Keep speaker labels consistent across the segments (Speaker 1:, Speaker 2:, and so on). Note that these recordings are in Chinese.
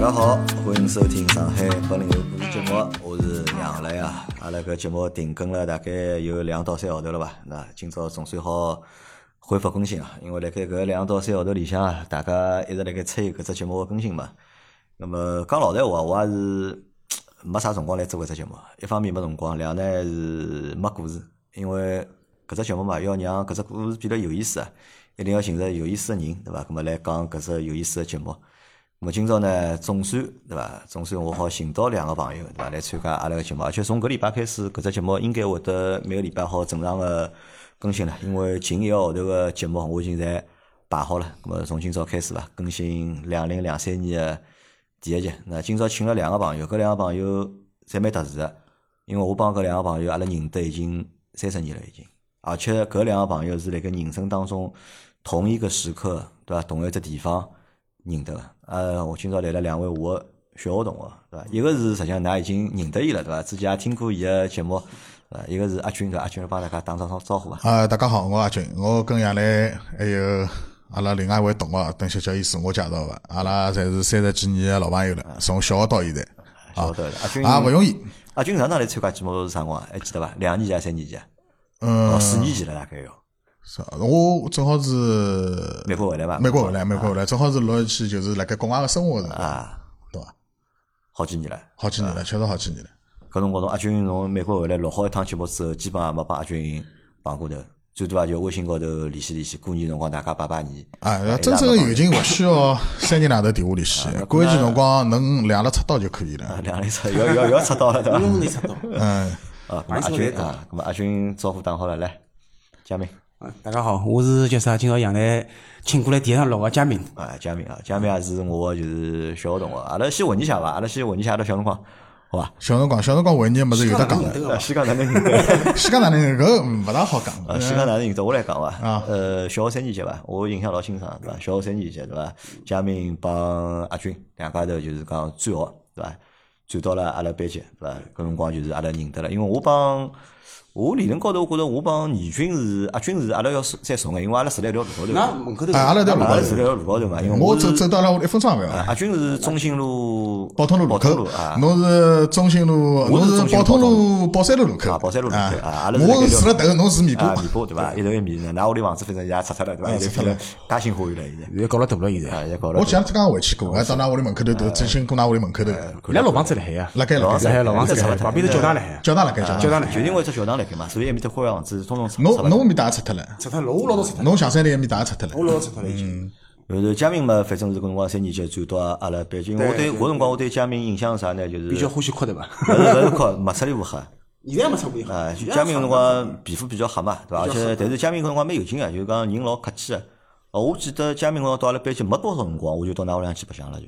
Speaker 1: 家好，欢迎收听上海八零后故事节目，我是杨来呀。阿拉搿节目停更了大概有两到三号头了吧？那今朝总算好恢复更新啊，因为辣盖搿两到三号头里向啊，大家一直辣盖催搿只节目个更新嘛。那么讲老实话，我也是没啥辰光来做搿只节目，一方面没辰光，两呢是没故事，因为搿只节目嘛，要让搿只故事变得有意思啊，一定要寻着有意思个人，对伐？葛末来讲搿只有意思个节目。咁么今朝呢，总算对伐？总算我好寻到两个朋友对伐？来参加阿拉个节目，而且从搿礼拜开始，搿只节目应该会得每个礼拜好正常个更新了，因为近一个号头个节目我已经侪排好了。咁么从今朝开始伐，更新两零两三年个第一集。那今朝请了两个朋友，搿两个朋友侪蛮特殊个，因为我帮搿两个朋友阿拉认得已经三十年了已经。而且搿两个朋友是辣盖人生当中同一个时刻，对伐？同一只地方认得个。呃，我今朝来了两位我的小学同学，对伐？一个是实际上㑚已经认得伊了，对伐？之前也听过伊个节目，呃，一个是阿军，对伐？阿军来帮大家打声招招呼伐？
Speaker 2: 啊、大家好，我阿军，我跟杨澜还有阿拉另外一位同学邓小姐，伊自我介绍伐？阿拉侪是三十几年的老朋友了，从小学到现在，
Speaker 1: 晓得了，阿军
Speaker 2: 也勿容易。
Speaker 1: 阿军上趟来参加节目是啥辰光啊？还记得伐？两年前、三年前，哦，
Speaker 2: 嗯，
Speaker 1: 四年前了大概有。
Speaker 2: 是啊我正好是呃
Speaker 1: 美国回来伐？
Speaker 2: 美国回来，美国回来，正好是六一去，就是辣盖国外个生活的辰光，
Speaker 1: 啊，
Speaker 2: 对伐？
Speaker 1: 好几年了。
Speaker 2: 好几年
Speaker 1: 啊
Speaker 2: 了，确实好几年了。
Speaker 1: 搿辰光从阿军从美国回来录好一趟节目之后，基本上没帮阿军碰过头，最多也就微信高头联系联系。过年辰光大家拜拜年。
Speaker 2: 啊，
Speaker 1: 哎啊
Speaker 2: 要真正的友情勿需要三天两头电话联系，关键辰光能两肋插刀就可以了。
Speaker 1: 两个人出要要要出道了对伐？
Speaker 3: 侬能猜到。
Speaker 2: 嗯，
Speaker 1: 啊，咁阿军啊，咁阿军招呼打好了，来，佳明
Speaker 3: 啊，大家好，我是叫啥？今朝杨澜请过来第一趟录个嘉宾。
Speaker 1: 啊，佳明啊，佳明也是我就是小学同学，阿拉先混一下伐，阿拉先混一下阿拉小辰光，好伐？
Speaker 2: 小辰光，小辰光回忆物事有得讲
Speaker 3: 认得
Speaker 2: 的，
Speaker 3: 个
Speaker 1: 啊，
Speaker 3: 伐？
Speaker 1: 西江哪能认得？
Speaker 2: 西江哪能搿勿大好讲。
Speaker 1: 啊，西江哪能认得？我来讲伐
Speaker 2: 啊。
Speaker 1: 呃，小学三年级伐，我印象老清爽对伐？小学三年级对伐？佳明帮阿军两家头就是讲转学对伐？转到了阿拉班级对伐？搿辰光就是阿拉认得了，因为我帮。我理论高头，我觉着我帮严军是阿军是阿拉要再怂个，因为阿拉住辣一条路高头。
Speaker 3: 那门口头
Speaker 2: 哎，阿拉条路
Speaker 1: 阿
Speaker 2: 高
Speaker 1: 拉是
Speaker 2: 头
Speaker 1: 辣，条路高头嘛，因为
Speaker 2: 我
Speaker 1: 是
Speaker 2: 走走到了我一分钟也勿
Speaker 1: 啊
Speaker 2: 要。
Speaker 1: 阿军是中兴路
Speaker 2: 宝通路
Speaker 1: 宝
Speaker 2: 路
Speaker 1: 通
Speaker 2: 口
Speaker 1: 路啊，，
Speaker 2: 侬是中心路，
Speaker 1: 我
Speaker 2: 侬
Speaker 1: 是中
Speaker 2: 是
Speaker 1: 心宝
Speaker 2: 宝通
Speaker 1: 通
Speaker 2: 路宝山路路口
Speaker 1: 啊宝山路路口啊阿拉是辣
Speaker 2: 我
Speaker 1: 盖
Speaker 2: 是
Speaker 1: 条
Speaker 2: 住了头，侬是米
Speaker 1: 啊
Speaker 2: 埔
Speaker 1: 米埔对伐？一头一米，㑚屋里房子反正也拆脱了对伐？现在变得嘉兴花园了现在，
Speaker 3: 现在搞了大了，现在
Speaker 1: 啊现在搞了
Speaker 2: 我。前两天刚回去过，还到㑚屋里门口
Speaker 1: 啊
Speaker 2: 头头，真心过㑚屋里门口头
Speaker 1: 哎
Speaker 2: 的，
Speaker 3: 伊拉老房子辣海呀，
Speaker 2: 辣盖辣
Speaker 3: 辣
Speaker 2: 盖哎
Speaker 3: 海老房子辣
Speaker 1: 现在
Speaker 3: 海，
Speaker 1: 拆了
Speaker 3: 旁边头教堂辣海，啊
Speaker 2: 教堂辣盖教堂，
Speaker 3: 教堂辣
Speaker 1: 就
Speaker 3: 海。
Speaker 1: 因为只教堂辣盖嘛，所以埃面搭花园房子统统拆拆
Speaker 2: 侬
Speaker 1: 了。
Speaker 2: 侬面搭也拆脱了，
Speaker 3: 拆脱了，我老早拆脱了，
Speaker 2: 侬象山里面搭也拆脱
Speaker 3: 我
Speaker 2: 了，
Speaker 3: 老早拆脱了已经。
Speaker 1: 然后佳明嘛，反正是搿辰光三年级转到阿拉班级，因为我对搿辰光我对佳明印象是啥呢？就是
Speaker 3: 比较欢喜哭对伐？
Speaker 1: 勿是勿是靠没出里部黑。
Speaker 3: 现在还没拆过一下
Speaker 1: 啊，
Speaker 3: 现在
Speaker 1: 佳明搿辰
Speaker 3: 还没拆过
Speaker 1: 光皮肤比较黑嘛，对伐？而且但是佳明搿辰光蛮有劲啊个，就是讲人老客气个。哦，我记得佳明搿辰光到阿拉班级没多少辰光，我就到㑚屋里向去白相了就。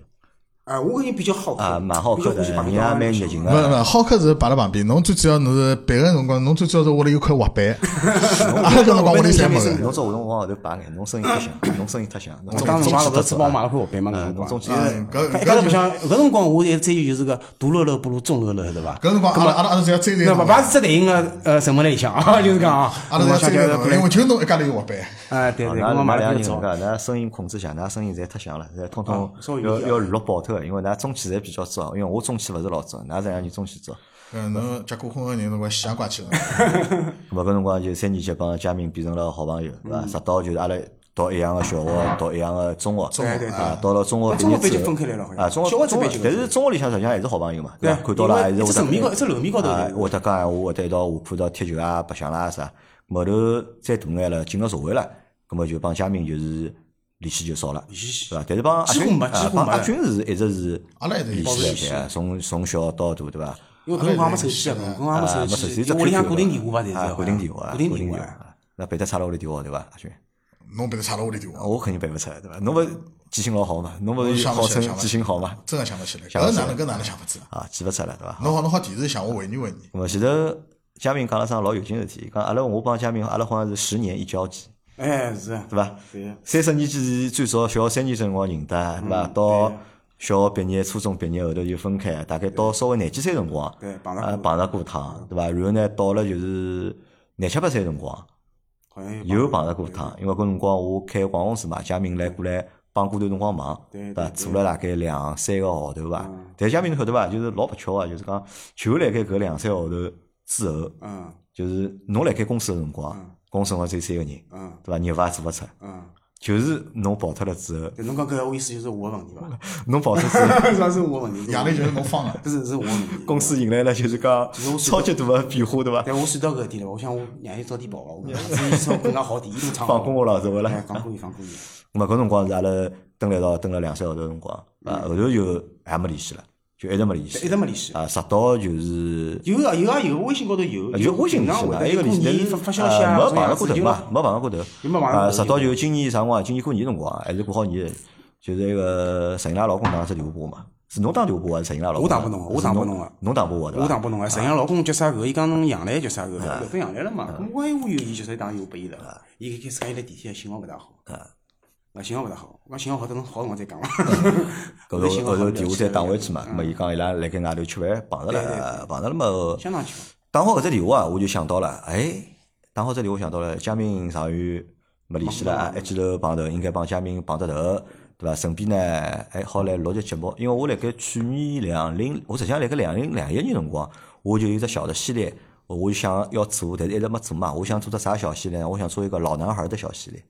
Speaker 3: 啊，我个人比较好客
Speaker 1: 啊，蛮好
Speaker 3: 比
Speaker 1: 客的，
Speaker 3: 较欢
Speaker 1: 人
Speaker 3: 喜摆
Speaker 1: 也
Speaker 3: 个
Speaker 1: 蛮热
Speaker 3: 东西
Speaker 1: 情
Speaker 2: 勿勿
Speaker 1: 的。，
Speaker 2: 好客是摆辣旁边，侬最主要侬是别个辰光，侬最主要是屋里有块 滑板，阿拉搿辰光屋里侪没个。
Speaker 1: 侬做活动往后头摆眼，侬声音太响，侬声音太响。侬
Speaker 3: 我当时
Speaker 1: 总
Speaker 3: 买了
Speaker 1: 记得走
Speaker 3: 个翅
Speaker 1: 啊
Speaker 3: 膀，买了块滑板嘛，
Speaker 1: 嗯
Speaker 3: 搿辰
Speaker 1: 侬
Speaker 3: 光
Speaker 1: 总。记得。
Speaker 2: 嗯，搿
Speaker 3: 哎，搿个
Speaker 2: 搿
Speaker 3: 不
Speaker 2: 就
Speaker 3: 像，搿辰光我还追求就是个大楼楼不如中楼楼，对伐？
Speaker 2: 搿辰光阿拉阿拉阿拉只要追
Speaker 3: 那
Speaker 2: 个
Speaker 3: 勿
Speaker 2: 侬，
Speaker 3: 排除只对应个呃成本来里向啊，就是讲啊，
Speaker 2: 阿拉只要追个
Speaker 3: 我想叫
Speaker 2: 侬，
Speaker 3: 过来
Speaker 2: 因为就侬一家头有滑板。
Speaker 3: 哎，对
Speaker 1: 啊
Speaker 3: 对，
Speaker 1: 㑚
Speaker 3: 我
Speaker 1: 㑚
Speaker 3: 买
Speaker 1: 两
Speaker 3: 了
Speaker 1: 个
Speaker 3: 块
Speaker 1: 人
Speaker 3: 早。
Speaker 1: 讲，㑚声音控制下，㑚声音侪太响了，侪通通
Speaker 3: 啊稍微
Speaker 1: 要
Speaker 3: 有点
Speaker 1: 要录爆脱的，因为㑚中气侪比较早，因为我中气勿是老早，㑚这两人中气早。
Speaker 2: 嗯，侬结过婚个人，侬怪想怪去了。
Speaker 1: 咁么搿辰光就三年级帮佳明变成了好朋友，对伐？直到就是阿拉读一样个小学，读一样个中学，
Speaker 3: 对对对
Speaker 1: 啊，到了中学
Speaker 3: 那中学
Speaker 1: 毕业之后
Speaker 3: 班就分开来了好像
Speaker 1: 啊，中学
Speaker 3: 小学
Speaker 1: 中
Speaker 3: 班
Speaker 1: 学
Speaker 3: 就，
Speaker 1: 但是中学里向实际上还是好朋友嘛，
Speaker 3: 对
Speaker 1: 伐？看到了还是
Speaker 3: 因为
Speaker 1: 会得
Speaker 3: 一只楼面高，一只楼面高头
Speaker 1: 啊
Speaker 3: 的，，
Speaker 1: 会得讲闲话，会得一道下课到踢球啊、白相啦啥。后头再大眼了，进了社会了，咁么就帮佳明就是联系就少了，是伐？但是帮阿
Speaker 3: 几乎
Speaker 1: 军
Speaker 3: 没几
Speaker 1: 啊，
Speaker 3: 乎
Speaker 1: 帮
Speaker 3: 没
Speaker 1: 阿
Speaker 3: 了
Speaker 1: 军是一直是
Speaker 2: 阿拉一直
Speaker 1: 联
Speaker 2: 保持
Speaker 1: 系
Speaker 2: 联
Speaker 1: 起来，从从小到大，对伐？
Speaker 3: 因为搿辰光还没手机啊，搿辰光还
Speaker 1: 啊，
Speaker 3: 没
Speaker 1: 没
Speaker 3: 手
Speaker 1: 手
Speaker 3: 机
Speaker 1: 机，
Speaker 3: 就屋里向固定电话吧，侪是
Speaker 1: 啊，
Speaker 3: 要
Speaker 1: 固定电话，
Speaker 3: 固定啊
Speaker 1: 电
Speaker 3: 电话。
Speaker 1: 话。那别得差了屋里电话对伐？阿军，
Speaker 2: 侬别得差了屋里电啊话，
Speaker 1: 我肯定背勿出来对伐？侬勿是记性老好嘛？侬勿
Speaker 2: 我
Speaker 1: 是
Speaker 2: 想不
Speaker 1: 号
Speaker 2: 起来
Speaker 1: 称
Speaker 2: 想不
Speaker 1: 记
Speaker 2: 起
Speaker 1: 性好嘛？
Speaker 2: 真个想勿起来。
Speaker 1: 想不
Speaker 2: 搿
Speaker 1: 起来
Speaker 2: 哪能搿哪能想勿起来？
Speaker 1: 啊，记勿出来对伐？
Speaker 2: 侬好，侬好电视想，我回忆回忆。
Speaker 1: 咁么前头佳明讲了桩老有劲个事体，讲阿拉我帮佳明，阿拉好像是十年一交集，
Speaker 3: 哎，是啊，
Speaker 1: 对伐？
Speaker 3: 对啊
Speaker 1: 三十年前最早小学三年级辰光认得，对伐？
Speaker 3: 嗯
Speaker 1: 到小学毕业、初中毕业后头就分开，大概到稍微廿几岁辰光，
Speaker 3: 对碰着
Speaker 1: 啊
Speaker 3: 过
Speaker 1: 碰着过一趟，对伐？然后呢，到了就是廿七八岁辰光，
Speaker 3: 好像有
Speaker 1: 又碰着过一趟，因为搿辰光我开广告公司嘛，佳明来过来帮过段辰光忙，
Speaker 3: 对对嗯
Speaker 1: 吧？
Speaker 3: 对
Speaker 1: 做了大概两三个号头吧。但嘉宾侬晓得伐？就是老不巧啊，就是讲就辣盖搿两三个号头之后，
Speaker 3: 嗯
Speaker 1: 就是侬辣盖公司个辰
Speaker 3: 嗯
Speaker 1: 光，公司辰光只有三个人，
Speaker 3: 嗯
Speaker 1: 对伐？业务也做勿出，
Speaker 3: 嗯。
Speaker 1: 就是侬跑脱了之后，
Speaker 3: 对，侬讲搿个意思就是我个问题伐？
Speaker 1: 侬跑脱之后，
Speaker 3: 是伐？是我个问
Speaker 1: 嗯
Speaker 3: 题。
Speaker 2: 杨澜就是侬放的。
Speaker 3: 这是是我个问题。
Speaker 1: 公司迎来了就是讲
Speaker 3: 就是我
Speaker 1: 超级大个变化，对伐？
Speaker 3: 但我算到搿一点了，我想我让伊早点跑伐？我讲至少更加好点，伊都唱
Speaker 1: 放过我了，是勿啦？
Speaker 3: 哎，放过伊，放过伊。
Speaker 1: 咁么搿辰光是阿拉蹲了一道蹲了两三个号头辰光，啊，后头就也没联系了，就一直没联
Speaker 3: 一
Speaker 1: 系
Speaker 3: 直没联系。
Speaker 1: 啊，直到就是
Speaker 3: 有啊有啊有，微信高头有。
Speaker 1: 有微信
Speaker 3: 经
Speaker 1: 联
Speaker 3: 常
Speaker 1: 系
Speaker 3: 会
Speaker 1: 嘛，还有
Speaker 3: 得
Speaker 1: 联系，
Speaker 3: 过
Speaker 1: 但
Speaker 3: 年
Speaker 1: 是
Speaker 3: 发发消息
Speaker 1: 呃
Speaker 3: 啊，
Speaker 1: 没
Speaker 3: 这
Speaker 1: 碰
Speaker 3: 样
Speaker 1: 到
Speaker 3: 子
Speaker 1: 过头
Speaker 3: 就
Speaker 1: 嘛，没碰到过头
Speaker 3: 就没碰，到过头
Speaker 1: 啊，直到就今年啥辰光，今年过年辰光还是过好年，就是那个陈英拉老公打只电话拨我嘛，是侬打电话拨我还是陈英拉老公？
Speaker 3: 我打拨侬个我打拨侬个
Speaker 1: 是侬打拨我对伐？
Speaker 3: 我打拨侬个，陈阳老公叫啥个？伊讲侬杨澜叫啥个？后头杨澜了嘛？咁我还忽悠伊，就是打电话拨伊了。伊开始讲伊来地铁信号勿大好，
Speaker 1: 啊，
Speaker 3: 啊信号勿大好。我讲信号好，等侬好辰光再讲伐。
Speaker 1: 搿头
Speaker 3: 后头信
Speaker 1: 后
Speaker 3: 号好
Speaker 1: 头
Speaker 3: 了
Speaker 1: 电话再打回去嘛，咁么伊讲伊拉辣盖外头吃饭碰着
Speaker 3: 对
Speaker 1: 了，碰着了嘛后。
Speaker 3: 相当巧。
Speaker 1: 打好搿只电话啊，我就想到了，哎，打好只电话想到了，嘉宾上月没联系了啊，一记头碰头，应该帮嘉宾碰得头，对伐？顺便呢，还好来录只节目，因为我辣盖去年两零，我实际上辣盖两零两一年辰光，我就有只小的系列，我想要做，但是一直没做嘛。我想做只啥小系列呢？我想做一个老男孩的小系列，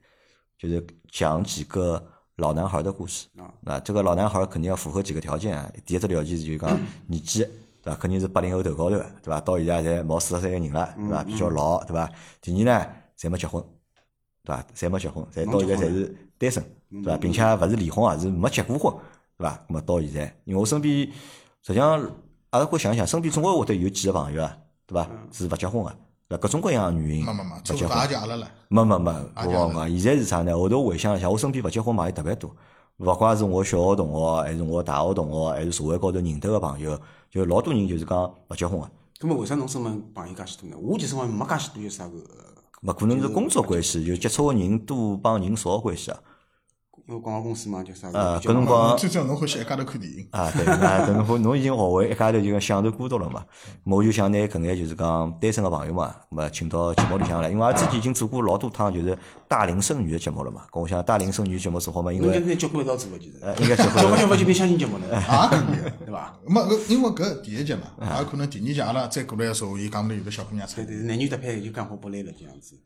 Speaker 1: 就是讲几个老男孩的故事
Speaker 3: 啊。
Speaker 1: 那这个老男孩肯定要符合几个条件啊。第一只条件就是讲年纪，对吧？肯定是八零后头高头的，对吧？到现在侪毛四十岁个人了，对吧？比较老，对吧？第二呢，侪没结婚，对吧？侪没结婚，嗯侪到现在侪是单身，对吧？并且勿是离婚啊，是没结过婚，对吧？那么到现在，因为我身边实际上阿拉会想一想，身边总归会得有几个朋友啊，对吧？是勿结婚个，对吧？各种各样的原因
Speaker 2: 没没没，
Speaker 1: 勿
Speaker 2: 这
Speaker 1: 结
Speaker 2: 个
Speaker 1: 婚
Speaker 2: 也。就阿拉了。
Speaker 1: 没没没，
Speaker 2: 啊
Speaker 1: 勿
Speaker 2: 这样
Speaker 1: 好讲。现在是啥呢？后头回想一下，我身边勿结婚嘛也特别多，勿怪是我小学同学，还是我大学同学，还是社会高头认得个朋友，就老多人就是讲勿结婚个。啊
Speaker 3: 咁么为啥侬身边朋友介许多呢？我就身边没介许多有啥个，
Speaker 1: 没可能是工作关系，就接触个人多帮人少个关系啊。
Speaker 3: 因为广告公司嘛，叫啥
Speaker 1: 呃
Speaker 3: 个？
Speaker 1: 搿辰光
Speaker 2: 最主要侬欢喜一家头看电影，
Speaker 1: 啊，对，那等侬侬已经学会一家头就讲享受孤独了嘛。我就想拿搿眼就是讲单身个朋友嘛，嘛请到节目里向来，因为阿拉之前已经做过老多趟就是大龄剩女个节目了嘛。跟我想大龄剩女节目做好嘛，因
Speaker 3: 侬
Speaker 1: 为
Speaker 3: 跟跟交关一道做个，其实。
Speaker 1: 呃应该是
Speaker 3: 交 关交关就变相亲节目了，
Speaker 2: 也可 以。
Speaker 3: 对伐？
Speaker 2: 没，搿因为搿第一集嘛，
Speaker 1: 嗯
Speaker 2: 也可能第二集阿拉再过来个时候，伊讲不定有个小姑娘出
Speaker 3: 对
Speaker 2: 来，
Speaker 3: 对，男女搭配就刚好不来了，这样子。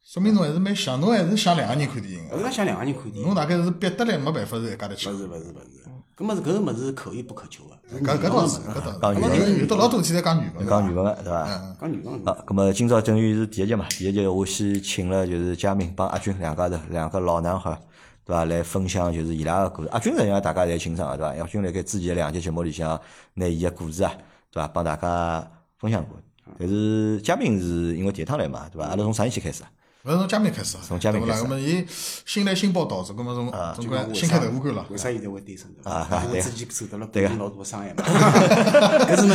Speaker 2: 说明侬还是蛮想，侬还是想两个人看电影
Speaker 3: 我
Speaker 2: 个。
Speaker 3: 是讲想两个人看电影
Speaker 2: 侬，大概是逼得来没办法是一家头去
Speaker 3: 勿。是勿是勿是，搿么是搿个物事可遇不可求个。
Speaker 2: 搿搿倒是，搿倒
Speaker 1: 讲女朋
Speaker 2: 是。搿么
Speaker 1: 友
Speaker 2: 有有的老多事体在讲女朋友。
Speaker 1: 讲女朋友对伐？
Speaker 3: 讲女讲女，
Speaker 1: 啊，咁么今朝等于是第一集嘛，第一集我先请了就是嘉宾帮阿军两家头两个老男孩，对伐？来分享就是伊拉个故事。阿军实际上大家侪清爽个对伐？阿军辣盖之前两集节目里向拿伊个故事啊，对伐？帮大家分享过。但是嘉宾是因为第一趟来嘛，对伐？阿拉从啥一期开始啊？
Speaker 2: 勿是从嘉宾开始啊，
Speaker 1: 从嘉宾
Speaker 2: 对勿啦
Speaker 1: 开始
Speaker 2: 搿么伊新来新报道，只搿么从总
Speaker 3: 就讲
Speaker 2: 归
Speaker 3: 为
Speaker 2: 新
Speaker 3: 啥
Speaker 2: 开头部干了。
Speaker 3: 为啥现在会单身的？
Speaker 1: 啊
Speaker 3: 因为
Speaker 1: 对
Speaker 3: 自己受到了
Speaker 1: 对
Speaker 3: 个
Speaker 1: 个
Speaker 3: 老大的伤害嘛。搿是没办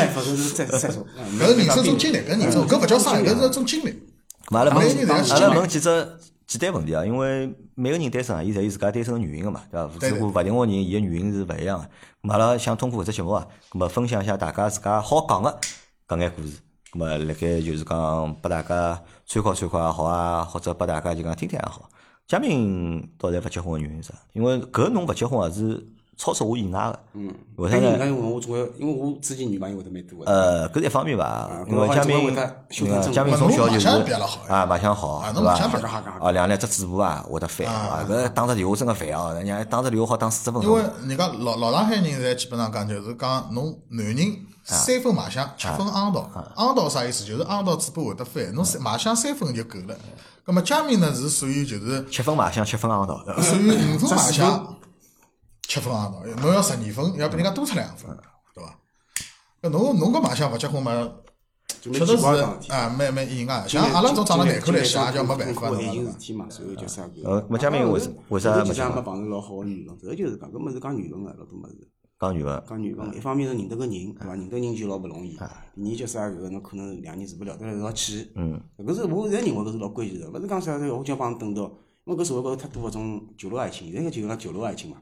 Speaker 3: 法，搿是再再说。嗯
Speaker 2: 搿是人生中经历，搿人生搿勿叫啥，搿是一种经历。
Speaker 1: 咁阿拉问
Speaker 2: 每啊个人侪是
Speaker 1: 阿拉
Speaker 2: 这样
Speaker 1: 问几只简单问题啊，因为每个人单身啊，伊侪有自家单身个原因个嘛，对伐？
Speaker 2: 对
Speaker 1: 只不过勿同个人，伊个原因是勿一样个。咁阿拉想通过搿只节目啊，咁么分享一下大家自家好讲个搿眼故事。咁么辣盖就是讲拨大家参考参考也好啊，或者拨大家就讲听听也好。嘉宾到现在勿结婚个原因是啥？因为搿侬勿结婚啊是超出我意外个。嗯，为啥
Speaker 3: 但是人
Speaker 1: 呢
Speaker 3: 家？问我总归，因为我自己女朋友会得蛮多的。
Speaker 1: 呃，搿是一方面伐，因
Speaker 3: 搿
Speaker 1: 为
Speaker 3: 个
Speaker 1: 嘉
Speaker 3: 我
Speaker 1: 宾
Speaker 3: 会得，修
Speaker 1: 因
Speaker 3: 正
Speaker 1: 为
Speaker 3: 正
Speaker 1: 嘉宾
Speaker 2: 嘛
Speaker 1: 从小
Speaker 2: 侬
Speaker 1: 就是
Speaker 2: 马相变了好呀
Speaker 1: 啊，马相好，
Speaker 2: 啊
Speaker 1: 对
Speaker 2: 侬
Speaker 1: 伐
Speaker 2: 马相变？
Speaker 1: 啊，两两只嘴巴啊，会得翻啊，搿打只电话真个烦啊，人家打只电话好打四十分
Speaker 2: 因
Speaker 1: 钟
Speaker 2: 为。人家老老上海人现在基本上讲就是讲侬男人三分卖相，七分昂道。昂道啥意思？就是昂道嘴巴会得翻，侬三卖相三分就够了。葛么佳明呢是属于就是
Speaker 1: 七分卖相，七分昂道，对伐
Speaker 2: 属于五分卖
Speaker 3: 十四
Speaker 2: 相，七分昂道。侬要十二分，要比人家多出两分，对伐？搿侬侬搿卖相勿结婚嘛？
Speaker 3: 就蛮
Speaker 2: 确
Speaker 3: 奇
Speaker 2: 实
Speaker 3: 怪的
Speaker 2: 是啊，蛮蛮意外。
Speaker 3: 今
Speaker 2: 像
Speaker 3: 年
Speaker 2: 阿拉种长得难
Speaker 3: 今年
Speaker 2: 看来
Speaker 3: 今
Speaker 2: 相，
Speaker 3: 年
Speaker 2: 也叫没办
Speaker 3: 通
Speaker 2: 法，
Speaker 3: 过
Speaker 2: 对伐
Speaker 3: 爱情事？体嘛，所以叫啥个？
Speaker 1: 呃那嘉宾为为啥
Speaker 3: 没
Speaker 1: 没结
Speaker 3: 没
Speaker 1: 婚
Speaker 3: 碰着老好个女朋友，主要就是讲搿物事讲缘分个，老多物事。
Speaker 1: 讲女个，
Speaker 3: 讲缘分，一方面是认得个人，对伐？认得人就老勿容易。第二叫啥搿个，侬可能两人住不了，得了一道去。嗯。搿是我现在认为搿是老关键的，勿是讲啥这个我就要帮侬等到，因为搿社会高头太多搿种酒楼爱情，现在就有那酒楼爱情嘛，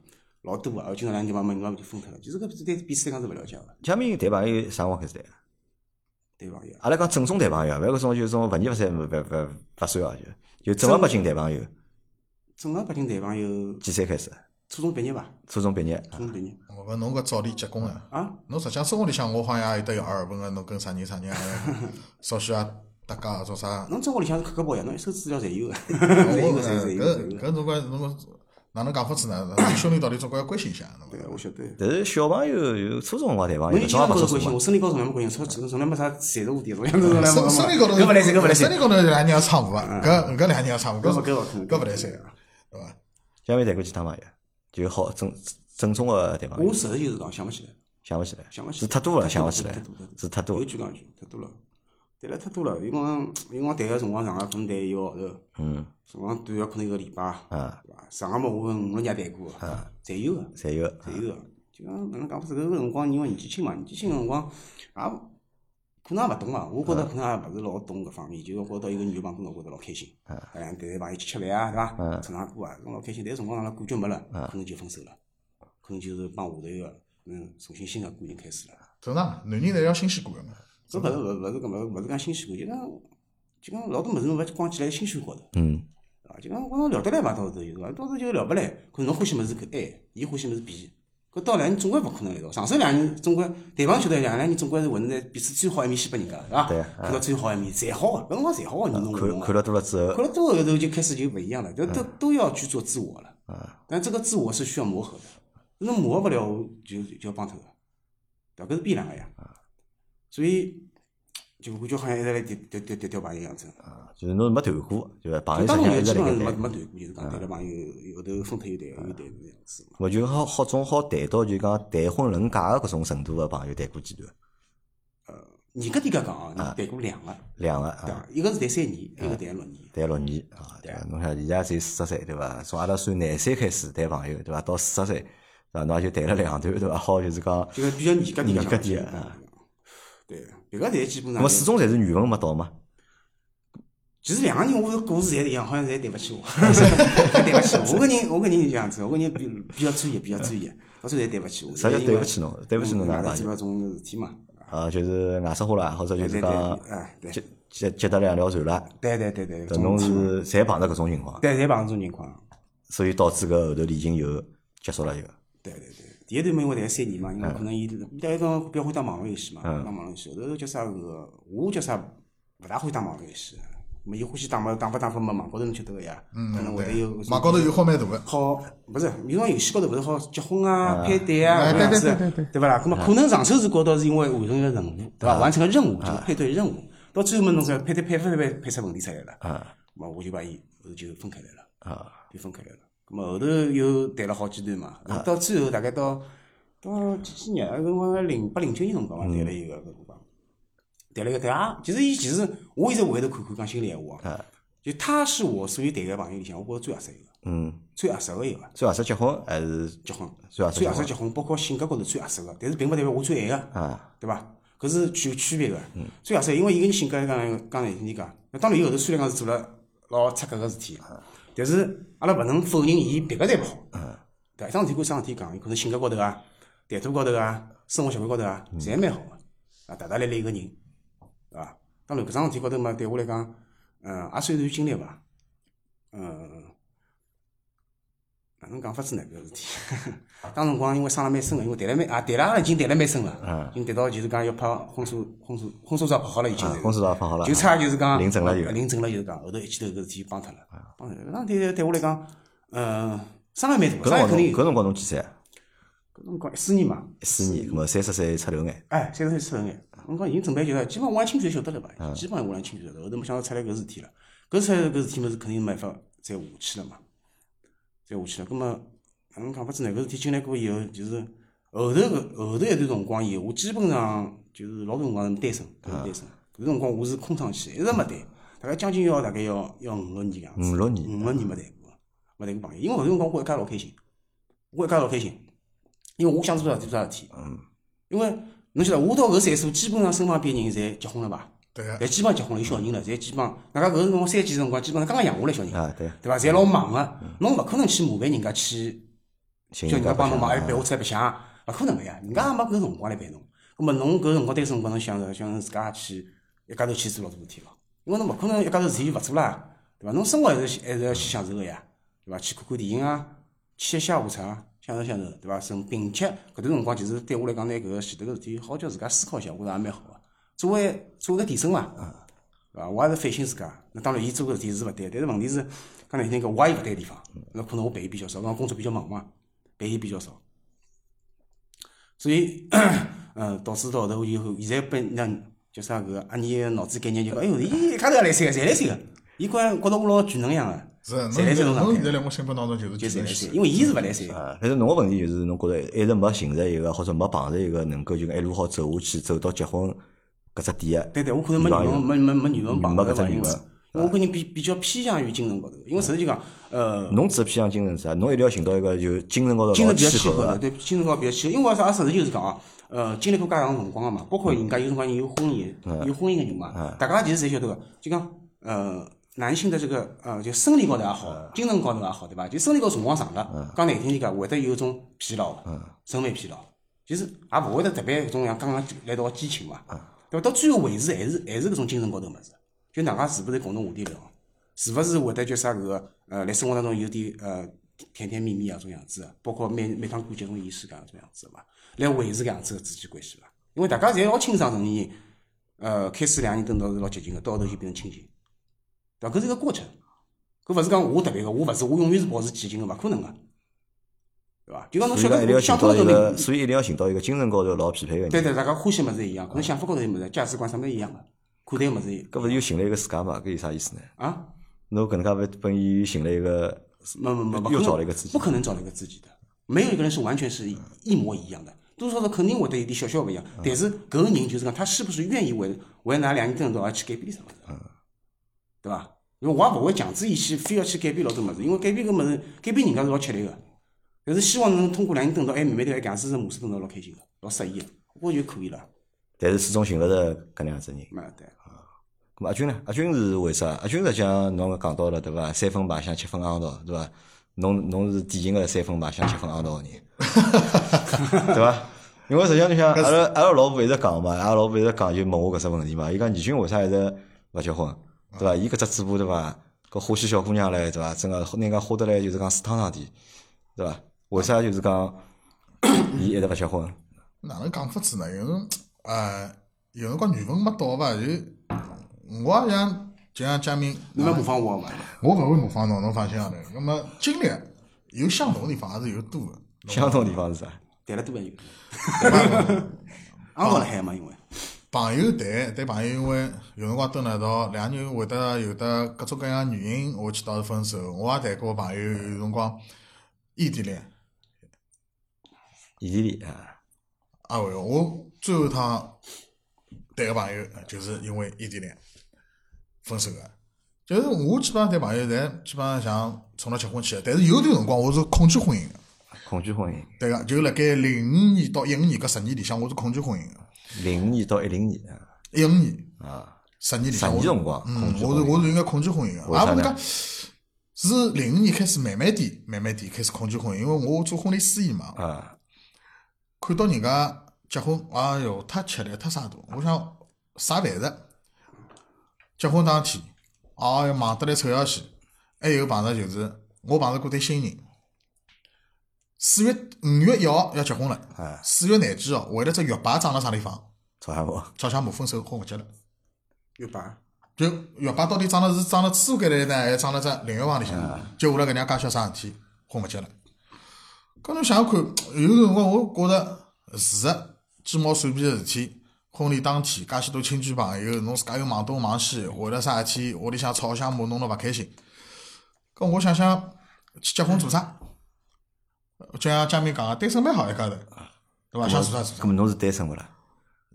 Speaker 3: 老多个，而且两人就帮人家就分开了，其实搿对彼此来讲是勿了解个，
Speaker 1: 嘉宾谈朋友啥辰光开始谈？
Speaker 3: 对伐？也
Speaker 1: 阿拉讲正宗谈朋友，勿要搿种就是种文艺勿三勿勿勿勿算啊，就就正儿八经谈朋友，
Speaker 3: 正儿八经谈朋友，
Speaker 1: 几岁开始？
Speaker 3: 初中毕业吧，
Speaker 1: 初中毕业，啊
Speaker 3: 初中毕业
Speaker 2: 我讲侬搿早恋结棍啊！
Speaker 3: 啊，
Speaker 2: 侬实际上生活里向我好像也有得有耳闻个，侬跟啥人啥人啊， 少许啊搭界啊，做 啥？
Speaker 3: 侬中学里向是磕磕包呀，侬一手资料侪有个，
Speaker 2: 我
Speaker 3: 侪有个，侪
Speaker 2: 搿
Speaker 3: 有个，侪有
Speaker 2: 搿
Speaker 3: 个。
Speaker 2: 搿总归侬讲哪能讲法子呢？兄弟道理总归要关心一下，侬
Speaker 3: 对，我晓得。
Speaker 1: 但是小朋友有初中辰光谈朋
Speaker 3: 侬
Speaker 1: 友，搿
Speaker 3: 就经
Speaker 1: 种也勿
Speaker 3: 常高头
Speaker 1: 出什
Speaker 3: 关心，
Speaker 1: 么
Speaker 3: 我。生理高头从来没关心，从从来没啥财务 点，我样子从来没。
Speaker 2: 生生理高头，
Speaker 3: 搿勿来塞，搿勿来塞嗯
Speaker 2: 生。理高头两人要掺和啊，搿搿两人要掺和，搿
Speaker 3: 搿勿
Speaker 2: 搿勿来
Speaker 3: 来
Speaker 2: 塞
Speaker 3: 塞
Speaker 2: 个，对伐？
Speaker 1: 下面谈过几趟朋友，就好正正宗个谈朋友
Speaker 3: 我，实事求是讲，想勿起来，
Speaker 1: 想勿起来，
Speaker 3: 想勿起
Speaker 1: 是
Speaker 3: 来。
Speaker 1: 太多了，想勿起来
Speaker 3: 太多太多，
Speaker 1: 是太多
Speaker 3: 有
Speaker 1: 了。
Speaker 3: 句讲一句，太多了，谈了太多了。有辰光，有辰光谈个辰光长了，可能谈一个号头，
Speaker 1: 嗯，
Speaker 3: 辰光短个可能一个礼拜，
Speaker 1: 啊，
Speaker 3: 对伐？长个嘛，我跟五六家谈过，侪有啊个。
Speaker 1: 侪有。
Speaker 3: 侪有个。就讲哪能讲法子？搿个辰光因为年纪轻嘛，年纪轻个辰光也可能也勿懂啊。我觉着可能也勿是老懂搿方面，就是觉着一个女朋友帮我觉着老开心，哎，带带朋友去吃饭啊，对伐？唱唱歌啊，搿老开心。但是辰光长了感觉没了，可能就分手了，可能就是帮下头一个嗯重新新个感情开始了。
Speaker 2: 正常，男人侪要新鲜感个嘛。
Speaker 3: 搿勿是勿勿是搿勿勿是讲新鲜感，就讲就讲老多物事侬勿光起来新鲜高头。
Speaker 1: 嗯，
Speaker 3: 啊，就讲我讲聊得来伐？到头有个，到头就聊不来。可能侬欢喜么子搿 A，伊欢喜么子 B，搿到两人总归勿可能来到。上手两人总归，对方晓得两两人总归是混在彼此最好一面先拨人家，是伐？
Speaker 1: 对
Speaker 3: 看到最好一面，侪好个，搿辰光侪好个，你侬我
Speaker 1: 看
Speaker 3: 侬
Speaker 1: 看
Speaker 3: 个。
Speaker 1: 了多了之后，
Speaker 3: 看了多后头就开始就勿一样了，就都都要去做自我了。但这个自我是需要磨合的，那磨合不了就就要帮头了，对伐？搿是必然个呀。所以就感觉好像一直来调调调调调朋友样子。
Speaker 1: 就是侬是没谈过，就是朋友之
Speaker 3: 当
Speaker 1: 间
Speaker 3: 年
Speaker 1: 啊一直
Speaker 3: 基本
Speaker 1: 辣
Speaker 3: 上是
Speaker 1: 盖
Speaker 3: 没
Speaker 1: 谈。
Speaker 3: 没谈过，就是讲谈了朋友，后头分脱又谈，又谈这样子嘛。
Speaker 1: 我就好好总好谈到就讲谈婚论嫁个搿种程度个朋友谈过几段，
Speaker 3: 严格点讲啊，你谈过两个，
Speaker 1: 两个
Speaker 3: 对
Speaker 1: 啊，
Speaker 3: 伐？一个是谈三年，一个谈六年。
Speaker 1: 谈六年啊，对伐？侬想现在才四十岁对伐？从阿拉算廿岁开始谈朋友对伐？到四十岁对伐？侬也就谈了两段对伐？好就是讲，
Speaker 3: 就比较严格点
Speaker 1: 严格
Speaker 3: 讲，
Speaker 1: 点
Speaker 3: 啊。对，别个侪基本
Speaker 1: 那
Speaker 3: 上
Speaker 1: 么，始终侪是缘分没到嘛。
Speaker 3: 其实两个人我的故事侪一样，好像侪对勿 起我，侪对勿起我。我个人，我个人就这样子，我个人比比较专业，比较专业，到最后侪对勿起我。嗯
Speaker 1: 啥叫对不起侬对不起侬哪
Speaker 3: 哪
Speaker 1: 能
Speaker 3: 能？基本种事体嘛。
Speaker 1: 啊，就是外生活啦，或者就
Speaker 3: 对
Speaker 1: 是
Speaker 3: 对对，
Speaker 1: 讲
Speaker 3: 哎，对，
Speaker 1: 接接接得两条船啦，
Speaker 3: 对对对对，
Speaker 1: 搿侬是侪碰到搿种情况，
Speaker 3: 对，侪碰这种情况。
Speaker 1: 所以导致搿后头恋情又结束了又。
Speaker 3: 对对对，第一段嘛，因为谈三年嘛，因为可能伊大家讲比较欢喜打网络游戏嘛，打网络游戏，后头叫啥个，我叫啥，勿大欢喜打网络游戏，么伊欢喜打嘛，打发打发嘛，网高头侬晓得个呀，可能会嗯得有
Speaker 2: 网嗯高头有好蛮大个，
Speaker 3: 好，勿是，有辰光游戏高头勿是好结婚啊、配对啊，搿样子，对勿啦？搿么可能上手是高头是因为完成一个任务，对伐？完成个任务就是配对任务，到最后嘛，侬说配对配配配配出问题出来了，
Speaker 1: 啊
Speaker 3: 嘛我就把伊后头就分开来了。
Speaker 1: 啊，
Speaker 3: 就分开来了。咁么后头又谈了好几段嘛，到最后大概到到几几年，搿辰光零八零九年辰光嘛，谈了一个搿辰光，谈了一个谈也，其实伊其实我一直回头看看讲心里闲话
Speaker 1: 啊
Speaker 3: 啊，就他是我所有谈个朋友里向，我觉着最合适一个，
Speaker 1: 嗯，
Speaker 3: 最合适个一个
Speaker 1: 最合适结婚还是
Speaker 3: 结婚，
Speaker 1: 最合适
Speaker 3: 最
Speaker 1: 结
Speaker 3: 合适
Speaker 1: 婚
Speaker 3: 结婚，包括性格高头最合适个，但是并不代表我最爱个。
Speaker 1: 啊？
Speaker 3: 对伐？搿是具有区别个。所以也是因为伊个人性格来讲，讲来人讲，那当然伊后头虽然讲是做了老出格个事体，但是阿拉勿能否认伊别个侪勿好。对伐，一桩事体归一桩事体讲，伊可能性格高头啊、谈吐高头啊、生活习惯高头啊，侪蛮好个。啊，大大咧咧一个人，对伐？当然搿桩事体高头嘛，对我来讲，嗯，也算有经历伐。嗯，哪能讲法子呢？搿个事体， 当辰光因为伤了蛮深个，因为谈了蛮啊，谈了也已经谈了蛮深了，已经谈到就是讲要拍婚纱婚纱婚纱照拍好了已经
Speaker 1: 啊
Speaker 3: 是，
Speaker 1: 公司也放好了，啊
Speaker 3: 就差就是讲呃
Speaker 1: 领证了就
Speaker 3: 领证了就是讲后头一记头搿事体帮脱了，帮脱了。搿桩事体对我来讲，呃，伤害蛮大
Speaker 1: 搿
Speaker 3: 个，
Speaker 1: 辰光
Speaker 3: 伤害
Speaker 1: 侬
Speaker 3: 肯定有。
Speaker 1: 搿辰光侬几岁啊？
Speaker 3: 搿辰光一四年嘛，
Speaker 1: 一四年，搿么三十岁出头眼，
Speaker 3: 哎，三十岁出头眼，我讲已经准备啊就是，基本上我也清楚就晓得了吧，
Speaker 1: 嗯
Speaker 3: 基本上我也清楚晓得，后头没想到出来搿事体了，搿出来搿事体么是肯定没法再下去了嘛，再下去了，葛么哪能讲法子呢？搿事体经历过以后，就是后头搿后头一段辰光以后，我基本上就是老多辰光是单身，
Speaker 1: 嗯
Speaker 3: 都是单身，搿辰光我是空窗期，一直没谈，大概将近要大概要要五六年样
Speaker 1: 五
Speaker 3: 子，
Speaker 1: 六年，
Speaker 3: 五六年没谈过，没谈过朋友，因为搿辰光我一家老开心，我一家老开心，因为我想做啥事体做啥事体。因为侬晓得，我到搿岁数，基本上身旁边人侪结婚了伐？
Speaker 2: 对啊个
Speaker 3: 侪。基本上结婚了，有小人了，侪基本上，外加搿辰光三几辰光，基本上刚刚养下来小人，
Speaker 1: 啊对
Speaker 3: 对伐？侪老忙个，侬勿可能去麻烦人家去
Speaker 1: 请
Speaker 3: 叫人家
Speaker 1: 帮
Speaker 3: 帮侬
Speaker 1: 忙
Speaker 3: 忙，哎，陪我出来白相，勿啊可能个呀，人家也没搿辰光来陪侬。葛末侬搿辰光单身辰光，侬想着想着自家去一家头去做老多事体咯，因为侬勿可能一家头事体就勿做啦，对伐？侬生活还是还是要去享受个呀，对伐？去看看电影啊，去一下午茶，享受享受，对伐？甚并且搿段辰光，其实对我来讲呢，搿个前头个事体，好叫自家思考一下，我觉着也蛮好个。作为作为个提升嘛，对伐？啊我也是反省自家。那当然，伊做个事体是勿对，但是问题是，讲难听点，我也有勿对个地方。那可能我陪伊比较少，讲工作比较忙嘛，陪伊比较少。所以，嗯，导致到后头以后，现在被那叫啥搿阿尼脑子概念就，哎哟，伊一家头也来三个，侪来三个，伊觉觉着我老全能一样个。
Speaker 2: 是，侬
Speaker 3: 侪来三
Speaker 2: 现
Speaker 3: 种
Speaker 2: 侬
Speaker 3: 状
Speaker 2: 现在
Speaker 3: 态，
Speaker 2: 辣我心目当中就是技
Speaker 3: 就侪来
Speaker 2: 能
Speaker 3: 三
Speaker 2: 系
Speaker 3: 个，因为伊是勿来三个。
Speaker 1: 啊，但是侬个问题就是，侬觉着一直没形成一个，或者没碰着一个能够就讲一路好走下去，走到结婚搿只点
Speaker 3: 对对，我可能没
Speaker 1: 女
Speaker 3: 女
Speaker 1: 朋
Speaker 3: 朋没没没女朋
Speaker 1: 没
Speaker 3: 朋
Speaker 1: 搿
Speaker 3: 友
Speaker 1: 只
Speaker 3: 吧，
Speaker 1: 女
Speaker 3: 因
Speaker 1: 朋友
Speaker 3: 为我个人比比较偏向于精神高头，因为实际讲，呃
Speaker 1: 个。，侬只偏向精神是啥？侬一定要寻到一个就精神高头
Speaker 3: 精
Speaker 1: 老
Speaker 3: 神比较
Speaker 1: 契
Speaker 3: 契
Speaker 1: 合
Speaker 3: 合的，
Speaker 1: 个。
Speaker 3: 对，精神高比较契合。因为啥？实事求是讲啊，呃，经历过介长辰光个嘛，包括人家有辰光有婚姻，有婚姻个人嘛，大家其实侪晓得个，就讲呃，男性的这个呃，就生理高头也好，精神高头也好，对伐？就生理高头辰光长了，讲难听点讲，会得有一种疲劳，审美疲劳，其实也勿会得特别搿种像刚刚来到激情嘛，对伐？到最后为止还是还是搿种精神高头物事，就大家是勿是共同话题啊聊？是勿是会得叫啥搿个呃，来生活当中有点呃甜甜蜜蜜啊种样子啊，包括每每趟过节种仪式感啊种样子嘛，来维持搿样子个之间关系伐？因为大家侪老清爽，成年人，呃，开始两个人等到是老接近个，到后头就变成亲情，对伐？搿是一个过程，搿勿是讲我特别个，我勿是我永远是保持激情个，勿可能个，对伐？就讲侬
Speaker 1: 所以
Speaker 3: 晓
Speaker 1: 讲一定
Speaker 3: 得
Speaker 1: 要寻
Speaker 3: 相同
Speaker 1: 到
Speaker 3: 个
Speaker 1: 一
Speaker 3: 道
Speaker 1: 个，
Speaker 3: 理，
Speaker 1: 所以一定要寻到一个精神高头老匹配个人。
Speaker 3: 对对，大家欢喜物事一样，可能想法高头有物事，价值观啥物事一样个，看待物事一
Speaker 1: 搿勿是又寻了一个自家嘛？搿有啥意思呢？
Speaker 3: 啊。
Speaker 1: 侬搿能介勿是本意寻了一个，
Speaker 3: 没没没，不
Speaker 1: 又
Speaker 3: 可能
Speaker 1: 找了一个自己
Speaker 3: 不可能找了一个自己的，没有一个人是完全是一一模一样的，多多少少肯定会得有点小小不一样。
Speaker 1: 嗯
Speaker 3: 但是搿个人就是讲，他是不是愿意为为哪两年更多而去改变什么的，
Speaker 1: 嗯
Speaker 3: 对伐？因为我也勿会强制伊去非要去改变老多物事，因为改变搿物事，改变人家是老吃力个。但是希望能通过两年蹲到，哎，慢慢地，哎，搿样子是模式蹲到老开心个，老适意个，我就可以了。
Speaker 1: 但是始终寻勿着搿能样子人。
Speaker 3: 嘛，对，
Speaker 1: 咁阿军呢？阿军是为啥？阿军实际上侬也讲到了对伐？三分卖相，七分昂道，对伐？侬侬是典型个三分卖相，七分昂道个人，对伐？因为实际上就像阿拉阿拉老婆一直讲嘛，阿拉老婆一直讲就问我搿只问题嘛。伊讲倪军为啥一直勿结婚，对伐？伊搿只嘴巴对伐？搿欢喜小姑娘唻，对伐？真个人家花得来就是讲水汤汤点，对伐？为啥就是讲 伊一直勿结婚？
Speaker 2: 哪能讲法子呢？有辰呃，有辰光缘分没到伐？就我也像就像佳明，
Speaker 3: 侬要模仿我嘛？
Speaker 2: 我勿会模仿侬，侬放心好了。那么经历有相同的地方，还是有多的。
Speaker 1: 相同地方是啥？
Speaker 3: 谈了多半有，
Speaker 2: 对吧
Speaker 3: 昂到了海嘛，因为
Speaker 2: 朋友谈，但朋友因为有辰光蹲辣一道，两个人会得有得各种各样的原因，会去导致分手。我也谈过朋友，有辰光异地恋，
Speaker 1: 异地恋啊，
Speaker 2: 啊会。我最后一趟谈个朋友，就是因为异地恋分手个。就是我基本上谈朋友，侪基本上像冲了结婚去的，但是有段辰光我是恐惧婚姻的。
Speaker 1: 恐惧婚姻。
Speaker 2: 对个，就辣盖零五年到一五年搿十年里向，我是恐惧婚姻个。
Speaker 1: 零五年到一零年啊。
Speaker 2: 一五年
Speaker 1: 啊，
Speaker 2: 十年里
Speaker 1: 十
Speaker 2: 向，
Speaker 1: 年
Speaker 2: 我
Speaker 1: 辰光，
Speaker 2: 嗯
Speaker 1: 控，制
Speaker 2: 我是
Speaker 1: 不了
Speaker 2: 我是应该恐惧婚姻个，
Speaker 1: 为啥
Speaker 2: 啊，
Speaker 1: 呢
Speaker 2: 我讲是零五年开始慢慢点，慢慢点开始恐惧婚姻，因为我做婚礼司仪嘛，
Speaker 1: 啊，
Speaker 2: 看到人家结婚，哎哟，太吃力，太啥大，我想啥饭食？结婚当天，哎哟，忙得来臭要死，还有碰着就是我碰着过对新人。四月五月一号要结婚了
Speaker 1: 哎，
Speaker 2: 四月哦廿几号为了只月牌涨了啥地方？
Speaker 1: 吵啥我？
Speaker 2: 吵相骂分手，婚勿结了。
Speaker 3: 有吧？
Speaker 2: 就月牌到底涨了是涨了厕所间来呢，还是涨了只淋浴房里向？就下来搿能样介小啥事体，婚勿结了。搿侬想想看，有辰光我觉着是个鸡毛蒜皮个事体。婚礼当天，介许多亲戚朋友，侬自家又忙东忙西，为了啥事体，屋里向吵相骂，弄得勿开心。搿我想想，去结婚做啥？就像佳明讲个，单身蛮好一家头，对伐？想做啥做
Speaker 1: 搿
Speaker 2: 啥。
Speaker 1: 么侬是单身勿啦？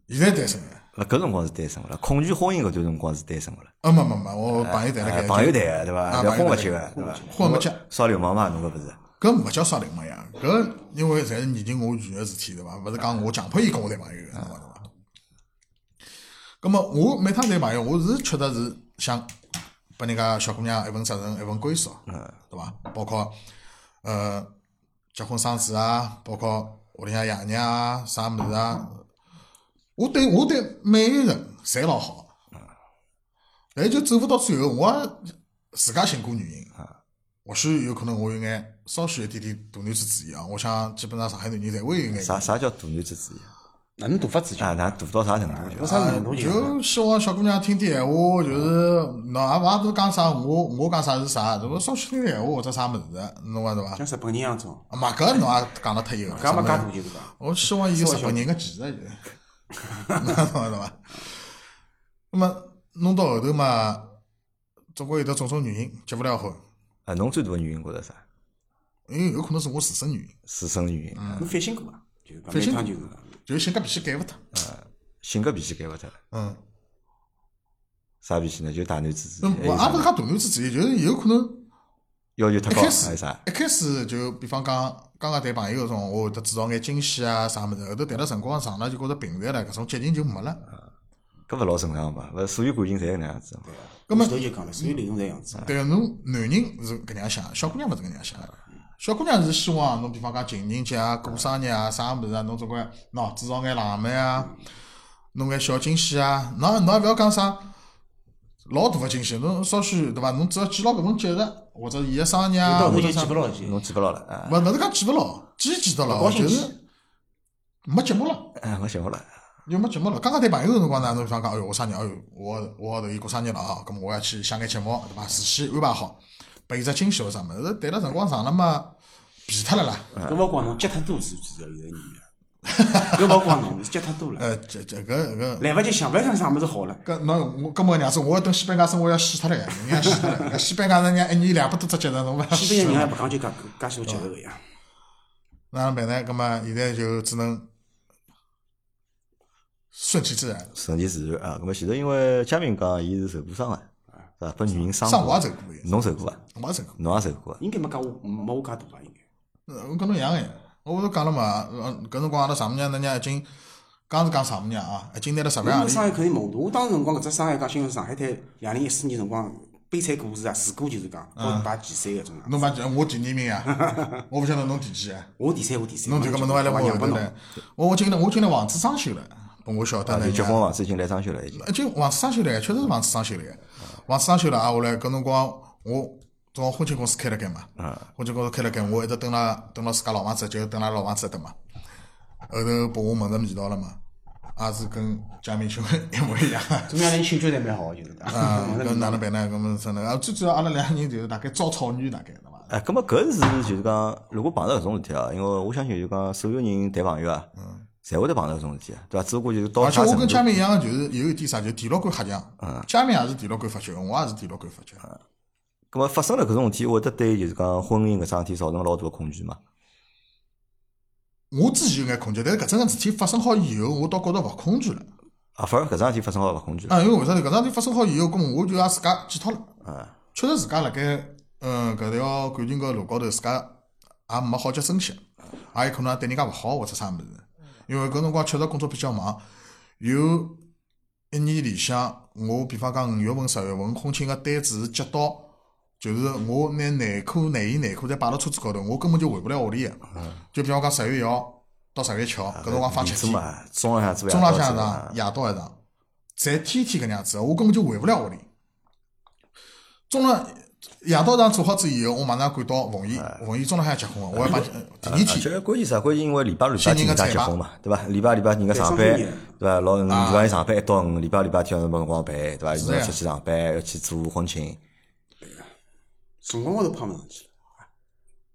Speaker 2: 现在单身个，
Speaker 1: 勿搿辰光是单身勿啦？恐惧婚姻搿段辰光是单身勿啦？
Speaker 2: 啊没没没，我朋友谈了
Speaker 1: 哎
Speaker 2: 开，
Speaker 1: 朋友谈个对伐？
Speaker 2: 啊
Speaker 1: 要婚勿
Speaker 2: 朋友
Speaker 1: 结个
Speaker 2: 谈
Speaker 1: 对伐？
Speaker 2: 婚勿结。
Speaker 1: 耍流氓嘛，侬搿勿是？
Speaker 2: 搿勿叫耍流氓呀，搿啊因为侪是你情我愿个事体，对伐？勿是讲我强迫伊跟我谈朋友，侬懂伐？葛末啊我每趟谈朋友，我是确实是想拨人家小姑娘一份责任，一份归属，对伐？包括呃结婚生子啊，包括屋里向爷娘啊，啥物事啊，我对我对每个人侪老好，但就走勿到最后，我也自家寻过原因。或许有可能我有眼稍许一点点大男子主义啊，我想基本上上海男人侪会有眼。
Speaker 1: 啥啥叫大男子主义？
Speaker 3: 哪能大法子就
Speaker 1: 啊，那大到啥程度？
Speaker 3: 有啥难度
Speaker 2: 就希望小姑娘听点闲话，就是喏，也勿是讲啥，我我讲啥是啥，这不少许点闲话或者啥物事，侬讲对伐？
Speaker 3: 像日本人样子哦，
Speaker 2: 啊嘛，搿侬也讲了忒有了。
Speaker 3: 搿没介大就是讲。
Speaker 2: 我希望伊有日本人个技 术，就是， 侬讲对伐？那么弄到后头嘛，总归有得种种原因，结勿了婚，
Speaker 1: 啊，侬最大的原因觉着啥？
Speaker 2: 因为有可能是我自身原因，
Speaker 1: 自身原因，
Speaker 2: 嗯
Speaker 3: 侬反省过伐？就是讲
Speaker 2: 反
Speaker 3: 每
Speaker 2: 省
Speaker 3: 趟
Speaker 2: 过
Speaker 3: 就是讲，
Speaker 2: 就是性格脾气改勿脱。
Speaker 1: 性格脾气改勿脱了，
Speaker 2: 嗯，
Speaker 1: 啥脾气呢？就大男子主
Speaker 2: 那
Speaker 1: 义
Speaker 2: 么，
Speaker 1: 还有
Speaker 2: 嗯我
Speaker 1: 啥
Speaker 2: 也勿是讲大男子主义，就是有可能。
Speaker 1: 要求太
Speaker 2: 一
Speaker 1: 高，
Speaker 2: 开
Speaker 1: 还有
Speaker 2: 始
Speaker 1: 啥？
Speaker 2: 一开始就比方讲，刚刚谈朋友搿种，我会得制造眼惊喜啊啥物事，后头谈了辰光长了就觉着平淡了，搿种激情就没了。
Speaker 3: 嗯
Speaker 1: 搿勿老正常嘛？勿是所有感情侪搿能样子嘛？
Speaker 2: 葛末
Speaker 3: 头就讲了，所有流程侪样子。
Speaker 2: 对，侬男人是搿能样想，小姑娘勿是搿能样想的。小姑娘是希望侬比方讲情人节啊、过生日啊啥物事啊，侬总归喏制造眼浪漫啊，弄眼小惊喜啊，侬侬也勿要讲啥老大个惊喜，侬稍许对伐？侬只要记牢搿份节日或者伊个生日啊，
Speaker 3: 到头
Speaker 2: 或
Speaker 3: 就
Speaker 2: 者
Speaker 3: 记
Speaker 2: 啥
Speaker 3: 不牢去，
Speaker 1: 侬记勿牢了啊？
Speaker 2: 勿勿是讲记勿牢，记记得
Speaker 3: 高
Speaker 2: 牢，
Speaker 3: 兴
Speaker 2: 就
Speaker 3: 记
Speaker 2: 是没节目了，
Speaker 1: 哎，我想勿了，
Speaker 2: 又没节目了。刚刚谈朋友个辰光呢，侬比方讲，哎哟，我生日，哎哟，我我号头伊过生日了啊，咁么我要去想眼节目，对伐？事先安排好，拨伊只惊喜或啥物事。谈了辰光长了嘛，疲脱了啦。
Speaker 3: 搿勿光侬接太多是主要有个原因啊。搿勿光侬是接太多了，
Speaker 2: 呃，这这搿搿
Speaker 3: 来勿及想，勿要想啥物 事好了。
Speaker 2: 搿侬我搿么样子，我要等西班牙生活要死脱了呀，人家死脱了。西班牙人家一年两百多只节日，侬勿要
Speaker 3: 西
Speaker 2: 死
Speaker 3: 班牙人
Speaker 2: 了
Speaker 3: 也勿讲究介介许多节日个呀。
Speaker 2: 哪能办呢？搿么现在就只能顺其自然。
Speaker 1: 顺其自然啊。葛末前头因为嘉明讲伊是受过伤个，
Speaker 2: 啊
Speaker 1: 是吧？被女人伤
Speaker 2: 生活
Speaker 1: 过
Speaker 2: 也，受过一，
Speaker 1: 侬受过伐？
Speaker 2: 我也受过。
Speaker 1: 侬也受过啊？
Speaker 3: 应该没介我没我介大吧？应该。
Speaker 2: 呃我跟侬一样哎，我都讲了嘛，呃搿辰光阿拉丈母娘，人家已经，刚是讲丈母娘啊，已经拿了十万
Speaker 3: 因
Speaker 2: 行
Speaker 3: 为伤
Speaker 2: 钿，
Speaker 3: 害肯定没大。我当时辰光搿只伤害，讲新闻上海滩两零一四年辰光悲惨故事啊，事故就是讲
Speaker 2: 嗯
Speaker 3: 高排前三个种啊。
Speaker 2: 侬勿讲我第二名啊，我勿晓得侬第几啊，
Speaker 3: 我第三，我第三。
Speaker 2: 侬就搿么侬还来
Speaker 3: 我
Speaker 2: 我
Speaker 3: 娘
Speaker 2: 后
Speaker 3: 拨
Speaker 2: 头
Speaker 3: 侬。
Speaker 2: 来，我我今年我今年房子装修了，拨我晓得
Speaker 1: 就
Speaker 2: 呢。
Speaker 1: 结婚房子已经来装修了，已经
Speaker 2: 已经房子装修了，确实是房子装修了，房子装修了啊！我来搿辰光我从婚庆公司开了盖嘛，婚庆公司开了盖，我一直蹲辣蹲辣自家老房子，就蹲辣老房子一搭嘛。后头拨我问着味道了嘛，也是跟嘉明兄一模一样。
Speaker 3: 怎么样？人亲眷侪蛮好，就是讲。
Speaker 2: 啊，
Speaker 3: 嗯我那
Speaker 2: 搿
Speaker 3: 边
Speaker 2: 哪能办呢？搿么真的，啊，最主要阿拉两个人就是大概招草女，大概对伐？
Speaker 1: 哎，葛末搿是就是讲，如果碰到搿种事体啊，因为我相信就讲所有人谈朋友啊，侪会得碰到搿种事体啊，对伐？只不过就是到
Speaker 2: 嗯而且
Speaker 1: 啥
Speaker 2: 我
Speaker 1: 程
Speaker 2: 跟
Speaker 1: 度
Speaker 2: 佳明一样，就是有一点啥，就是第六感瞎强。佳明也是第六感发觉，我也是第六感发觉。
Speaker 1: 咁么发生了搿种事体，会得对就是讲婚姻搿桩事体造成老大个恐惧嘛？
Speaker 2: 我之前有眼恐惧，但是搿桩事体发生好以后，我倒觉着勿恐惧了。
Speaker 1: 啊，反而搿桩事体发生好勿恐惧了。
Speaker 2: 啊，因为为啥呢？搿桩事体发生好以后，咁我就也自家检讨了。确实自家辣盖嗯搿条感情搿路高头，自家也没好叫珍惜，也有可能对人家勿好或者啥物事。因为搿辰光确实工作比较忙，有一年里向，我比方讲五月份、十月份婚庆个单子是接到，就是我拿内裤、内衣、内裤侪摆到车子高头，我根本就回不了屋里个。就比方讲十月一号到十月七号，搿辰光放七
Speaker 1: 年初
Speaker 2: 天。
Speaker 1: 嘛，中浪向做夜
Speaker 2: 中浪
Speaker 1: 到
Speaker 2: 向一
Speaker 1: 做
Speaker 2: 场，夜到一场，侪天天搿能样子，我根本就回勿了屋里。中浪夜到一场做好之以后，我马上赶到奉贤，奉贤中浪向结婚个，我要帮呃第二
Speaker 1: 而
Speaker 2: 天
Speaker 1: 且关键啥？关键因为礼拜六礼拜天
Speaker 2: 新人
Speaker 1: 人
Speaker 2: 的
Speaker 1: 家
Speaker 2: 菜
Speaker 1: 结
Speaker 2: 嘛
Speaker 1: 婚嘛，对伐？礼拜礼拜人家上班，
Speaker 3: 对双
Speaker 1: 对
Speaker 3: 休日
Speaker 1: 伐？老礼拜天上班一到五，礼拜礼拜天要没辰光陪，对伐？
Speaker 2: 的
Speaker 1: 要
Speaker 2: 呀
Speaker 1: 出去上班，要去做婚庆，
Speaker 3: 辰光高头胖勿上去了。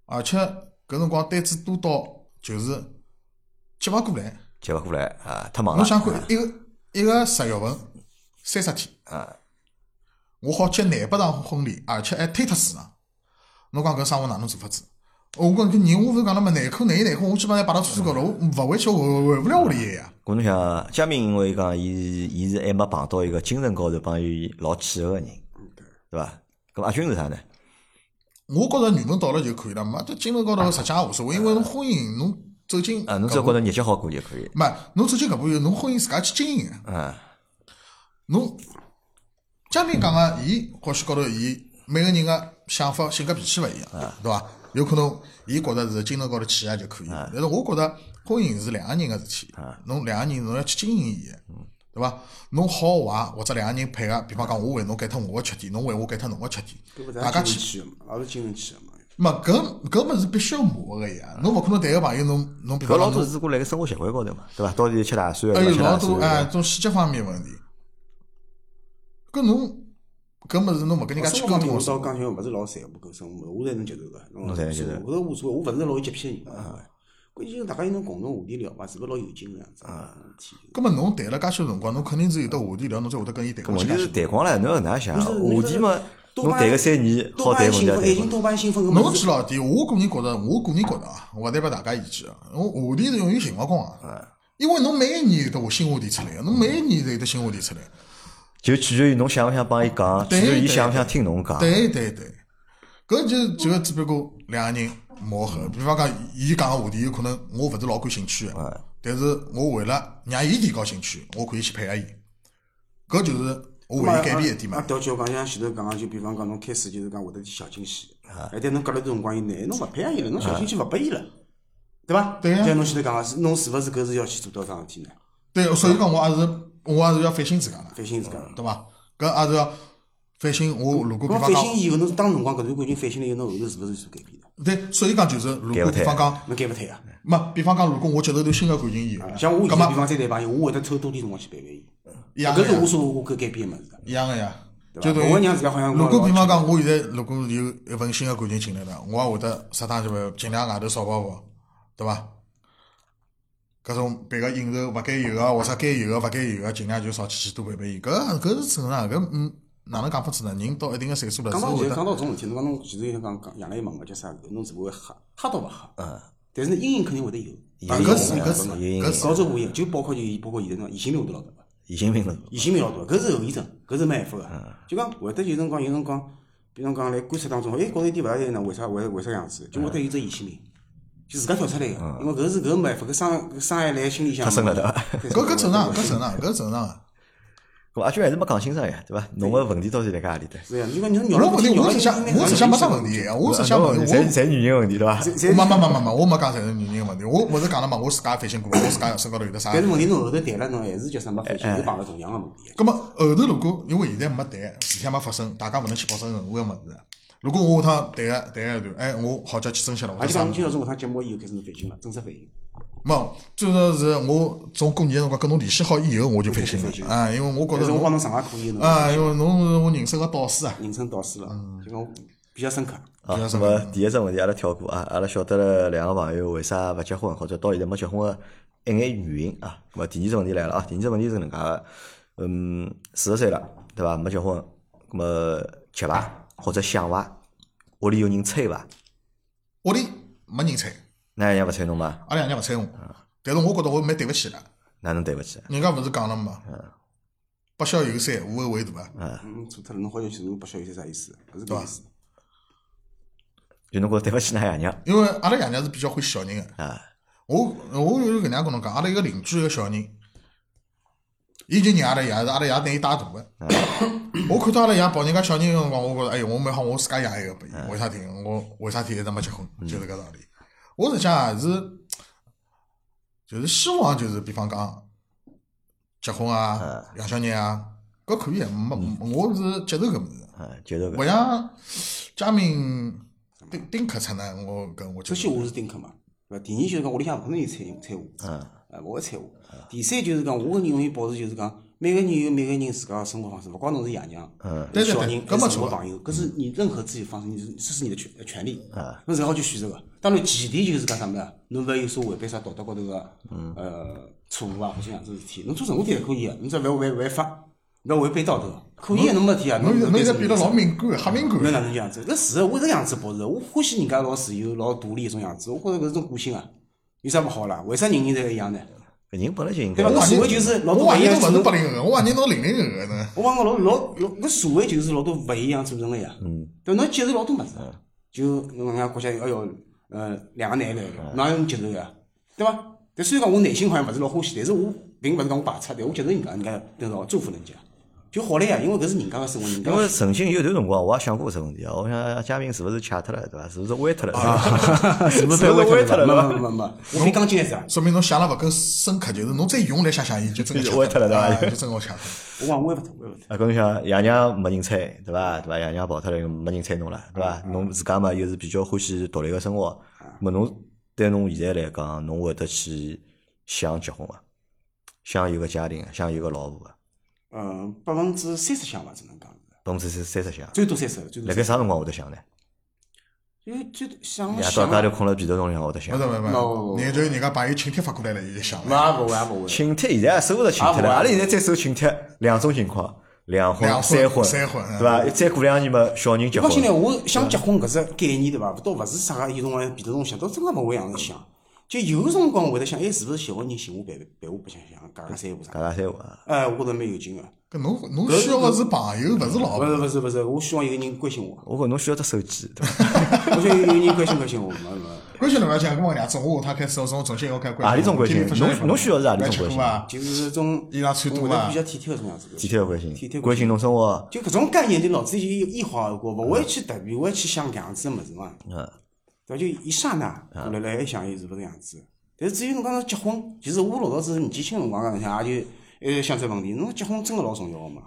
Speaker 2: 而且搿辰光单子多到就是接勿过来。
Speaker 1: 接勿过来啊，太忙了。
Speaker 2: 侬想看一个一个十月份三十天，我好接廿八场婚礼，而且还推脱市场。侬讲搿生活哪能做法子？我讲搿人，我勿是讲了嘛，内裤、内衣、内裤，我基本上摆到车子高头，我勿回去，我回回勿了屋里呀。
Speaker 1: 我侬想，佳明因为讲伊伊是还没碰到一个精神高头帮伊老契合个人，对伐？咁阿军是啥呢？
Speaker 2: 我觉着缘分到了就可以了，没这精神高头实际也无所谓，因为侬婚姻侬走进
Speaker 1: 啊，侬只要觉着日脚好过就可以。
Speaker 2: 没侬走进搿步以后，侬婚姻自家去经营个。
Speaker 1: 嗯，
Speaker 2: 侬嘉宾讲个，伊或许高头伊每个人个想法、性格、脾气勿一
Speaker 1: 嗯
Speaker 2: 样，对伐？有可能伊觉着是精神高头契合就可以，
Speaker 1: 嗯
Speaker 2: 但是我觉着婚姻是两个人个事体，侬两个人侬要去经营伊个，
Speaker 1: 嗯
Speaker 2: 对伐？侬好坏或者两个人配合，比方讲我为侬改脱我个缺点，侬为我改脱侬个缺
Speaker 3: 搿
Speaker 2: 点，
Speaker 3: 勿是
Speaker 2: 大
Speaker 3: 也
Speaker 2: 家
Speaker 3: 精神
Speaker 2: 去
Speaker 3: 去个嘛，也是精神去个嘛。
Speaker 2: 嘛，搿搿物事必须要磨合个呀，侬勿可能谈个朋友侬侬比
Speaker 1: 搿
Speaker 2: 方
Speaker 1: 老
Speaker 2: 讲
Speaker 1: 多
Speaker 2: 侬，
Speaker 1: 是过来个生活习惯高头嘛，对伐？到底是吃大蒜还
Speaker 2: 还
Speaker 1: 是勿吃
Speaker 2: 呃有老
Speaker 1: 大
Speaker 2: 多
Speaker 1: 蒜？
Speaker 2: 哎，种细节方面问题。搿侬搿物事侬勿跟人家
Speaker 1: 哦
Speaker 2: 去
Speaker 3: 生活
Speaker 2: 沟通
Speaker 3: 方面我
Speaker 2: 的时
Speaker 3: 倒
Speaker 2: 候，
Speaker 3: 讲起来勿是老在乎搿生活，我才能接受个。
Speaker 1: 侬才能接受啊
Speaker 3: 我搿无所谓，我勿是老有洁癖个人。关键是大家有能共同话题聊伐，是勿是老有劲个样子？啊
Speaker 1: 啊
Speaker 3: 天
Speaker 2: 葛末侬谈了介许多辰光，侬肯定是有得话题聊，侬才会得跟伊谈
Speaker 1: 搿
Speaker 2: 过
Speaker 1: 问
Speaker 2: 去
Speaker 1: 题
Speaker 2: 下
Speaker 1: 是
Speaker 2: 去。
Speaker 1: 谈光了，侬要哪想？啊话
Speaker 3: 不是侬
Speaker 1: 题
Speaker 3: 是
Speaker 1: 嘛，
Speaker 3: 多
Speaker 1: 侬
Speaker 3: 巴
Speaker 1: 谈个三年，
Speaker 3: 多
Speaker 1: 好
Speaker 3: 巴
Speaker 1: 谈
Speaker 3: 胺
Speaker 1: 问题啊
Speaker 3: 兴
Speaker 1: 也
Speaker 3: 奋，爱
Speaker 1: 谈
Speaker 3: 情
Speaker 1: 过。
Speaker 3: 多巴胺兴奋搿
Speaker 2: 侬
Speaker 3: 物
Speaker 2: 去
Speaker 3: 事，
Speaker 2: 老点，我个人觉着，我个人觉着啊，我勿代表大家意见啊。我话题是永远寻勿光
Speaker 1: 哎
Speaker 2: 啊，因为侬每一年有得新话题出来，啊侬每一年都有得新话题出来。
Speaker 1: 就取决于侬想勿想帮伊讲，取
Speaker 2: 对
Speaker 1: 决于伊
Speaker 2: 对
Speaker 1: 想勿想听侬讲。
Speaker 2: 对对对，搿就就只不过两个人磨合。比方讲，伊讲个话题有可能我勿是老感兴趣个，但是我为了让伊提高兴趣，我可以去配合伊。搿就是我唯一改变一点
Speaker 3: 啊
Speaker 2: 嘛。
Speaker 3: 调教讲像前头讲个，就比方讲侬开始就是讲会得点小惊喜，
Speaker 1: 啊
Speaker 3: 哎，但侬隔了段辰光以内，侬勿配合伊了，侬小惊喜勿拨伊了，对伐？
Speaker 2: 对啊呀
Speaker 3: 像侬前头讲个，是侬是勿是搿是要去做到桩事体呢？
Speaker 2: 对，所以讲我也是，我也是要反省自家的，
Speaker 3: 反省自
Speaker 1: 啊
Speaker 3: 家。
Speaker 2: 对伐？搿也是要反省。我如果比
Speaker 3: 侬
Speaker 2: 方
Speaker 3: 反
Speaker 2: 讲
Speaker 3: 省，以后，侬当辰光搿段感情反省了以后，侬后头是勿是有所改变的？
Speaker 2: 对，所以讲就是，如
Speaker 1: 改不脱
Speaker 2: 果比方讲，
Speaker 3: 侬改勿脱呀？
Speaker 2: 没，比方讲，如果我接受段新的感情以后，
Speaker 3: 像我以
Speaker 2: 葛
Speaker 3: 前
Speaker 2: 末
Speaker 3: 比方再谈朋友，我会得抽多点辰光去陪陪伊，
Speaker 2: 一样
Speaker 3: 搿
Speaker 2: 个
Speaker 3: 是
Speaker 2: 呀
Speaker 3: 我所我搿改变个物事。
Speaker 2: 一样个呀，
Speaker 3: 对
Speaker 2: 啊就
Speaker 3: 吧
Speaker 2: 等于
Speaker 3: 我会让自家好像
Speaker 2: 如果
Speaker 3: 我
Speaker 2: 比方讲，我现在如果有一份新的感情进来了，我也会得适当就尽量外头少跑跑，对伐？搿种别个应酬勿该有个，或者该有个勿该有个，尽量就少去去多陪陪伊。搿搿是正常，搿嗯哪能讲法子呢？人到一定个岁数了，是
Speaker 3: 讲到
Speaker 2: 会
Speaker 3: 就讲
Speaker 2: 得
Speaker 3: 到种事体，侬讲侬其实像讲讲夜里嘛嘛叫啥个，侬是勿会吓，吓倒勿吓。
Speaker 2: 嗯
Speaker 3: 但是呢，阴影肯定会得有。
Speaker 1: 有
Speaker 2: 搿是搿是
Speaker 1: 有影
Speaker 2: 搿是
Speaker 3: 高州无影，就包括就包括现在侬疑心病会得老大，
Speaker 1: 疑心病了，
Speaker 3: 疑心病老大，搿是后遗症，搿是没办法个。就讲会得有辰光有辰光，比方讲辣观察当中，哎，觉着有点勿大对呢，为啥为为啥样子？就会得有只疑心病，就自家跳出来个，因为搿是搿没办法，搿伤搿伤害辣心里向。
Speaker 1: 太深了对伐？
Speaker 2: 搿搿正常，搿正常，搿正常个。
Speaker 1: 咾阿娟还是没讲清爽呀，对伐？侬个问题到底辣盖何里搭？
Speaker 3: 是呀，你讲侬
Speaker 2: 我
Speaker 3: 肉
Speaker 2: 问题，我实际上我实际上没啥问题，我实际上
Speaker 1: 侬
Speaker 2: 问
Speaker 1: 问
Speaker 2: 题
Speaker 1: 题
Speaker 2: 我
Speaker 1: 侪侪女人问题对伐？
Speaker 3: 侪
Speaker 2: 没没没没没，我没讲侪是女人个问题，我勿是讲了嘛，我自家也反省过，我自家身高头有得啥
Speaker 3: 但是问题侬后头谈了，侬还是叫啥没反省，又碰到同样的问题。
Speaker 2: 咁么后头如果因为现在没谈，事体还没发生，大家勿能去保证任何个物事。如果我下趟谈个谈个一段，哎，我好叫去珍惜了，或
Speaker 3: 而
Speaker 2: 者
Speaker 3: 且
Speaker 2: 啥
Speaker 3: 讲，侬今朝从搿趟节目以后开始侬反省了，正式反省。
Speaker 2: 没，主要是我从过年辰光跟侬联系好以后，我就反省
Speaker 3: 就反省
Speaker 2: 了啊，因为我觉
Speaker 3: 但
Speaker 2: 着
Speaker 3: 是我
Speaker 2: 侬
Speaker 3: 帮侬上下课以后，侬
Speaker 2: 啊，因为侬是我人生个导师啊，
Speaker 3: 人生导师了，就讲我比较深刻。
Speaker 1: 啊，
Speaker 2: 比较
Speaker 1: 那
Speaker 2: 什
Speaker 1: 么第一只问题阿拉跳过啊，阿拉晓得了两个朋友为啥勿结婚，或者到现在没结婚个一眼原因啊。那么第二只问题来了啊，第二只问题是搿能介个，嗯，四十岁了，对伐？没结婚，那么急伐？或者想伐？屋里有人催伐？
Speaker 2: 屋里没人睬，
Speaker 1: 㑚爷娘勿催侬嘛？
Speaker 2: 阿拉爷娘勿睬我，
Speaker 1: 啊
Speaker 2: 但是我觉着我蛮对勿起了，
Speaker 1: 哪能对勿起？
Speaker 2: 人家勿是讲了嘛，
Speaker 1: 啊
Speaker 2: 八小有三，无后为大啊，
Speaker 3: 嗯，错脱了，侬好像去侬不晓得有啥意思，勿是搿意思。
Speaker 1: 就侬觉着对勿起㑚爷娘
Speaker 2: 因为阿拉爷娘是比较欢喜小人个，
Speaker 1: 啊？
Speaker 2: 我我有搿能样跟侬讲，阿拉一个邻居一个小人，伊就认阿拉爷是阿拉爷拿伊带大个。 我看到阿拉爷抱人家小人个辰光，我觉着哎哟，我蛮好，我自家爷一个拨伊，为啥体我为啥体一直没结婚，就是搿道理。我实际上也是，就是希望就是比方讲结婚啊，养小人啊，搿可以的，没我是接受搿物事的。
Speaker 1: 啊，接受搿
Speaker 2: 勿像佳明丁丁克出呢，我搿我
Speaker 3: 首
Speaker 2: 就
Speaker 3: 先我是丁克嘛，对伐？第二就是讲屋里向勿可能有催催我，
Speaker 2: 嗯
Speaker 3: 呃，勿会催我。第三就是讲，我个人永远保持就是讲，每个人有每个人自家个生活方式，勿光侬是爷娘，
Speaker 2: 对对
Speaker 3: 小
Speaker 2: 嗯对
Speaker 3: 人，
Speaker 2: 搿
Speaker 3: 还
Speaker 2: 没
Speaker 3: 是
Speaker 2: 错
Speaker 3: 我朋友，搿是你任何自己方式，你是这是你的权权利，
Speaker 2: 嗯
Speaker 3: 侬自家好去选择个。当然前提就是讲啥物事啊，侬勿要有所违背啥道德高头个
Speaker 2: 嗯
Speaker 3: 呃错误啊或者样子事体，侬做任何事体侪可以啊个，侬只勿要违违法，勿要违背道德个，可以个侬没事体啊。
Speaker 2: 侬
Speaker 3: 侬
Speaker 2: 侬现在
Speaker 3: 自己
Speaker 2: 变得
Speaker 3: 做
Speaker 2: 老敏感，黑敏
Speaker 3: 没
Speaker 2: 感
Speaker 3: 哪。能样子，搿是的，我是搿样子保持的，我欢喜人家老自由、老独立一种样子，我觉着搿是种个性啊，有啥勿好啦？为啥人人侪一样呢？
Speaker 1: 人本来就应该
Speaker 3: 对伐？
Speaker 2: 怀疑
Speaker 3: 搿社会就是老
Speaker 2: 我
Speaker 3: 多
Speaker 2: 怀
Speaker 3: 勿一
Speaker 2: 疑侬勿
Speaker 3: 样组
Speaker 2: 是
Speaker 3: 成
Speaker 2: 八，零后，我怀疑侬零零后呢。
Speaker 3: 我讲个老老老搿社会就是老多勿一样组成个呀。
Speaker 1: 嗯
Speaker 3: 对，侬接受老多物事啊，就侬人家国家哎哟，呃，两个男的，
Speaker 1: 嗯
Speaker 3: 哪有侬接受呀？对伐？但虽然讲我内心好像勿是老欢喜，但是我并勿是讲我排斥，但我接受人家，人家等到祝福人家。就好了呀，因为搿是人家个生活，人家
Speaker 1: 因为曾经有段辰光，我也想过搿只问题啊，我想嘉宾是勿是卡脱了，对伐？是勿是歪脱了？啊 是勿
Speaker 3: 不
Speaker 1: 是
Speaker 3: 要
Speaker 1: 歪
Speaker 3: 歪
Speaker 1: 脱
Speaker 3: 脱
Speaker 1: 了？对伐
Speaker 3: 没没没没，我没讲清是啊，
Speaker 2: 说明侬想了勿够深刻，就是侬再用力想想伊，就真
Speaker 1: 就歪
Speaker 2: 的
Speaker 1: 脱了对伐
Speaker 2: 伐？哎就真个想脱了。
Speaker 3: 我讲歪勿脱，歪勿脱。
Speaker 1: 啊，搿侬想爷娘没人睬，对伐？对伐？爷娘跑脱了，没人睬侬了，对伐？侬自家嘛又是比较欢喜独立个生活，咾侬对侬现在来讲，侬会得去想结婚伐？想有个家庭，想有个老婆伐？
Speaker 3: 嗯，百分之三十想伐，只能讲是，
Speaker 1: 百分之三三十想，
Speaker 3: 最多三十，最多
Speaker 1: 辣。盖啥辰光会得想呢？啊
Speaker 3: 就就想
Speaker 1: 夜到
Speaker 3: 想
Speaker 1: 家头
Speaker 3: 啊，
Speaker 1: 困了皮头中向会得想
Speaker 2: 勿是。勿是
Speaker 3: 哦
Speaker 2: 勿是，你就人家朋友请帖发过来了，伊就想
Speaker 3: 勿
Speaker 2: 了。
Speaker 3: 也勿会也勿会。
Speaker 1: 请帖现在也收勿着请帖了，
Speaker 3: 啊
Speaker 1: 阿拉现在再收请帖，两种情况，两婚、
Speaker 2: 两婚
Speaker 1: 三婚，
Speaker 2: 三婚嗯
Speaker 1: 对伐？再过两年嘛，小人结
Speaker 3: 讲
Speaker 1: 婚，
Speaker 3: 起来，我想结婚搿只概念对伐？倒勿是啥啊个有辰光皮头中想，倒真个勿会样子想。就有辰光会得想，哎，是勿是结婚人寻我陪陪我白相相，讲讲三胡啥
Speaker 1: 嘎？嘎三话，
Speaker 3: 哎，我觉着蛮有劲个。
Speaker 2: 搿侬侬需要个是朋友，勿是老
Speaker 3: 勿
Speaker 2: 婆。
Speaker 3: 是勿是勿是，我希望有个人关心 我，
Speaker 1: 我觉侬需要只手机，对伐？
Speaker 3: 我希望有个人关心关心我，没没。
Speaker 2: 关心侬勿要讲，跟我娘子，我下趟开始我从重新要开关心。
Speaker 1: 哪里种关心
Speaker 2: 天天分享
Speaker 1: 侬侬需要是哪里种
Speaker 2: 来吃
Speaker 1: 关
Speaker 2: 苦
Speaker 1: 心
Speaker 2: 啊？
Speaker 3: 就是种
Speaker 2: 伊拉穿多
Speaker 3: 我觉得
Speaker 2: 啊
Speaker 3: 比较体贴个种样子。
Speaker 1: 体贴关心
Speaker 3: 体，贴
Speaker 1: 关心侬生活，
Speaker 3: 就搿种概念，就脑子里有异化而过，勿会去特别，勿会去想搿样子个物事嘛。
Speaker 1: 嗯，
Speaker 3: 对伐？就一刹那，我辣辣还想伊是勿是样子。但是至于侬讲侬结婚，其实我老早子年纪轻辰光讲，也就呃想这问题，侬结婚真个老重要个嘛。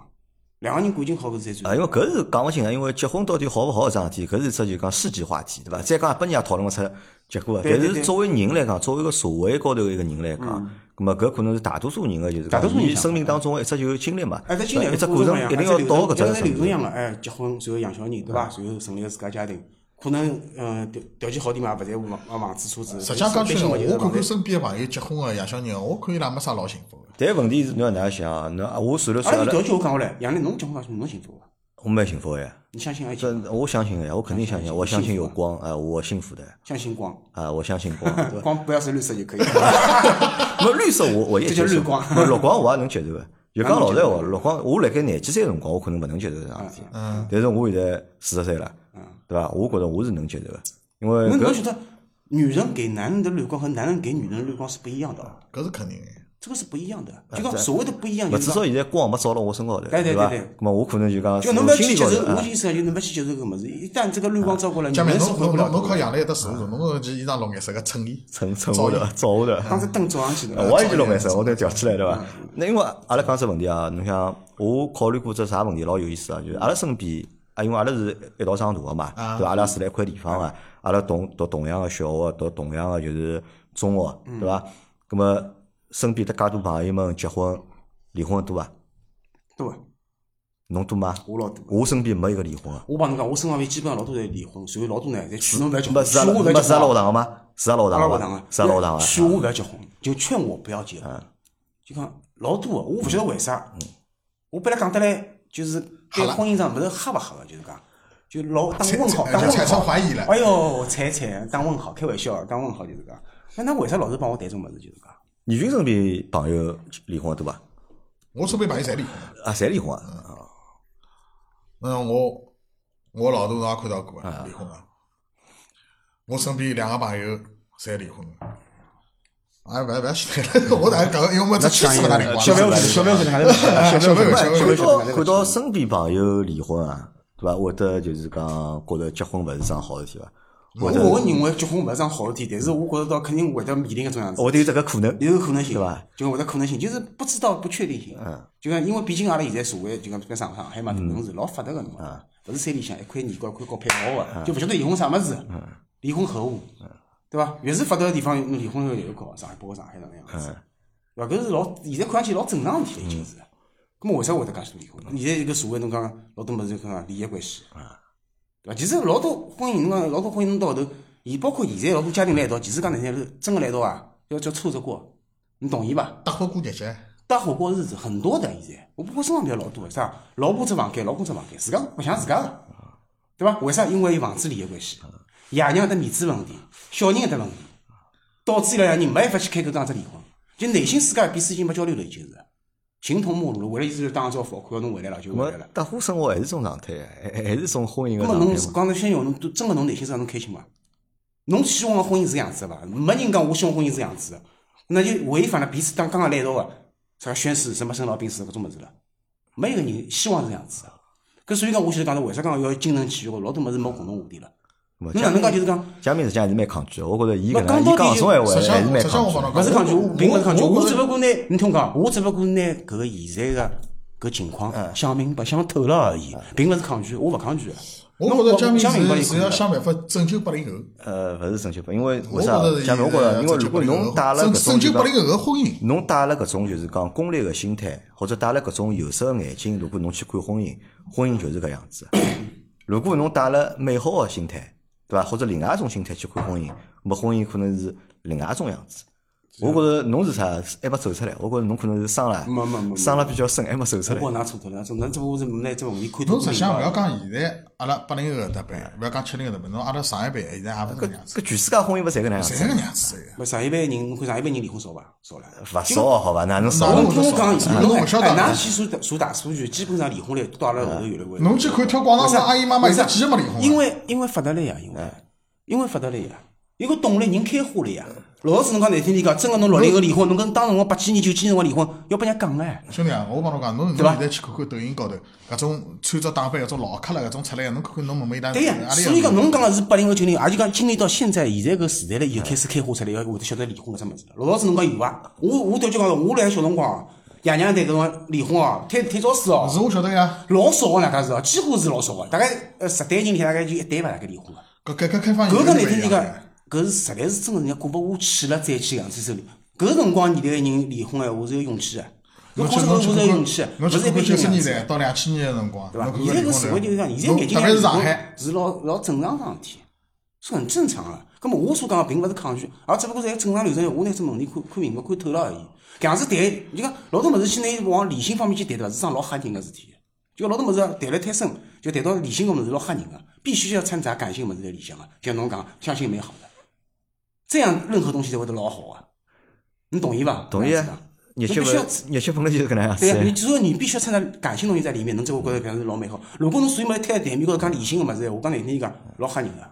Speaker 3: 两个人感情好搿是最重
Speaker 1: 啊，
Speaker 3: 要
Speaker 1: 因为搿是讲勿清个，因为结婚到底好勿好搿桩事体，搿是一只就讲世纪话题，对伐？再讲也拨人家讨论勿出结果个。
Speaker 3: 对
Speaker 1: 但
Speaker 3: 对
Speaker 1: 是
Speaker 3: 对嗯
Speaker 1: 作为人来讲，作为一个社会高头的一个人来讲，葛末搿可能是大多数人个就是
Speaker 3: 大多数
Speaker 1: 讲
Speaker 3: 人
Speaker 1: 伊
Speaker 3: 想
Speaker 1: 生命当中的一只就是经历嘛，
Speaker 3: 哎，在
Speaker 1: 对
Speaker 3: 经
Speaker 1: 吧
Speaker 3: 历
Speaker 1: 一只
Speaker 3: 过
Speaker 1: 过
Speaker 3: 程
Speaker 1: 程
Speaker 3: 嘛呀
Speaker 1: 一定
Speaker 3: 哎在
Speaker 1: 要
Speaker 3: 流
Speaker 1: 到
Speaker 3: 程
Speaker 1: 搿只
Speaker 3: 哎在
Speaker 1: 程
Speaker 3: 流程
Speaker 1: 度。
Speaker 3: 样了，哎，结婚，随后养小人，对
Speaker 1: 嗯
Speaker 3: 伐？随后成立个自家家庭，可能呃条条件好点嘛，也勿在乎房房房子、车子。
Speaker 2: 实际上讲
Speaker 3: 最
Speaker 2: 起
Speaker 3: 起
Speaker 2: 来，
Speaker 3: 码就是
Speaker 2: 我看
Speaker 3: 房
Speaker 2: 看
Speaker 3: 子
Speaker 2: 身边个朋友结婚个爷小人，我看伊拉没啥老幸福个。
Speaker 1: 但问题是侬要哪能想啊？侬啊我算了
Speaker 3: 阿
Speaker 1: 算，
Speaker 3: 拉
Speaker 1: 阿
Speaker 3: 有
Speaker 1: 拉
Speaker 3: 条件我讲下来，杨澜侬结婚讲侬幸福伐？
Speaker 1: 我蛮幸福个呀。
Speaker 3: 你相信爱
Speaker 1: 这
Speaker 3: 情，
Speaker 1: 我相信的呀，我肯定相信，我相信有光，哎，我幸福的，
Speaker 3: 相信光，
Speaker 1: 啊，我相信 光，对吧？
Speaker 3: 光不要是绿色 就可以了。
Speaker 1: 没绿色我我也接
Speaker 3: 这叫
Speaker 1: 受，
Speaker 3: 绿光啊
Speaker 1: 没绿光我也能接受的。就讲老实闲话，绿光我辣盖廿几岁的辰光，我可能勿能接受这桩事体，
Speaker 3: 啊
Speaker 2: 嗯，
Speaker 1: 但是我现在四十岁了，对吧？我觉着我是能接受的，因为
Speaker 3: 那侬
Speaker 1: 搿
Speaker 3: 觉得女人给男人的绿光和男人给女人的绿光是不一样的啊，
Speaker 2: 搿是肯定个。
Speaker 3: 这个是不一样
Speaker 1: 啊
Speaker 3: 的。就讲所谓的不一样，
Speaker 1: 勿
Speaker 3: 就是
Speaker 1: 至
Speaker 3: 讲
Speaker 1: 少现在光没照到我身高头，
Speaker 3: 对对
Speaker 1: 吧
Speaker 3: 对对？
Speaker 1: 那么我可能就讲
Speaker 3: 就侬不要
Speaker 1: 心
Speaker 3: 去
Speaker 1: 理
Speaker 3: 接
Speaker 1: 高
Speaker 3: 受，
Speaker 1: 头，
Speaker 3: 我
Speaker 1: 啊
Speaker 3: 就意思讲，就侬不要去接受搿物事。一旦这个绿光照过来，女
Speaker 2: 姐妹，
Speaker 3: 嗯人是
Speaker 2: 侬
Speaker 3: 回
Speaker 2: 侬
Speaker 3: 不了头
Speaker 2: 侬靠
Speaker 3: 的。
Speaker 2: 杨澜一搭试试，侬搿件衣裳绿颜色个衬衣，
Speaker 1: 蹭蹭我的，照我的。
Speaker 3: 当时灯照上去的，
Speaker 1: 啊呃我也就弄颜色，我都吊起来对伐？
Speaker 3: 嗯
Speaker 1: 那因为阿拉讲只问题啊，侬想我考虑过只啥问题，老有意思啊，就是阿拉身边啊，因为阿拉是一道长大个嘛，
Speaker 3: 啊
Speaker 1: 对伐？阿拉住辣一块地方啊，阿拉同读同样个小学，读同样个就是中学，
Speaker 3: 嗯
Speaker 1: 对伐？那么身边的介多朋友们结婚离婚多伐？
Speaker 3: 对，
Speaker 1: 侬多吗？
Speaker 3: 我老多。
Speaker 1: 我身边没一个离婚啊个，
Speaker 3: 我帮侬讲，我身旁边基本上老多侪离婚，所以老多呢侪劝侬勿要结
Speaker 1: 没
Speaker 3: 婚，
Speaker 1: 是阿
Speaker 3: 劝
Speaker 1: 拉
Speaker 3: 我勿
Speaker 1: 没啊
Speaker 3: 要
Speaker 1: 是
Speaker 3: 结
Speaker 1: 阿拉
Speaker 3: 婚
Speaker 1: 学。堂个吗？是阿拉学
Speaker 3: 阿
Speaker 1: 堂个
Speaker 3: 拉学堂
Speaker 1: 伐
Speaker 3: 啊，？
Speaker 1: 是阿拉学堂个。
Speaker 3: 劝我勿要结婚，就劝我不要结。就讲老多个，我勿晓得为啥。我本来讲得来，就是对
Speaker 2: 吓了
Speaker 3: 婚姻上勿是吓勿吓个，就是讲，就老打
Speaker 2: 产
Speaker 3: 问号，打
Speaker 2: 就
Speaker 3: 问
Speaker 2: 产生
Speaker 3: 号。
Speaker 2: 怀疑了。
Speaker 3: 哎哟，惨惨，打问号，开玩笑，打问号就是讲。那那为啥老是帮我谈这种物事？就是讲，
Speaker 1: 女军身边朋友离婚多伐？
Speaker 2: 我周边朋友侪离婚。
Speaker 1: 啊，侪离婚啊？
Speaker 2: 嗯，我我老大也看到过啊，离婚啊。我身边两个朋友侪离婚了。哎，勿要勿要去谈了， 我哪讲？因为我们只去过哪里？
Speaker 3: 小苗小苗可能还能小苗
Speaker 2: 小
Speaker 3: 可
Speaker 2: 苗
Speaker 3: 能
Speaker 1: 看到看到身边朋友离婚啊，对伐？会得就是讲觉着结婚勿是桩好事体伐？
Speaker 3: 我我认为结婚勿是桩好事体，但是我觉得到肯定会得面临搿种样子。
Speaker 1: 会得有这个可能，
Speaker 3: 有可能性，
Speaker 1: 对伐？
Speaker 3: 就我的可能性就是不知道不确定性。嗯，就讲因为毕竟阿拉现在社会就讲在上上海嘛，城市老发达个侬嘛，勿是山里向一块泥高一块高配好个，就勿晓得离婚啥物事，离婚何物，对伐？越是发达个地方，侬离婚率越高，上海包括上海哪能样子，对伐？搿是老现在看上去老正常个事体了，已经是。咾么为啥会得介许多离婚？现在这个社会侬讲老多物事就讲利益关系，对伐？其实老多婚姻，侬讲老多婚姻侬到后头，伊包括现在老多家庭辣一道，其实讲哪能是真个辣一道啊，要叫凑着过，你同意伐？
Speaker 2: 搭伙过日节，
Speaker 3: 搭伙过日子很多的现在，我不过身旁边老多的，啥老婆只房间，老公只房间，自家白相自家的，对伐？为啥？因为有房子利益关系，爷娘的面子问题，小人的问题，导致伊拉两人没办法去开口讲只离婚，就内心世界彼此已经没交流了，已经是形同陌路了。回来意思就是打个招呼，看到侬回来了就
Speaker 1: 那么
Speaker 3: 回来了。
Speaker 1: 搭伙生活还是种常态，啊还还还是种婚姻个
Speaker 3: 那
Speaker 1: 常
Speaker 3: 么侬
Speaker 1: 态
Speaker 3: 是
Speaker 1: 嘛？
Speaker 3: 讲侬想要侬都真个侬内心上侬啊开心伐？侬希望个婚姻是搿样子伐？没人讲我希望婚姻是搿样子啊的，那就违反了彼此当刚刚来一道个啥宣誓什么生老病死搿种物事了。没有人希望是这样子个。搿所以讲，我就是讲了，为啥讲要精神体育？老多物事没共同话题了。
Speaker 1: 咾
Speaker 3: 侬
Speaker 1: 嘉
Speaker 3: 哪能讲就是讲，
Speaker 1: 嘉明实际上还是蛮抗拒的，我觉着伊搿
Speaker 3: 咾讲
Speaker 1: 能
Speaker 3: 到
Speaker 1: 伊
Speaker 3: 底
Speaker 1: 啊讲种
Speaker 3: 就
Speaker 1: 闲话
Speaker 2: 实际上
Speaker 1: 还是蛮
Speaker 2: 实际上我
Speaker 1: 抗
Speaker 2: 帮侬
Speaker 1: 拒。
Speaker 3: 勿是抗拒，
Speaker 2: 我
Speaker 3: 我并勿是抗拒，
Speaker 2: 我
Speaker 3: 我
Speaker 2: 我
Speaker 3: 只不过拿你听我讲，我只不过拿搿个现在个搿情况想明白、想透了而已，并勿是抗拒，我勿抗拒的。
Speaker 2: 我
Speaker 3: 侬
Speaker 2: 觉着
Speaker 3: 我
Speaker 2: 江
Speaker 3: 江明帮
Speaker 2: 明
Speaker 3: 伊
Speaker 2: 是是要
Speaker 3: 看
Speaker 2: 想办法拯救八零后。
Speaker 1: 呃，勿是正确因为
Speaker 2: 我
Speaker 1: 为
Speaker 2: 觉
Speaker 1: 啥
Speaker 2: 着？
Speaker 1: 嘉明，我觉着，因为如果侬带了搿
Speaker 2: 拯拯
Speaker 1: 种就
Speaker 2: 救八
Speaker 1: 讲
Speaker 2: 零后个婚姻，
Speaker 1: 侬带了搿种就是讲功利个心态，或者带了搿种有色的眼镜，如果侬去看婚姻，婚姻就是搿样子。 如果侬带了美好个心态，对伐？或者另外一种心态去看婚姻，那么婚姻可能是另外一种样子。我觉着侬是啥，还没走出来。我觉着侬可能是伤了
Speaker 3: 没没，没
Speaker 1: 伤了比较深，还没走出
Speaker 3: 我
Speaker 1: 来。
Speaker 3: 帮㑚错脱了，侬只不过是拿只问题看透
Speaker 2: 侬实际上勿要讲现在阿拉八零后搿搭辈，勿要讲七零后搿搭辈，侬阿拉上一辈现在也勿是搿样子，
Speaker 1: 搿全世界婚姻勿侪搿能样
Speaker 2: 侪搿
Speaker 1: 子，
Speaker 2: 能样子个。
Speaker 3: 上一辈人，侬看上一辈人离婚少伐？少了。
Speaker 1: 勿少哦好伐？哪能少？
Speaker 2: 侬
Speaker 3: 听我讲，现在
Speaker 2: 侬勿晓得
Speaker 3: 哎㑚去数数大数据，基本上离婚率到阿拉后头越来越。
Speaker 2: 侬去看跳广场舞
Speaker 3: 为啥
Speaker 2: 的阿姨妈妈，
Speaker 3: 为
Speaker 2: 现
Speaker 3: 啥
Speaker 2: 在几个没离婚啊。
Speaker 3: 因为因为发达了呀，因为因为发达了呀，因为懂了人开花了呀。老早子侬讲难听点讲，真个侬六零后离婚，侬跟当时我八几年九几年辰光离婚，要拨人家讲哎。
Speaker 2: 兄弟啊，我帮侬讲，侬侬
Speaker 3: 对吧
Speaker 2: 现在去看看抖音高头，搿种穿着打扮搿种老客了搿种出来，侬看看侬问问伊拉，
Speaker 3: 对呀、
Speaker 2: 啊阿里
Speaker 3: 所以讲侬讲个是八零后九零，也就讲经历到现在现在搿时代了以后，开始开花出来，要会得晓得离婚搿只物事了。老早子侬讲有伐？我我调就讲，我来小辰光啊，爷娘对搿辰光离婚哦，推推早死哦，
Speaker 2: 是我晓得呀，
Speaker 3: 老少个哪家是哦，几乎是老少个，大概呃十对人里向大概就一对伐，大概离婚个。啊
Speaker 2: 搿改革开放以后
Speaker 3: 搿个
Speaker 2: 就
Speaker 3: 难
Speaker 2: 不
Speaker 3: 听
Speaker 2: 啊一样
Speaker 3: 点讲
Speaker 2: 了，
Speaker 3: 搿是实在是真个人家过不下去了，再去两次手里。搿辰光年代个人离婚闲话是有勇气个，
Speaker 2: 侬
Speaker 3: 侬
Speaker 2: 去
Speaker 3: 讲实
Speaker 2: 侬
Speaker 3: 话
Speaker 2: 去看
Speaker 3: 是有勇
Speaker 2: 看侬
Speaker 3: 气，勿
Speaker 2: 去看看九
Speaker 3: 是一般性
Speaker 2: 十年
Speaker 3: 样子
Speaker 2: 代。到两千年个辰光，
Speaker 3: 对伐？
Speaker 2: 侬
Speaker 3: 现
Speaker 2: 看
Speaker 3: 在
Speaker 2: 看
Speaker 3: 搿社会就
Speaker 2: 离
Speaker 3: 是讲，
Speaker 2: 婚率
Speaker 3: 现在眼睛
Speaker 2: 特别是上海，
Speaker 3: 是老老正常桩事体，是很正常个、搿么我所讲个并勿是抗拒，而只不过是一个正常流程。我拿只问题看看明白、看透了而已。搿样子谈，就讲老多物事去拿伊往理性方面去谈，对伐？是桩老吓人个事体。就老多物事啊谈了太深，就谈到理性个物事老吓人个，必须要掺杂感性物事在里向个。就像侬讲，相信美好的，这样任何东西侪会得老好个、你同意伐？
Speaker 1: 同意
Speaker 3: 这
Speaker 1: 啊
Speaker 3: 样子
Speaker 1: 日
Speaker 3: 讲？侬
Speaker 1: 脚
Speaker 3: 必须要
Speaker 1: 本日脚本来就是搿能样
Speaker 3: 对呀、啊你
Speaker 1: 子。
Speaker 3: 只有你必须要掺杂感性东西在里面，侬才会觉得搿样是老美好。如果侬所有物事摊在台面高头讲理性个物事，我讲难听点讲，老吓人个。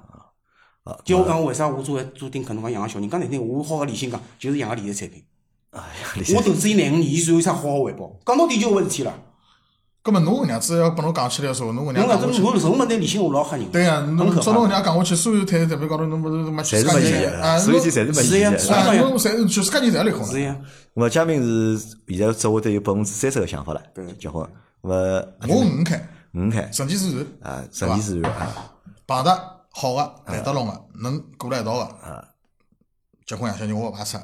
Speaker 1: 啊
Speaker 3: 就我讲，为啥我作为做丁克，侬讲养个小人，讲难听，点，我好个理性讲，就是养个理财产品。
Speaker 1: 哎呀，李
Speaker 3: 我
Speaker 1: 先生
Speaker 3: 投资伊廿五年，伊最后有啥好个回报？讲到底就搿回事体了。
Speaker 2: 葛末侬搿能样子要拨侬讲起来的时候，侬搿能样
Speaker 3: 侬讲
Speaker 2: 讲
Speaker 3: 这
Speaker 2: 下去，
Speaker 3: 如果任何物事理性，我老吓人。
Speaker 2: 对呀，
Speaker 3: 很
Speaker 2: 侬
Speaker 3: 可
Speaker 2: 照侬搿
Speaker 3: 怕。
Speaker 2: 能样讲下去，所有台台面高头侬勿是他妈
Speaker 1: 侪
Speaker 2: 全
Speaker 1: 是
Speaker 2: 世界
Speaker 1: 没意义
Speaker 2: 人啊，
Speaker 1: 的，所有事体哎侪是没
Speaker 3: 是呀
Speaker 1: 意义
Speaker 3: 是
Speaker 1: 的
Speaker 3: 呀。
Speaker 2: 啊，侬侪全世界人侪要离婚了
Speaker 3: 是。呀，
Speaker 1: 那么嘉宾是现在只会得有百分之三十个想法了，结婚。那么
Speaker 2: 我五开，
Speaker 1: 五开
Speaker 2: 顺其自然，
Speaker 1: 啊，顺其自然啊，
Speaker 2: 碰着好个、谈得拢个、能过辣一道
Speaker 1: 啊
Speaker 2: 个，结婚养小人我勿排斥。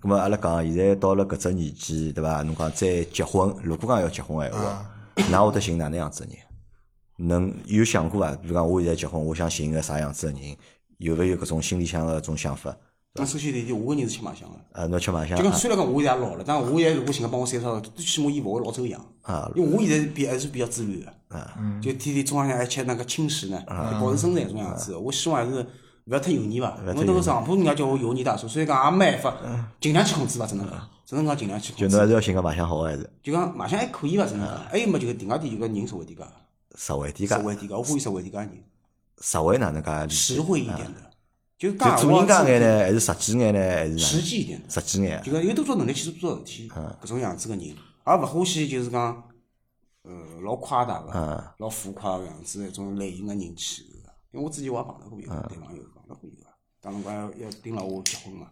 Speaker 1: 咁么阿拉讲，现在到了搿只年纪，对伐？侬讲再结婚，如果讲要结婚个闲
Speaker 3: 啊
Speaker 1: 话，㑚会得寻哪能样子的人？能有想过伐？啊比如讲，我现在结婚，我想寻个啥样子的人？有勿有搿种心里向个种想法？
Speaker 3: 那首先第一点，我个人是吃卖相个。
Speaker 1: 啊，侬吃卖相
Speaker 3: 就讲
Speaker 1: 啊？
Speaker 3: 虽然讲我现在也老了，但我现在如果寻个帮我三十个，最起码伊勿会老走样。
Speaker 1: 啊
Speaker 3: 因为我现在比还是比较自律的，就天天中浪向还吃那个轻食呢，就保持身材这种样子。我希望还是啊勿要太油腻吧，因为那个上铺人家叫我油腻大叔，所以讲也没办法，尽量去控制吧，只能讲，只能讲尽量去
Speaker 1: 就
Speaker 3: 控
Speaker 1: 侬还
Speaker 3: 制。
Speaker 1: 是要寻个卖相好个，还是
Speaker 3: 就讲卖相还可以吧，只能讲。还有么，就是另外点就讲人实惠点个，
Speaker 1: 实惠点
Speaker 3: 实
Speaker 1: 介？
Speaker 3: 惠点个，我欢喜实惠点个人，
Speaker 1: 实惠哪能介理解？
Speaker 3: 实惠一点的，啊就
Speaker 1: 就
Speaker 3: 讲
Speaker 1: 做人家眼
Speaker 3: 呢，
Speaker 1: 呢，还是实际眼呢，还是哪
Speaker 3: 实际一点的。
Speaker 1: 实际眼啊？
Speaker 3: 就讲有多少能力去做多少事体，搿种样子个人，而勿欢喜就是讲，呃，老夸大个，老浮夸个样子，一种类型个人去个。因为我之前我也碰到过一个对朋友，碰到过一个，当辰光要要盯牢我结婚嘛，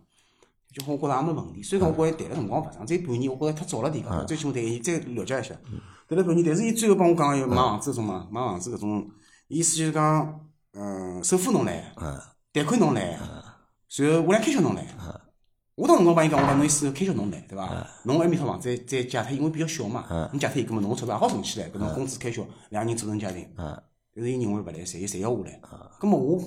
Speaker 3: 结婚我觉着也没问题。虽然讲我觉着谈了辰光勿长，只有半年，我觉着太早了点讲，最起码对伊再了解一下，谈了半年，但是伊最后帮我讲要买房子搿种嘛，买房子搿种，意思就是讲，嗯，首付侬来，贷款侬来，随后我俩开销侬来。我当辰光帮伊讲，我讲侬意思开销侬来，对伐？侬埃面套房再再借脱，因为比较小嘛，侬借脱伊，搿么侬钞票也好存起来，搿侬工资开销，两个人组成家庭。
Speaker 1: 啊
Speaker 3: 但是伊认为勿来，侪侪要我来。搿么我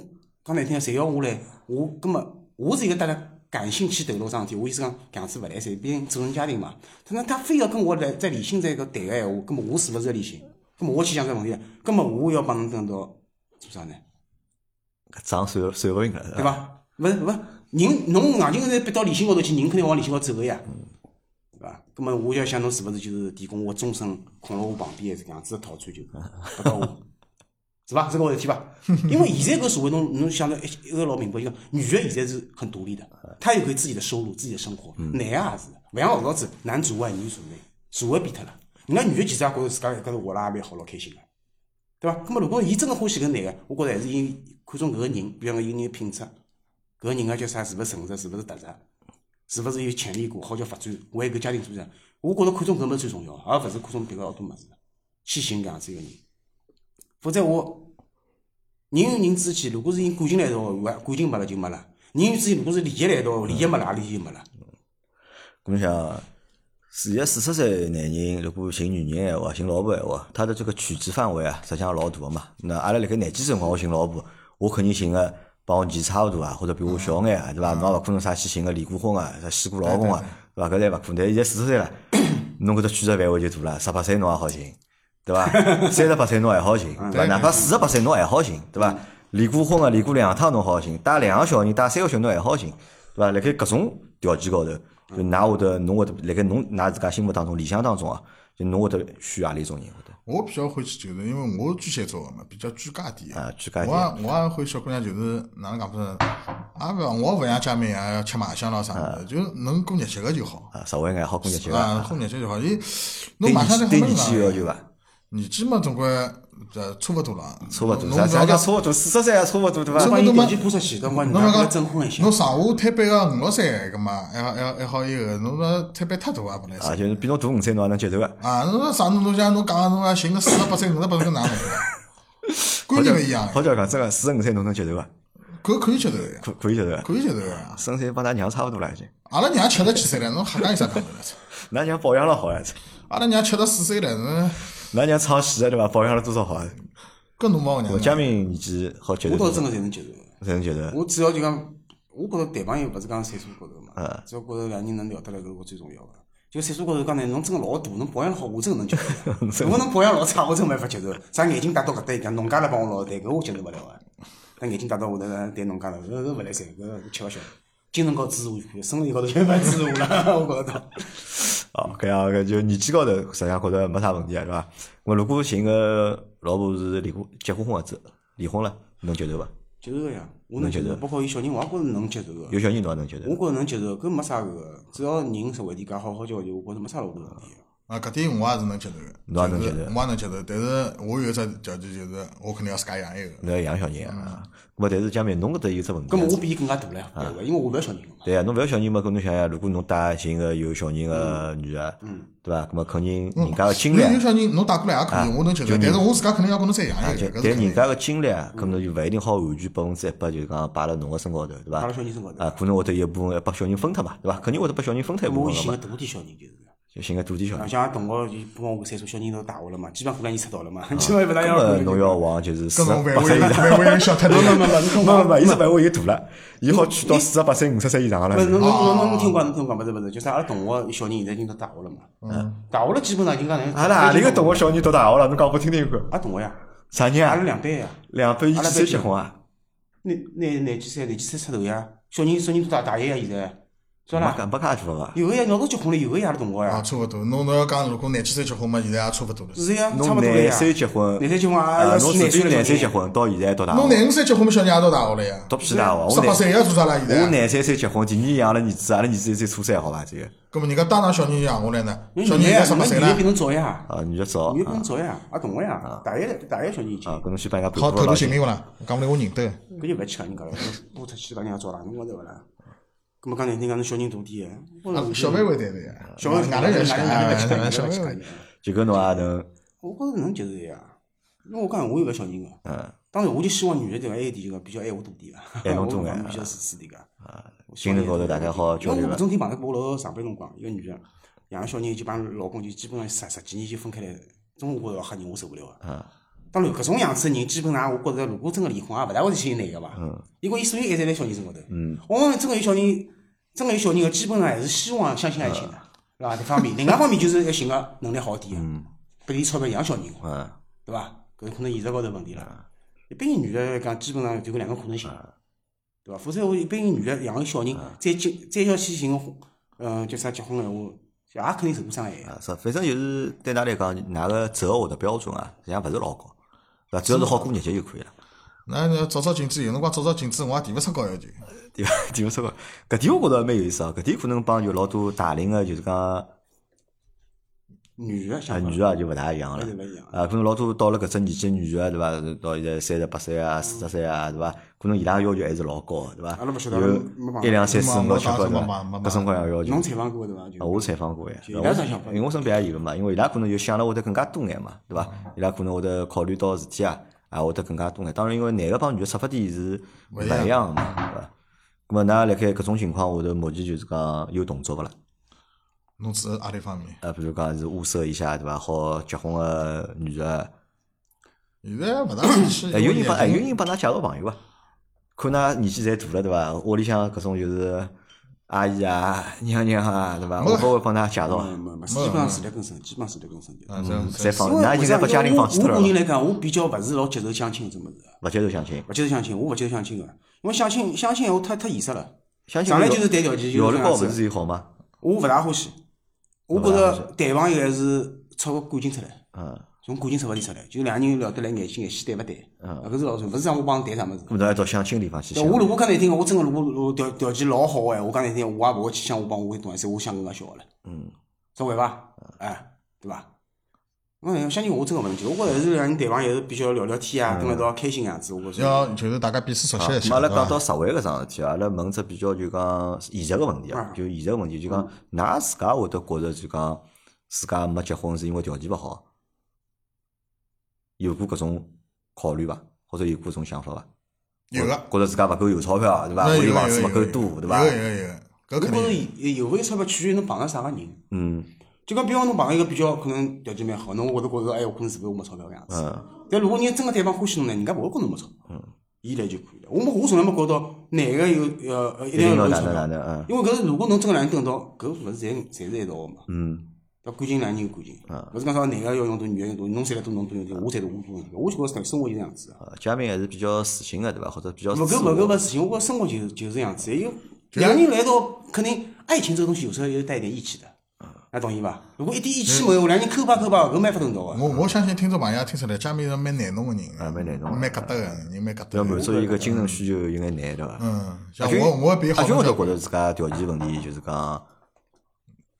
Speaker 3: 讲难听点，侪要我来，我搿么我是一个带着感性去投入桩事体，我意思讲搿样子勿来噻，毕竟组成家庭嘛。他那他非要跟我来在理性在搿谈个闲话，搿么我是勿是要理性？搿么我去想搿问题了，搿么我要帮侬等到做啥呢？
Speaker 1: 搿账算算勿赢了，
Speaker 3: 对？伐？勿是勿是，人侬硬劲是逼到理性高头去，人肯定往理性高头走个呀，对伐？葛么我就要想侬是勿是就是提供我终身困辣我旁边个搿样子个套餐就拨到我，是伐？是搿回事体伐？因为现在搿社会侬侬想到一一个老明白，就讲女个现在是很独立的，她有可以自己的收入、自己的生活，男个也是，勿像老早子男主外女主内，社会变脱了。人家女个其实也觉着自家搿种活了也蛮好，老开心个，对伐？那么如果伊真个欢喜搿男个，我觉着还是伊看中搿个人，比方讲伊人品质，搿个人个叫啥，是勿是诚实，是勿是踏实，是勿是有潜力股，好叫发展，为搿家庭做啥？我觉着看中搿物事最重要，而勿是看中别个老多物事。去寻搿样子一个人，否则我人与人之间，如果是因感情来一道，感情没了就没了；人与之间如果是利益来一道，利益没了，也利益没了。
Speaker 1: 我们想，四十四十岁男人如果寻女人闲话，寻老婆闲话，他的这个取之范围啊，实际上老大个嘛。那阿拉辣盖廿几岁辰光，我寻老婆，我肯定寻个帮我年纪差勿多啊，或者比我小眼啊，对伐？侬也勿可能啥去寻个离过婚啊、啥死过老公啊，对伐？搿侪勿可能。但现在四十岁 了，侬搿只取舍范围就大了，十八岁侬也好寻。对 伐？三十八岁侬还好寻，对伐？哪怕四十八岁侬还好寻，对伐？离过婚个，离过两啊趟侬好寻，带两个小人，带三个小人侬还好寻，对伐？辣盖搿种条件高头，就㑚会得，侬会得辣盖侬㑚自家心目当中、理想当中啊，就侬会得选何里种人会得？
Speaker 2: 我比较欢喜就是因为我巨蟹座个嘛，比较居家点。
Speaker 1: 啊，居家
Speaker 2: 我也我也欢喜小姑娘，就是哪能讲法子，也勿我勿像家面啊要吃麻香咯啥
Speaker 1: 啊
Speaker 2: 物事，就是能过日脚个就好。
Speaker 1: 啊，实惠眼好过日脚
Speaker 2: 啊，过日脚就好。伊侬
Speaker 1: 对
Speaker 2: 马相就
Speaker 1: 年对
Speaker 2: 好么
Speaker 1: 年纪要
Speaker 2: 子
Speaker 1: 求伐？
Speaker 2: 年纪嘛，总归呃差勿多了。
Speaker 1: 差勿多，
Speaker 2: 侬
Speaker 1: 啥
Speaker 2: 侬
Speaker 1: 啥
Speaker 2: 勿
Speaker 1: 叫
Speaker 2: 要
Speaker 1: 差勿多？四十岁也差勿多，对
Speaker 3: 我
Speaker 1: 伐？
Speaker 3: 帮
Speaker 2: 侬
Speaker 3: 伊
Speaker 2: 么
Speaker 3: 年纪拨出去，辰光人
Speaker 2: 侬勿
Speaker 3: 家
Speaker 2: 讲
Speaker 3: 要征婚一下
Speaker 2: 侬。上下推背个五六岁，搿嘛还好还好还好一个，侬说推背太大也勿来
Speaker 1: 啊，
Speaker 2: 塞。
Speaker 1: 就是比侬大五岁侬也能接受个。
Speaker 2: 啊，侬说上侬侬像侬讲个侬要寻个四十八岁、五十八岁搿哪能？观念勿一样，
Speaker 1: 好叫讲真个，四十五岁侬能接受伐？啊
Speaker 2: 搿可以接受个呀，
Speaker 1: 可可以接受个。啊
Speaker 2: 可以接受个呀。
Speaker 1: 身材帮㑚娘差勿多了已经，
Speaker 2: 阿拉娘七十几岁了，侬瞎讲有啥讲头了？操
Speaker 1: 㑚娘保养了好呀，
Speaker 2: 阿拉娘七十四岁了，侬
Speaker 1: 㑚娘唱戏个对伐？保养了多少好啊？
Speaker 2: 搿侬帮我娘
Speaker 1: 我。家明年纪好接
Speaker 3: 我
Speaker 1: 受伐，
Speaker 3: 倒是真个侪能接受。
Speaker 1: 才能接受。
Speaker 3: 我主要就讲，我觉着谈朋友勿是讲岁数高头嘛，主要觉着两人能聊得来搿是我最重要个。就岁数高头讲呢，侬真个老大，侬保养了好，我真个能接受。 如果侬保养老差，我真没法接受。啥眼睛戴到搿搭一讲，农家来帮我老戴，搿我接受勿了个。那眼睛戴到我头戴农家了，搿搿勿来三，搿搿吃勿消。精神高支持我，生理高头全勿支持我了，我 觉着到。
Speaker 1: 哦，搿样搿就年纪高头，实际上觉着没啥问题啊，是伐？我如果寻个老婆是离婚、结过婚或者离婚了，侬接受伐？
Speaker 3: 接受个呀，我能接受，包括伊小人，我也觉着能接受个。
Speaker 1: 有小人侬也能接受
Speaker 3: 我？觉着能接受，搿没啥搿个，只要人是为地家好好交流，我觉着没啥老大问题个。
Speaker 2: 啊，搿点我也是能接受个，
Speaker 1: 侬也能接受
Speaker 2: 就是我也能接受，但是我有一只条件就是，我肯定要自家养一个。
Speaker 1: 侬要养小人啊？咾么但是讲明侬搿搭有只问题
Speaker 3: 搿
Speaker 1: 啊
Speaker 3: 么。我比伊更加大了呀，对伐？因为我勿要小人个嘛。
Speaker 1: 对啊，侬勿要小人嘛，搿侬想想，如果侬带寻个有小人个女个，
Speaker 3: 嗯
Speaker 1: 对伐？咾么肯定人家个精力啊啊
Speaker 2: 有有小人侬带过来也可以，我能接受，但是我自家肯定要跟侬再养一
Speaker 1: 就
Speaker 3: 嗯
Speaker 1: 但
Speaker 2: 个，搿是肯
Speaker 1: 人
Speaker 2: 定。
Speaker 1: 家个精力啊，可能就勿一定好完全百分之一百，就是讲摆辣侬个身高头，对
Speaker 3: 阿
Speaker 1: 伐
Speaker 3: 拉？小人身高头，
Speaker 1: 啊，可能会得有一部分要把小人分脱嘛，对伐？肯定会得把小人分脱一部
Speaker 3: 我
Speaker 1: 分个嘛
Speaker 3: 寻个，大点小人就是这样。
Speaker 1: 就寻个大点小人
Speaker 3: 啊，。像俺同学就帮我搿岁数，小人都大学了嘛，基本上过来年出道了嘛，基本勿大
Speaker 1: 根
Speaker 3: 要
Speaker 1: 本
Speaker 3: 管
Speaker 1: 侬要往就是四
Speaker 2: 搿
Speaker 1: 十
Speaker 2: 侬范
Speaker 1: 八岁
Speaker 2: 围
Speaker 1: 以嗯上，
Speaker 2: 范围小太多了。
Speaker 1: 没没没，伊是范围有大了，伊好去到四十八岁、五十岁以上了
Speaker 3: 勿。是侬侬侬侬侬听讲侬听讲，勿是勿是，就是阿拉同学小人现在已经到大学了嘛，大学了基本上就讲
Speaker 1: 阿拉阿里个同学小人读大学了，侬讲拨听听看。
Speaker 3: 阿同学呀，
Speaker 1: 啥人
Speaker 3: 阿拉
Speaker 1: 啊？
Speaker 3: 两班呀，
Speaker 1: 两班伊
Speaker 3: 阿
Speaker 1: 几
Speaker 3: 拉
Speaker 1: 岁结婚啊？
Speaker 3: 廿廿廿几岁廿几岁出头呀，小人小人都大大一呀现在，晓得
Speaker 1: 没
Speaker 3: 啦？
Speaker 1: 介没介大伐？
Speaker 3: 有个呀，鸟都结婚了，有个呀阿拉同学
Speaker 2: 啊，
Speaker 3: 呀，
Speaker 2: 差勿多。侬侬要讲，如果廿几岁结婚嘛，现在也差勿多了。
Speaker 3: 是呀，差
Speaker 1: 侬
Speaker 3: 勿多了
Speaker 1: 廿
Speaker 3: 呀，
Speaker 1: 岁结婚，
Speaker 3: 廿岁结婚啊，
Speaker 1: 啊，
Speaker 3: 要
Speaker 1: 侬
Speaker 3: 四
Speaker 1: 自
Speaker 3: 廿岁
Speaker 1: 己
Speaker 3: 了
Speaker 1: 廿岁
Speaker 3: 小
Speaker 1: 结
Speaker 3: 人
Speaker 1: 婚到现在读大
Speaker 2: 侬
Speaker 1: 学，
Speaker 2: 廿五岁结婚嘛，小人也到大学了呀。
Speaker 1: 读屁啊大学？我
Speaker 2: 十八
Speaker 1: 廿
Speaker 2: 岁也啊做啥啦？现
Speaker 1: 我
Speaker 2: 在，
Speaker 1: 廿三岁结婚，第二年养了儿子，阿拉儿子才初三，好伐？这个
Speaker 2: 搿么人家当场小人养下来呢，
Speaker 3: 侬
Speaker 2: 小人
Speaker 3: 女
Speaker 2: 现在
Speaker 3: 的呀，
Speaker 2: 十八岁
Speaker 3: 侬女的比
Speaker 2: 了，
Speaker 3: 侬早呀，
Speaker 1: 啊，女的早
Speaker 3: 女的比侬早呀，阿同学呀，大一大一小人已经
Speaker 1: 啊，。搿侬先帮人家报
Speaker 2: 好透
Speaker 1: 报
Speaker 2: 露
Speaker 1: 了
Speaker 2: 姓名勿啦？讲勿来我认得。
Speaker 3: 搿就勿去人家了，拨出去把人家抓了，侬晓得勿啦？搿么讲难听讲，侬小人大点
Speaker 1: 嗯
Speaker 3: 个，
Speaker 2: 啊小范围对的呀，
Speaker 3: 小孩
Speaker 2: 外头嗯
Speaker 3: 勿
Speaker 2: 也
Speaker 3: 去
Speaker 2: 是，
Speaker 3: 勿去
Speaker 2: 小范围。
Speaker 1: 就搿侬也能，
Speaker 3: 我觉着能接受呀，因为我讲我又勿小人个，
Speaker 1: 嗯，
Speaker 3: 当然我就希望女的对伐，还有一点就讲比较爱我大点个，比较自私点个，
Speaker 1: 精神高头大概好交
Speaker 3: 因
Speaker 1: 流
Speaker 3: 为我
Speaker 1: 了。
Speaker 3: 中天碰到我老早上班辰光，一个女的养个小人就帮老公就基本上十十几年就分开来，种我觉着老吓人，我受勿了个。
Speaker 1: 啊，
Speaker 3: 当然，搿种样子的人，基本上我觉着，如果真个离婚，也勿大会去寻男个伐？
Speaker 1: 嗯
Speaker 3: 因为伊所有爱在辣小人身高头。嗯。往往真个有小人，真个有小人个，基本上还是希望相信爱情的，
Speaker 1: 嗯
Speaker 3: 对伐？一方面，另外一方面就是要寻个能力好点个，拨伊钞票养小人个，
Speaker 1: 嗯，
Speaker 3: 对伐？搿可能现实高头问题了。一般性女的来讲，基本上就搿两个可能性，
Speaker 1: 嗯
Speaker 3: 对伐？否则我一般性女的养个小人，再结再要去寻个婚，呃，叫啥结婚个闲话，也肯定受过哎伤害的。
Speaker 1: 啊，是，反正就是对㑚来讲，㑚个择偶的标准啊，实际上勿是老高，对伐？主要是好过日脚就可以了，
Speaker 2: 那那照照镜子，有辰光照照镜子，我也提勿出高要求。
Speaker 1: 对 伐？点勿说个，搿点我觉着蛮有意思啊，搿点可能帮有老多大龄个就是讲
Speaker 3: 女个
Speaker 1: 啊，
Speaker 3: 想法
Speaker 1: 女个就勿大一样了
Speaker 3: 还是勿一样。
Speaker 1: 啊，可能老多到了搿只年纪，女个对伐？到现在三十八岁啊、四十岁啊，对伐？可能伊拉要求还是老高的，对伐？
Speaker 3: 阿拉勿晓得阿拉没
Speaker 1: 有
Speaker 3: 碰
Speaker 1: 一两三四五六七八对
Speaker 2: 没碰
Speaker 1: 伐
Speaker 2: 没碰
Speaker 1: 各种各样要求。
Speaker 3: 侬采访过对伐？
Speaker 1: 啊，
Speaker 3: 就
Speaker 1: 嗯我采访过呀，那
Speaker 3: 就伊拉
Speaker 1: 我
Speaker 3: 啥想法
Speaker 1: 因为我身边也有个嘛，因为伊拉可能就想了会得更加多眼嘛，对伐？
Speaker 3: 嗯
Speaker 1: 伊拉可能会得考虑到事体啊，也会得更加多眼。当然，因为男个帮女个出发点是勿
Speaker 2: 勿一
Speaker 1: 一
Speaker 2: 样
Speaker 1: 样个嘛，对伐？那么，㑚辣盖搿种情况下头，目前就是讲有动作勿啦？
Speaker 2: 侬指阿里方面？
Speaker 1: 啊，比如讲是物色一下，对伐？好结婚个女个，
Speaker 2: 现在 勿大欢喜，
Speaker 1: 哎，有人帮哎，
Speaker 2: 因
Speaker 1: 有
Speaker 2: 为
Speaker 1: 人帮㑚介绍朋友伐？啊看㑚年纪侪大了，对伐？屋里向搿种就是阿姨啊、娘娘啊，对伐？
Speaker 2: 没
Speaker 1: 会不会帮㑚介绍啊？
Speaker 3: 没哦没没，基本上自力更生，基本上自力更生就。
Speaker 2: 现在啊，
Speaker 1: 嗯侪
Speaker 2: 这
Speaker 1: 放，
Speaker 3: 因为
Speaker 1: 㑚已经侪
Speaker 3: 我
Speaker 1: 把家庭放弃脱
Speaker 3: 我
Speaker 1: 了
Speaker 3: 个人
Speaker 1: 咯，
Speaker 3: 来讲，我比较勿是老接受相亲这物事，
Speaker 1: 勿接受相亲。
Speaker 3: 勿接受相亲，我勿接受相亲个，因为相亲相亲闲话太太现实了，
Speaker 1: 相亲
Speaker 3: 上来
Speaker 1: 有
Speaker 3: 就是谈条件，
Speaker 1: 效
Speaker 3: 就是
Speaker 1: 率
Speaker 3: 这
Speaker 1: 高
Speaker 3: 样
Speaker 1: 勿是
Speaker 3: 子。
Speaker 1: 最好吗？
Speaker 3: 我勿大欢喜，我觉着谈朋友还是出个感情出来，
Speaker 1: 嗯，
Speaker 3: 从感情出发点出来，就两个人聊得来眼睛眼线对勿对？
Speaker 1: 嗯
Speaker 3: 啊，搿是老重要，勿是让我帮侬谈啥物事。
Speaker 1: 咾么侬要到相亲地方去
Speaker 3: 对
Speaker 1: 相。
Speaker 3: 我如果讲难听个，我真个如果如果条条件老好个闲话，我讲难听，我也勿会去想我帮我同学，我想跟人家小个了。
Speaker 1: 嗯，
Speaker 3: 稍微伐？哎，对伐？我相信我真个勿能接受，我觉着还是两人谈朋友还是比较聊聊天啊，跟一道开心样子，我觉着。
Speaker 2: 要就是大家彼此熟悉一
Speaker 1: 咾
Speaker 2: 下。
Speaker 1: 么啊阿拉
Speaker 2: 对
Speaker 1: 讲
Speaker 2: 吧
Speaker 1: 到实惠搿桩事体啊，阿拉问只比较就讲现实个问题啊，
Speaker 3: 嗯
Speaker 1: 就现实个问题，就讲㑚自家会得觉着就讲自家没结婚是因为条件勿好，有过搿种考虑伐？或者有过搿种想法伐？
Speaker 2: 有个，
Speaker 1: 觉着自家勿够有钞票啊对伐？
Speaker 2: 那
Speaker 1: 屋里
Speaker 2: 有个
Speaker 1: 房子
Speaker 2: 有
Speaker 1: 勿
Speaker 2: 个
Speaker 1: 够
Speaker 2: 有
Speaker 1: 多
Speaker 2: 个
Speaker 1: 对伐
Speaker 2: 有？个有个，哎搿
Speaker 3: 我觉
Speaker 2: 肯定有。
Speaker 3: 着有勿有钞票取决于侬碰着啥个人。
Speaker 1: 嗯
Speaker 3: 就讲比方侬碰着一个比较可能条件蛮好，侬会得觉着哎哟，可能是勿是我没钞票搿样子。
Speaker 1: 嗯
Speaker 3: 但如果人真个对方欢喜侬呢，人家勿会觉着侬没钞票。嗯。伊来就可以了。我没我从来没觉着男个有呃呃一
Speaker 1: 一
Speaker 3: 定
Speaker 1: 定
Speaker 3: 要
Speaker 1: 要
Speaker 3: 有
Speaker 1: 哪
Speaker 3: 钞
Speaker 1: 能哪
Speaker 3: 票，
Speaker 1: 能嗯
Speaker 3: 因为搿是如果侬真个两人蹲到，搿勿是侪侪是一道个嘛。
Speaker 1: 嗯
Speaker 3: 要感情两人有感情，勿是讲啥男个要用多，女个用多，侬赚得多，侬多用点，我赚得多，我多用点。我就觉着生活就这样子啊。
Speaker 1: 呃，嘉宾还是比较自信个对伐？或者比较
Speaker 3: 勿
Speaker 1: 自
Speaker 3: 搿勿
Speaker 1: 我
Speaker 3: 搿勿事情，我觉着生活就就是这样子。因为两人来到，肯定爱情这个东西有时候也带一点义气的，那同意伐？如果一点义气没有，两人抠吧抠吧，搿没法弄到个。
Speaker 2: 我我相信听众朋友也听出来，佳明是蛮难弄个人，
Speaker 1: 啊蛮难弄的
Speaker 2: 蛮疙瘩个人，蛮疙
Speaker 1: 要满
Speaker 2: 瘩。
Speaker 1: 足一
Speaker 3: 嗯
Speaker 1: 个精神需求有眼难对伐？
Speaker 2: 嗯，
Speaker 1: 阿
Speaker 2: 像
Speaker 1: 军，
Speaker 2: 我我也比
Speaker 1: 阿
Speaker 2: 好
Speaker 1: 啊军，我
Speaker 2: 多
Speaker 1: 倒觉
Speaker 2: 人，
Speaker 1: 着自家条件问题，就是讲，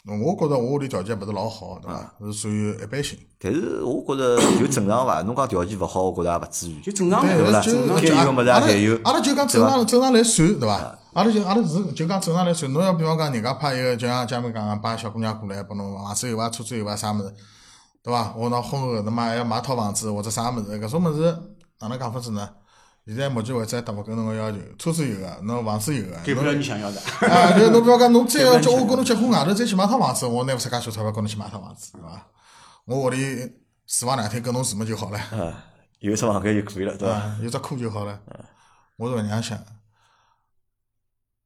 Speaker 2: 我觉着我屋里条件勿是老好，对
Speaker 1: 啊
Speaker 2: 伐？是属于一般性。
Speaker 1: 但是我觉着就正常伐？侬讲条件勿好，我觉着也勿至于。
Speaker 3: 就正常
Speaker 1: 对
Speaker 3: 个，
Speaker 1: 不啦
Speaker 2: 就
Speaker 1: 正常
Speaker 2: 就啊
Speaker 1: 该有个物事
Speaker 2: 阿拉
Speaker 1: 也有
Speaker 2: 阿拉就讲正常正常来算，对伐？阿拉就阿拉是就讲正常来算。侬要比方讲，人家派一个，就像佳明讲个，派小姑娘过来，帮侬房子有伐，车子有伐，啥物事，对伐？我拿婚后他妈还要买套房子或者啥物事，搿种物事哪能讲法子呢？现在目前为止还达勿够侬个要求，车子有个，侬房子有个，
Speaker 3: 给不
Speaker 2: 侬
Speaker 3: 了你想要的。
Speaker 2: 啊，就侬不要讲，侬再要叫我跟侬结婚，外头再去买套房子，我拿勿出介许多钞票跟侬去买套房子，对伐？我屋里住房两天跟侬住么就好了，
Speaker 1: 嗯，有一只房间就可以了，对
Speaker 2: 对
Speaker 1: 伐？
Speaker 2: 伐？有只库就好了。
Speaker 1: 嗯
Speaker 2: 我是搿能样想，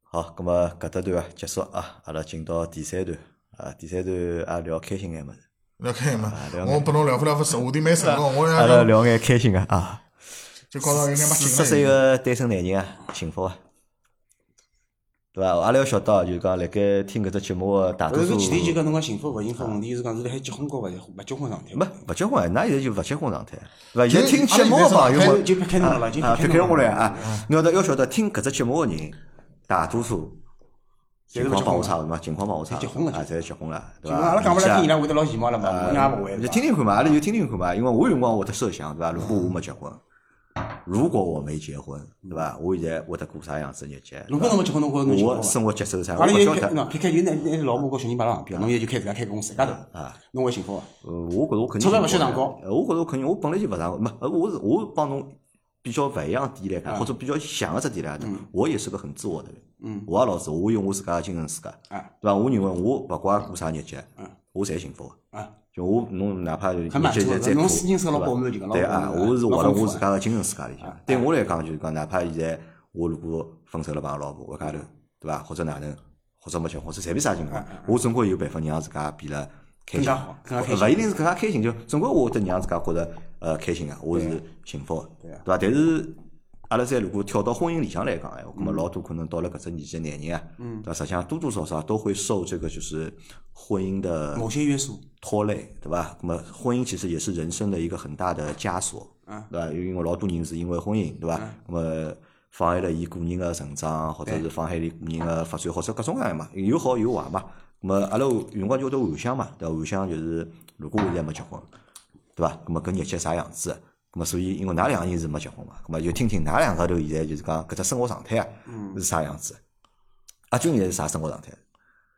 Speaker 1: 好，葛末搿搭段啊结束啊，阿拉进到第三段啊，第三段也聊开心眼物事，
Speaker 2: 聊开嘛
Speaker 1: 啊聊。开
Speaker 2: 我拨侬聊不聊不是话题蛮深个，我
Speaker 1: 阿拉
Speaker 2: 要
Speaker 1: 聊眼开心个啊。
Speaker 2: 就觉着有眼没
Speaker 1: 四
Speaker 2: 劲
Speaker 1: 十
Speaker 2: 了。
Speaker 1: 岁个单身男人啊，幸福啊，对伐？阿拉要晓得啊，就是讲辣盖听搿只节目个大多
Speaker 2: 呃
Speaker 3: 搿
Speaker 1: 数
Speaker 3: 个前提就讲侬讲幸福勿幸福问题，是讲是辣海结婚高勿勿结婚状态。
Speaker 1: 没勿结婚，㑚现在就勿结婚状态，对伐？现在
Speaker 2: 就
Speaker 1: 听节目个朋友
Speaker 2: 阿拉现在
Speaker 1: 们
Speaker 2: 是。
Speaker 3: 就别开侬了嗯吧，就
Speaker 1: 啊，别
Speaker 3: 别
Speaker 1: 开
Speaker 3: 开
Speaker 1: 我
Speaker 3: 侬
Speaker 1: 来。啊！侬要得要晓得，听搿只节目个人，大多数情
Speaker 3: 侪是
Speaker 1: 况
Speaker 3: 勿
Speaker 1: 帮我
Speaker 3: 结婚的
Speaker 1: 差勿多嘛，情况帮我差勿
Speaker 3: 结
Speaker 1: 多
Speaker 3: 婚了
Speaker 1: 啊，侪结婚了，对
Speaker 3: 就
Speaker 1: 伐？
Speaker 3: 讲阿拉讲勿来听，
Speaker 1: 年纪
Speaker 3: 伊拉会得老羡慕阿拉嘛，我也勿
Speaker 1: 啊
Speaker 3: 会。
Speaker 1: 你
Speaker 3: 对吧
Speaker 1: 听听看嘛，阿拉就听听看嘛，因为我有辰光会得设想，对伐？如果我没结婚，如果我没结婚，对伐？我现在会得过啥样子日节？
Speaker 3: 如果侬没结婚，侬觉着侬幸
Speaker 1: 我
Speaker 3: 福伐？
Speaker 1: 生活节奏是啥？我
Speaker 3: 阿拉
Speaker 1: 勿
Speaker 3: 现
Speaker 1: 晓
Speaker 3: 在开，
Speaker 1: 得
Speaker 3: 喏，撇开现在那老婆和小人摆辣旁边，侬现在就开自家开公司，家头
Speaker 1: 啊。
Speaker 3: 侬会幸福伐？
Speaker 1: 呃，我觉着我肯定
Speaker 3: 钞票
Speaker 1: 是
Speaker 3: 勿需要
Speaker 1: 高
Speaker 3: 上
Speaker 1: 的呃我觉着我肯定，我本来就勿上高，没，呃我是我帮侬比较勿一样的点来看，
Speaker 3: 啊
Speaker 1: 或者比较像个只点来看，我也是个很自我的人。
Speaker 3: 嗯，
Speaker 1: 我也老自我，我有我自家的精神世界，
Speaker 3: 啊
Speaker 1: 对伐？我认为我勿怪过啥日节
Speaker 3: 嗯，
Speaker 1: 我侪幸福的。
Speaker 3: 啊，
Speaker 1: 就我侬哪怕日节
Speaker 3: 很满足
Speaker 1: 再
Speaker 3: 的
Speaker 1: 再
Speaker 3: 侬
Speaker 1: 苦
Speaker 3: 私人生活
Speaker 1: 对吧
Speaker 3: 饱满就讲老
Speaker 1: 对
Speaker 3: 饱满
Speaker 1: 啊，
Speaker 3: 了
Speaker 1: 我是活
Speaker 3: 老
Speaker 1: 了
Speaker 3: 丰
Speaker 1: 我
Speaker 3: 富
Speaker 1: 自
Speaker 3: 啊
Speaker 1: 家个精神世界里向。对我来讲，就是讲哪怕现在我如果分手了，帮老婆活家头，对伐？或者哪能，或者没结婚，或者随便啥情况，我总归有办法让自家变了。开
Speaker 3: 嗯更
Speaker 1: 心
Speaker 3: 加好更加开，心
Speaker 1: 勿一定是更加开心，就总归我会得让自家觉着呃开心啊，我是幸福的，
Speaker 3: 对
Speaker 1: 对伐？
Speaker 3: 啊
Speaker 1: 但是阿拉再如果跳到婚姻里向来讲，哎，
Speaker 3: 嗯
Speaker 1: 那么老多可能到了搿只年纪的男人啊，嗯，对伐？实际上多多少少都会受这个就是婚姻的
Speaker 3: 某些约束，
Speaker 1: 拖累，对吧？那么婚姻其实也是人生的一个很大的枷锁，
Speaker 3: 嗯
Speaker 1: 对吧？因为老多人是因为婚姻，对吧？那么妨碍了伊个人的成长，或者是妨碍了伊个人的发展，或者各种各样嘛，有好有坏嘛。咁么阿拉辰光就得幻想嘛，对伐？幻想就是如果我现在没结婚，对伐？咁么搿日脚啥样子的？咁么所以因为㑚两个人是没结婚嘛，咁么就听听㑚两个头现在就是讲搿只生活状态啊是啥样子的？阿军现在是啥生活状态？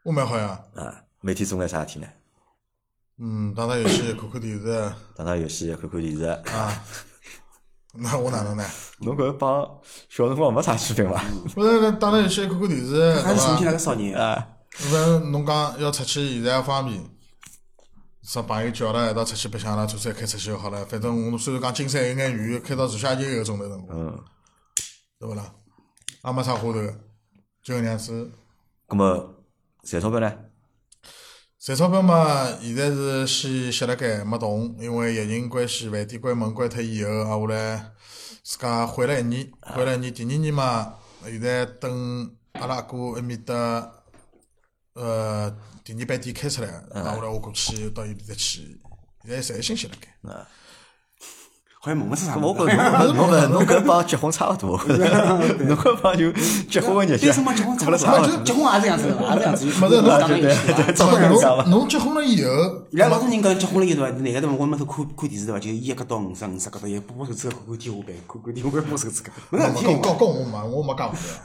Speaker 2: 我蛮好呀，
Speaker 1: 啊，每天做眼啥事体呢？
Speaker 2: 嗯，打打游戏，看看电视。
Speaker 1: 打打游戏，看看电视。
Speaker 2: 那我哪能呢？
Speaker 1: 侬搿帮小辰光没啥区别嘛？
Speaker 2: 不是打打游戏，看看电视，对
Speaker 3: 还是重
Speaker 2: 伐？
Speaker 3: 庆那个少年啊，
Speaker 1: 啊，
Speaker 2: 不然侬讲要出去，现在也方便。啥朋友叫了，一道出去白相了，车子开出去就好了。反正我虽然讲金山有眼远，开到自家就一个钟头辰光，
Speaker 1: 嗯，
Speaker 2: 对勿啦？也没啥花头的，就搿能样子。
Speaker 1: 咁么赚钞票呢？
Speaker 2: 赚钞票嘛，现在是先歇辣盖没动，因为疫情关系，饭店关门关脱以后，啊，我来自家缓了一年，
Speaker 3: 啊
Speaker 2: 缓了一年，第二年嘛，现在等阿拉阿哥埃面搭，呃，第二班店开出来，啊，我来我过去到伊面搭去，现在侪新鲜辣
Speaker 3: 啊
Speaker 2: 盖，
Speaker 3: 好像没么子啥
Speaker 1: 我
Speaker 3: 物
Speaker 1: 觉
Speaker 3: 事。
Speaker 1: 着侬搿侬搿帮结婚差勿多，侬搿帮就结婚的日
Speaker 3: 单身
Speaker 1: 脚
Speaker 3: 嘛，结婚
Speaker 1: 过了
Speaker 3: 结
Speaker 1: 啥
Speaker 3: 婚
Speaker 1: 物
Speaker 3: 就
Speaker 1: 事？
Speaker 3: 结婚也是这样子的嘛，也是这样子，就是
Speaker 2: 没得
Speaker 3: 打
Speaker 2: 那
Speaker 3: 打游戏对吧
Speaker 1: 照顾人家嘛
Speaker 2: 侬侬结婚了以后，
Speaker 3: 伊拉老多人讲结婚了以后对伐，男个对伐，我们头看看电视对伐，就伊一角到五十五十角到一拨拨手指头看看天花板，看看天花板拨手指头，没啥
Speaker 2: 我
Speaker 3: 事
Speaker 2: 讲
Speaker 3: 体嘛
Speaker 2: 讲讲我没，我没介无聊。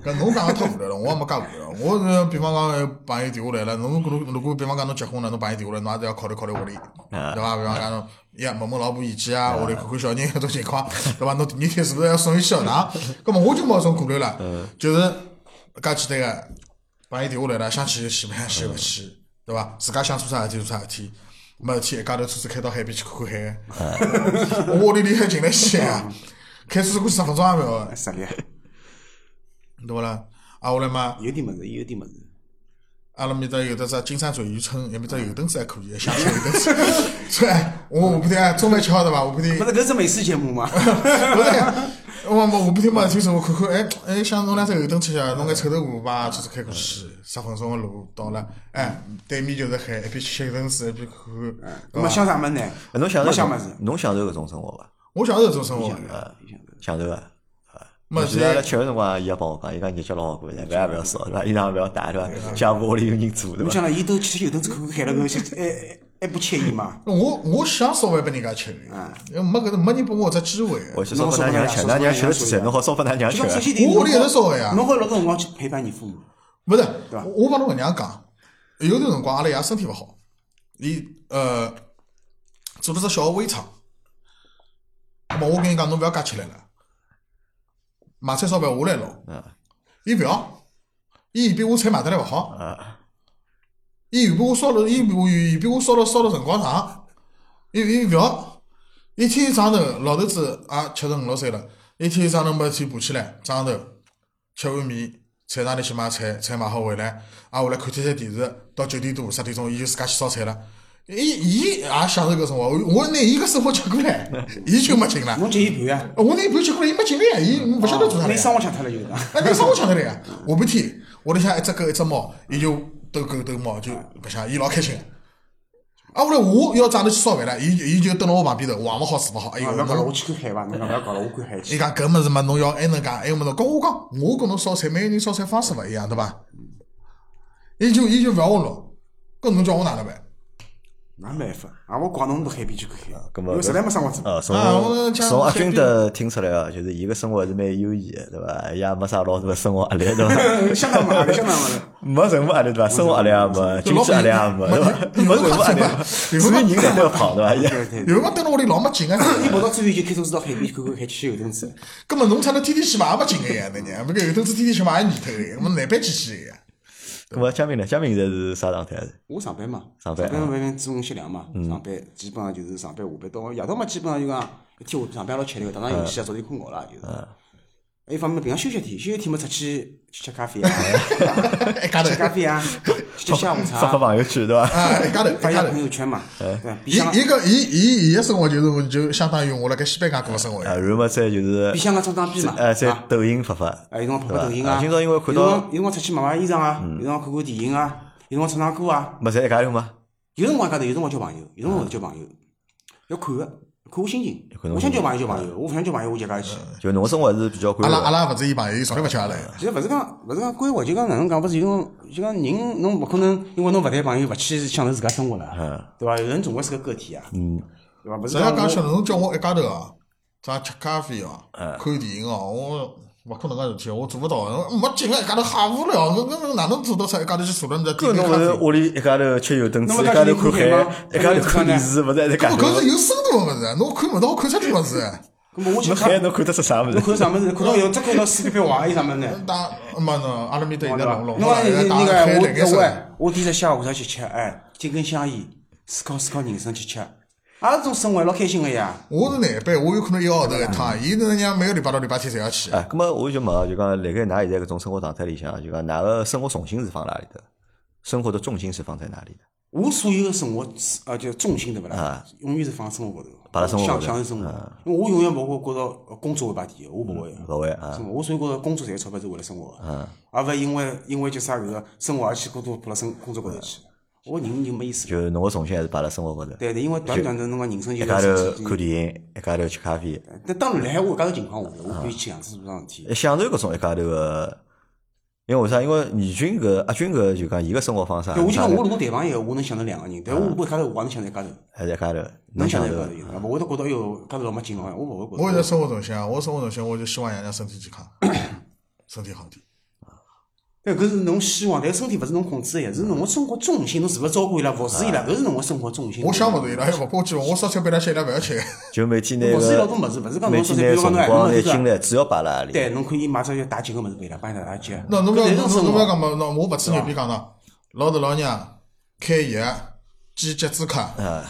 Speaker 2: 搿侬讲个太无聊了，我也没介无聊。我是比方讲，有朋友电话来了，侬如果如果比方讲侬结婚了，侬朋友电话来，侬也得要考虑考虑屋里，对伐？比方讲侬呀问问老婆意见啊，屋里看看小人搿种情况，对伐？侬第二天是勿是要送伊去学堂？搿么我就没有这种顾虑了，就是介简单个，朋友电话来了，想去就去，勿想去就勿去，对伐？自家想做啥事体做啥事体。没事体，一家头车子开到海边去看看海。我屋里离海近了些啊，开车子过去十分钟也勿要的。
Speaker 3: 实力
Speaker 2: 对勿啦？啊，后来嘛，
Speaker 3: 有点么子，有点么子。
Speaker 2: 阿拉面搭有的啥金山转运村，埃面搭油灯子还可以，想吃油灯子。 所以，我下半天啊中饭吃好对伐？下半天
Speaker 3: 不是搿是美食节目嘛？
Speaker 2: 不是， 我我下半天嘛，听说我看看，哎哎，想弄两只油灯吃下，弄眼臭豆腐吧，车子开过去，十分钟的路到了，哎，对面就是海，一边吃油灯子，一边看看。
Speaker 3: 那么想啥么子呢？
Speaker 1: 侬享
Speaker 3: 没
Speaker 1: 受
Speaker 3: 想
Speaker 1: 搿
Speaker 3: 么子，
Speaker 1: 侬享受搿种生活伐？
Speaker 2: 我享受这种生活，
Speaker 1: 享受啊！
Speaker 2: 没
Speaker 1: 现在阿拉
Speaker 2: 现在
Speaker 1: 吃个辰光，伊也帮我讲，伊讲日脚老好过，饭也勿要少，对伐？衣裳也勿要带，对伐？家务屋里有人做，对
Speaker 3: 侬
Speaker 1: 伐？
Speaker 3: 想了，伊都去油灯子看看海了，搿想哎哎哎不惬意嘛？
Speaker 2: 我我想烧饭拨人家吃的，因为没搿没人拨嗯我这机会。
Speaker 1: 我去烧拨㑚娘吃，㑚娘吃了几岁？侬好烧拨㑚娘
Speaker 3: 就
Speaker 1: 吃
Speaker 3: 讲。首先第一，
Speaker 2: 我屋里有的烧的呀
Speaker 3: 侬会落个辰光去陪伴你父母，
Speaker 2: 不是，
Speaker 3: 吧
Speaker 2: 我我帮侬搿能样讲，有段辰光阿拉爷身体勿好，伊呃做了只小个微创，那么我跟伊讲，侬勿要介吃力了，买菜钞票我来捞，
Speaker 1: 嗯
Speaker 2: 伊勿要，伊嫌比我菜买得来勿好，
Speaker 1: 啊，
Speaker 2: 伊嫌比我烧了，伊比嫌比我烧了烧了辰光长，伊伊勿要，一天上头老头子也七十五六岁了，一天上头没事体爬起来，上头吃碗面，菜场里去买菜，菜买好回来，啊，回来看天天电视，到九点多十点钟，伊就自家去烧菜了。伊伊也享受搿生活，我我拿伊个生活吃过来，伊就没劲了。
Speaker 3: 侬接一盘呀？
Speaker 2: 我拿伊盘吃过来，伊没劲了呀，伊勿晓得做啥了
Speaker 3: 你
Speaker 2: 呀。
Speaker 3: 啊生活吃脱了啊就是 吧。
Speaker 2: 哎，那生活抢得来呀！下半天，屋里向一只哎狗一只猫，伊就斗狗斗猫，就白相，伊老开心的。啊，后来我要早头去烧饭了，伊伊就蹲辣我旁边头，忘勿好住勿好。哎呦，
Speaker 3: 啊，勿要搞了，我
Speaker 2: 侬
Speaker 3: 去看海伐？侬讲勿要搞了，我看海
Speaker 2: 伊
Speaker 3: 去。
Speaker 2: 讲搿物事嘛，侬要哎还能讲，还有么子？跟我讲，我跟侬烧菜，每个人烧菜方式勿一样，对伐？伊就伊就勿要我弄，搿侬叫我哪能办？
Speaker 3: 哪办法？啊，我搞侬到海边去看海，啊
Speaker 1: 搿
Speaker 3: 因
Speaker 1: 么
Speaker 3: 为实在没生活做。
Speaker 1: 呃，从
Speaker 2: 啊我讲
Speaker 1: 从阿军的听出来啊，就是伊个生活还是蛮悠闲的，对伐？伊也没啥老大的生活压力，对伐？
Speaker 3: 呃相当嘛，相当嘛。
Speaker 1: 没任何压力对伐？生活压力也没，经济压力也没，对伐？没任何压力，只有人在那跑对伐？
Speaker 3: 对 对
Speaker 2: 有辰光蹲辣屋里老没劲个，啊
Speaker 3: 伊跑到最后就开车子到海边去看看海，去游泳池。
Speaker 2: 搿么侬出来天天去买也没劲个呀，那娘，勿搿有头子天天去买也腻脱个，我难办起去个呀。
Speaker 1: 咁么，嘉明呢？嘉明现在是啥状态？
Speaker 3: 我上班嘛，
Speaker 1: 上班嗯
Speaker 3: 上班中午歇凉嘛，上班基本上就是上班下班到夜到嘛，基本上就讲一天下上班老吃力个，打打游
Speaker 1: 嗯
Speaker 3: 戏啊，早点困觉啦，就是。还有一方面，平常休息天，休息天嘛出去去吃咖啡 啊，
Speaker 1: 嗯
Speaker 2: 一家头
Speaker 3: 吃咖啡 啊，去吃下午
Speaker 1: 发发
Speaker 3: 茶，
Speaker 1: 朋友圈对伐？
Speaker 2: 啊，一家头一
Speaker 3: 发一
Speaker 2: 家
Speaker 3: 下
Speaker 2: 头
Speaker 3: 朋。友圈嘛，
Speaker 1: 嗯
Speaker 3: 对吧？
Speaker 2: 伊
Speaker 3: 比香港，
Speaker 2: 伊个伊伊伊个生活就是就相当于我辣盖西班牙过个生活
Speaker 1: 啊，
Speaker 2: 呀。
Speaker 1: 然后嘛，再就是
Speaker 3: 比香港装装逼嘛，
Speaker 1: 呃，在
Speaker 3: 啊
Speaker 1: 抖音发发。
Speaker 3: 啊，有辰光拍拍抖音
Speaker 1: 啊
Speaker 3: 啊，
Speaker 1: 今朝因为看到嗯
Speaker 3: 有辰光有辰光出去买买衣裳啊，有辰光看看电影啊，有辰光唱唱歌啊，
Speaker 1: 没在一家头嘛，
Speaker 3: 有辰光一家头，有辰光交朋友，有辰光勿是交朋友，要看个，看我心情
Speaker 1: 看，侬
Speaker 3: 我想
Speaker 1: 心
Speaker 3: 交朋友就朋友，我勿想交朋友我就家一起。
Speaker 1: 就侬生活还是比较
Speaker 2: 阿
Speaker 1: 规
Speaker 2: 拉阿
Speaker 1: 划的，
Speaker 2: 拉勿是伊朋友，伊从来勿吃阿拉的。
Speaker 3: 其实勿是讲勿是讲规划，就讲哪能讲，勿是就讲就讲人侬勿可能因为侬勿谈朋友勿去享受自家生活了，对伐？人总归是个个体啊，对伐？勿是
Speaker 2: 实际上讲
Speaker 3: 讲
Speaker 2: 起来，
Speaker 3: 我
Speaker 2: 侬叫我一家头哦，啥吃咖啡哦，看电影哦，我勿可能个事体，我做勿到的。没劲个一家头瞎无聊，侬侬哪能做到啥一家头去坐了在
Speaker 1: 搿
Speaker 2: 点杯
Speaker 1: 侬
Speaker 2: 咖
Speaker 1: 勿是
Speaker 2: 啡？
Speaker 1: 屋里一家头吃油灯
Speaker 3: 侬
Speaker 1: 子，
Speaker 3: 勿
Speaker 1: 一
Speaker 3: 讲
Speaker 1: 家头
Speaker 3: 去
Speaker 1: 看
Speaker 3: 看吗
Speaker 1: 海，一家头看电视，勿是还在讲。
Speaker 2: 搿是有深度个物事，侬看勿到，看出去物事。
Speaker 3: 搿么我去
Speaker 1: 侬海
Speaker 3: 看，
Speaker 1: 侬看得出啥物
Speaker 3: 侬
Speaker 1: 事？
Speaker 3: 看啥物事？看到有只看到四片坏，还有啥物事呢？
Speaker 2: 打嘛喏，阿拉面搭现在弄弄，
Speaker 3: 侬
Speaker 2: 现在打
Speaker 3: 那
Speaker 2: 开来
Speaker 3: 个我
Speaker 2: 开
Speaker 3: 我
Speaker 2: 手。
Speaker 3: 哎我点只下午茶去吃，哎，点根香烟，思考思考人生去吃，阿拉种生活老开心个呀。
Speaker 2: 我是南北，我有可能一个号头一趟，伊能让每个礼拜到礼拜天侪要去。
Speaker 1: 哎，葛么我就问啊，就讲辣盖㑚现在搿种生活状态里向，就讲㑚个生活重心是放辣里头？生活的重心是放在哪里的？
Speaker 3: 我所有的生活，呃，就重心对不啦
Speaker 1: 啊？
Speaker 3: 永远是放生活高头，
Speaker 1: 摆辣生活高头
Speaker 3: 享享受生活。因为我永远勿会觉着工作会排第一，我勿嗯会。啊
Speaker 1: 勿会啊
Speaker 3: 是，我所以觉着工作赚钞票是为了生活的，而勿因为因为就啥搿个生活而去过度扑辣生工作高头去。我人啊就没意思了。
Speaker 1: 就侬个重心还是摆辣生活高头。
Speaker 3: 对对，因为短短的侬讲人生就
Speaker 1: 一家头
Speaker 3: 是
Speaker 1: 看电影，一家头吃咖啡，哎
Speaker 3: 但当然辣海我搿个情况下头，我可以去尝试做桩事体。
Speaker 1: 享受搿种一家头个。因为为啥？因为倪军搿阿军搿就讲伊个生活方式啊，
Speaker 3: 对，我就讲
Speaker 1: 啥呢
Speaker 3: 我如果谈朋友，我能想到两个人，但我我一家头我也能想到一家头，
Speaker 1: 还是一家头，
Speaker 3: 啊能
Speaker 1: 侬
Speaker 3: 想
Speaker 1: 享
Speaker 3: 到
Speaker 1: 受
Speaker 3: 一家头，有的勿会得觉得哎哟，一家头老没劲哦，我勿会觉得。
Speaker 2: 我现在生活重心啊，我生活重心，我就希望爷娘身体健康， 身体好点。
Speaker 3: 对，哎搿是侬希望，但身体勿是侬控制的呀，是侬个生活重心，侬是勿是照顾伊拉、服侍伊拉，搿是侬个生活重心。
Speaker 2: 啊我想勿到伊拉，还勿包括我，我烧菜拨伊拉吃，伊拉勿要 吃。
Speaker 1: 就每天拿
Speaker 3: 服侍伊拉老
Speaker 1: 个
Speaker 3: 多物事，勿是讲
Speaker 1: 每
Speaker 3: 侬说
Speaker 1: 天
Speaker 3: 是
Speaker 1: 拿
Speaker 3: 比如讲
Speaker 1: 辰
Speaker 3: 侬哎
Speaker 1: 光
Speaker 3: 侬
Speaker 1: 拿
Speaker 3: 是
Speaker 1: 精
Speaker 3: 吧
Speaker 1: 力，主要摆辣阿
Speaker 3: 对，
Speaker 1: 里。
Speaker 3: 侬可以买只要打结个物事拨伊拉，帮伊拉打结。
Speaker 2: 那侬
Speaker 3: 搿
Speaker 2: 不要
Speaker 3: 是
Speaker 2: 侬
Speaker 3: 种生
Speaker 2: 侬不要
Speaker 3: 活。
Speaker 2: 讲嘛，那我勿吹牛逼讲喏，老头老娘开药、剪脚趾甲，
Speaker 1: 啊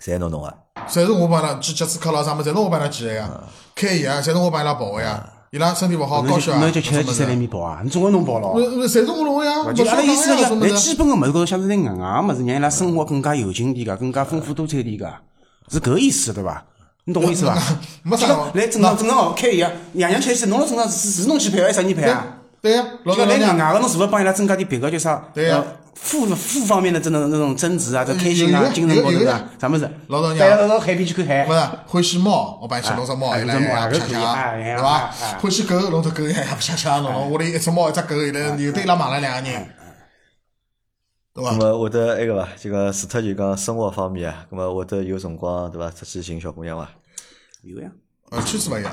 Speaker 1: 侪侬弄啊，
Speaker 2: 侪是我帮伊拉剪脚趾甲咯，啥物事，侪是我帮伊拉剪个
Speaker 3: 嗯
Speaker 2: 呀。开药，侪是我帮伊拉跑个呀。伊拉身体勿好，高
Speaker 3: 侬
Speaker 2: 血
Speaker 3: 嗯就
Speaker 2: 压，
Speaker 3: 侬就吃了
Speaker 2: 什
Speaker 3: 几
Speaker 2: 么
Speaker 3: 三两
Speaker 2: 事。
Speaker 3: 米饱啊？侬总归弄饱了
Speaker 2: 我
Speaker 3: 哦。
Speaker 2: 我侪是我弄呀，
Speaker 3: 就阿拉
Speaker 2: 不
Speaker 3: 意
Speaker 2: 是
Speaker 3: 思
Speaker 2: 我
Speaker 3: 讲，
Speaker 2: 弄
Speaker 3: 在
Speaker 2: 呀什
Speaker 3: 基
Speaker 2: 么
Speaker 3: 本个物事高头想着点硬硬物事，让伊拉生活更加有劲点个，更加丰富多彩点个，是搿意思对伐？你懂我意思伐？
Speaker 2: 没啥
Speaker 3: 就讲来正常正常哦，开药，爷娘吃是侬正常是是侬去陪还是啥人陪啊？
Speaker 2: 的。对呀，老头
Speaker 3: 就
Speaker 2: 老
Speaker 3: 来
Speaker 2: 娘
Speaker 3: 外个侬是勿是帮伊拉增加点别个就啥？
Speaker 2: 对呀
Speaker 3: 呃负负方面的这种那种增值啊，这开心
Speaker 2: 有
Speaker 3: 啊
Speaker 2: 有，
Speaker 3: 精神高
Speaker 2: 有
Speaker 3: 头
Speaker 2: 有
Speaker 3: 啊，啥么子？
Speaker 2: 老早
Speaker 3: 带
Speaker 2: 娘
Speaker 3: 到海边去看
Speaker 2: 勿
Speaker 3: 海，
Speaker 2: 是欢喜猫，我帮伊去弄只猫，
Speaker 3: 哎
Speaker 2: 伊拉
Speaker 3: 弄只猫
Speaker 2: 也
Speaker 3: 哎
Speaker 2: 不
Speaker 3: 搿
Speaker 2: 想
Speaker 3: 可以
Speaker 2: 想，
Speaker 3: 哎哎
Speaker 2: 对伐
Speaker 3: 哎哎？
Speaker 2: 欢喜狗，弄只狗也不想想，侬屋里一只猫一只狗，伊拉有的伊拉买了两个
Speaker 3: 哎
Speaker 2: 人，对伐
Speaker 3: 嗯
Speaker 1: 那？么会得埃个伐？就讲除脱就讲生活方面啊，那么会得有辰光对伐？出去寻小姑娘伐？
Speaker 3: 有呀
Speaker 2: 呃，圈子勿一样，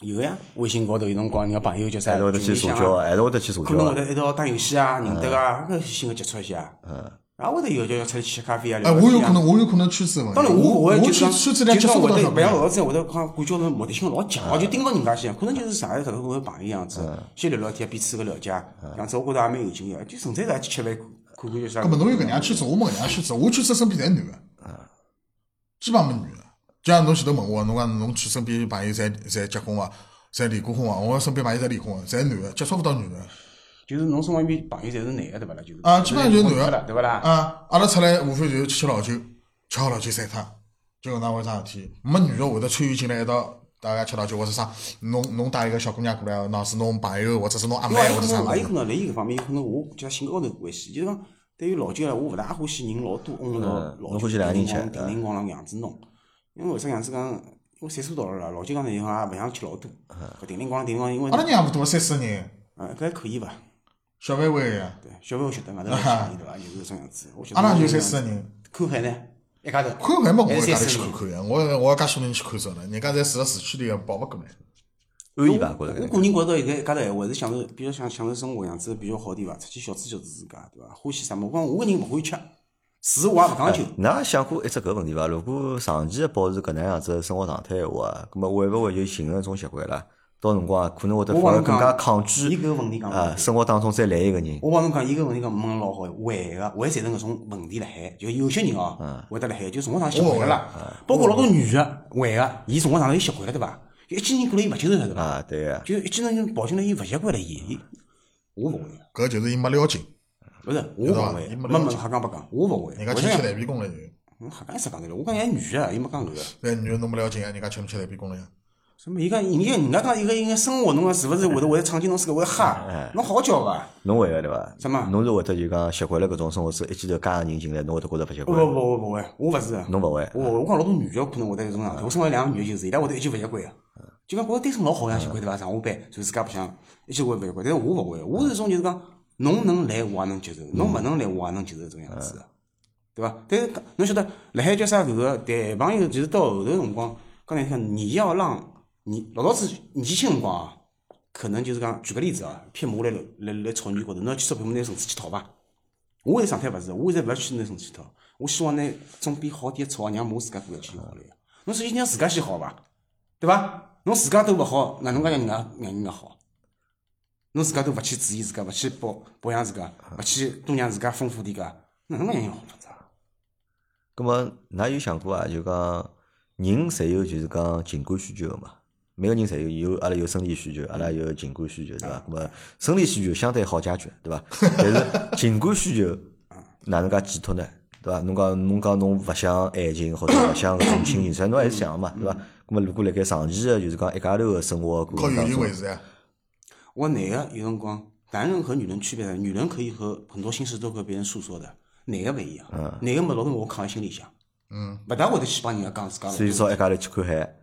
Speaker 3: 有呀，微信高头有辰光人家朋友叫啥
Speaker 1: 还是会得去
Speaker 3: 群里
Speaker 1: 社
Speaker 3: 向
Speaker 1: 交，
Speaker 3: 啊，
Speaker 1: 还是会得去社交
Speaker 3: 可能会
Speaker 1: 啊。
Speaker 3: 得一道打游戏啊，认得啊，搿新的接触一下。嗯，然后会得有就要出去吃咖啡啊。
Speaker 2: 哎，
Speaker 3: 聊
Speaker 2: 我
Speaker 3: 天
Speaker 2: 有
Speaker 3: 啊
Speaker 2: 可能，我有可能圈子问题。
Speaker 3: 当然，我勿
Speaker 2: 我
Speaker 3: 会就
Speaker 2: 圈
Speaker 3: 讲，
Speaker 2: 圈
Speaker 3: 就
Speaker 2: 子里接
Speaker 3: 讲
Speaker 2: 触
Speaker 3: 我
Speaker 2: 不到
Speaker 3: 对
Speaker 2: 小
Speaker 3: 不
Speaker 2: 朋
Speaker 3: 像
Speaker 2: 友。
Speaker 3: 老子，我对讲感觉成目的性老强，我就盯牢人家去，可能就是啥也特别朋友样子，先聊聊天，彼此个了解，样子我觉着也蛮有劲个，就纯粹是也去吃饭，看看有啥。
Speaker 2: 那么侬有搿能样圈子，我没搿能样圈子，我圈子身边侪男个，基本上没女个。就像侬前头问我，侬讲侬去身边朋友侪侪结婚伐？侪离过婚伐？我身边朋友侪离婚个，啊侪男个，接触勿到女个。
Speaker 3: 就是侬身边朋友侪是男个对勿啦？就是
Speaker 2: 啊基本上就是男的
Speaker 3: 的对勿啦？
Speaker 2: 啊，阿拉出来无非就是吃吃老酒，吃好老酒散脱，就搿能回事体。没女个会得参与进来一道，大家吃老酒或者啥，侬侬带一个小姑娘过来，那是侬朋友或者是侬阿
Speaker 3: 因
Speaker 2: 妹
Speaker 3: 为
Speaker 2: 或者啥
Speaker 3: 也有
Speaker 2: 物
Speaker 3: 可能，辣伊搿方面有可能我就性格高头有关系，就是讲对于老酒啊，我勿大欢喜人老多，嗡了
Speaker 1: 嗯
Speaker 3: 老
Speaker 1: 侬
Speaker 3: 酒
Speaker 1: 欢喜两个人吃
Speaker 3: 叮
Speaker 1: 嗯
Speaker 3: 叮叮咣啷搿样子弄。因为为啥样子讲？因为岁数大了啦，老酒讲呢，也勿想吃老多，搿叮叮咣啷叮叮咣啷，因为
Speaker 2: 阿拉娘也多三四个人，
Speaker 3: 啊搿还可以伐？
Speaker 2: 小范围个，
Speaker 3: 对，小朋友晓 得嘛，对伐？对伐？就是搿种样子。我晓得
Speaker 2: 阿拉就三四个人。
Speaker 3: 看海呢，一家头。
Speaker 2: 看还没我
Speaker 3: 还
Speaker 2: 一
Speaker 3: 是
Speaker 2: 家头
Speaker 3: 三
Speaker 2: 去
Speaker 3: 四个
Speaker 2: 看
Speaker 3: 人
Speaker 2: 看呀，我我介许多人去看着了，人家侪住辣市区里个，跑勿过来。
Speaker 1: 啊安逸
Speaker 3: 我
Speaker 1: 伐？觉着搿
Speaker 3: 我
Speaker 1: 能
Speaker 3: 个
Speaker 1: 介
Speaker 3: 人觉着现在一家头闲话还是享受，比较享享受生活样子比较好点伐？出去小吃小吃自家，对伐？欢喜啥么？我讲我个人勿欢喜吃，食我
Speaker 1: 啊
Speaker 3: 也勿
Speaker 1: 呃
Speaker 3: 讲究。
Speaker 1: 㑚想过一只哎搿问题伐？如果长期地保持搿能样子的生活状态闲话，葛末会勿会就形成一种习惯啦？到辰光啊可能会得
Speaker 3: 我
Speaker 1: 反而
Speaker 3: 帮侬
Speaker 1: 更
Speaker 3: 讲
Speaker 1: 加抗
Speaker 3: 伊
Speaker 1: 拒
Speaker 3: 搿个问题讲
Speaker 1: 啊，生活当中再来一个人，
Speaker 3: 我帮侬讲，伊搿问题讲问得老好，坏个会产生搿种问题辣海，就有些人
Speaker 1: 嗯
Speaker 3: 哦，会得辣海，就辰光长习
Speaker 1: 哦
Speaker 3: 惯了啦，包括老多女个坏个，伊辰光长了伊习惯了对伐？一记人过来伊勿接受了对伐？
Speaker 1: 啊，对个，
Speaker 3: 就一记人跑进来伊勿习惯了伊，伊我勿会，
Speaker 2: 搿就是伊没撩紧，
Speaker 3: 勿是我勿会，没没瞎讲白讲，我勿会。
Speaker 2: 人家
Speaker 3: 为
Speaker 2: 请
Speaker 3: 啥
Speaker 2: 吃
Speaker 3: 讲？
Speaker 2: 蛋皮工了就。哎
Speaker 3: 嗯瞎讲啥讲对了？我讲人女个，伊没讲搿个。
Speaker 2: 对，女个侬没撩紧，人家请侬吃蛋皮工了呀。
Speaker 3: 什么？伊讲人家人家讲一个人个生活，侬讲是勿是会得会得闯进侬自个会吓？侬好叫伐？
Speaker 1: 侬会个对伐？
Speaker 3: 什么
Speaker 1: 侬是会得就讲习惯了搿种生活之后，一记头加个人进来，侬会得觉着勿习
Speaker 3: 不
Speaker 1: 惯。
Speaker 3: 不不不会，我勿是啊。
Speaker 1: 侬勿会
Speaker 3: 我我讲老多女的可能会得有种状态，我身为两个女的就是，伊拉会得一句勿习惯个，啊就讲觉着单身老好像习惯对伐？上下班就自家白相，一句会勿习惯，但是我勿会，我是种就是讲，侬能来我也能接受，侬勿能来我也能接受种样子个，对伐？但是讲侬晓得，辣海叫啥搿个谈朋友，就是到后头辰光，刚才讲你要让你老早子年轻辰光啊，可能就是讲举个例子啊，骗马来来来草原高头，侬要去钞票，侬拿绳子去讨伐？我现在状态勿是，我现在勿要去拿绳子去讨，我希望拿种边好点草，让我自家过得去好了呀。侬首先让自家先好伐，对伐？侬自家都勿好，哪能介让人家让人家好？侬自家都勿去注意自家，勿去保保养自家，勿去多让自家丰富点个，哪能介让人家好法子啊？
Speaker 1: 咁么，㑚有想过啊？就讲人侪有就是讲情感需求个嘛，每个人侪有有阿拉有生理需求，阿拉有情感需求，对
Speaker 3: 哎
Speaker 1: 伐？咁么生理需求相对好解决，对伐？但是情感需 求哪能介寄托呢？对伐？侬讲侬讲侬勿想爱情或者勿想搿种亲情， 虽然侬还是想个嘛，
Speaker 3: 嗯
Speaker 1: 对伐？咁么如果辣盖长期个就是讲一家头个生活过
Speaker 2: 靠
Speaker 1: 程
Speaker 2: 友
Speaker 1: 当
Speaker 2: 情
Speaker 1: 中
Speaker 2: 为，主呀。
Speaker 3: 我男个有辰光，男人和女人区别在，女人可以和很多心事都和别人诉说的，男个勿一样，男个么老跟我扛在心里向，嗯，勿大会得去帮人家讲自家老
Speaker 1: 所以
Speaker 3: 多。
Speaker 1: 说一家头去看海，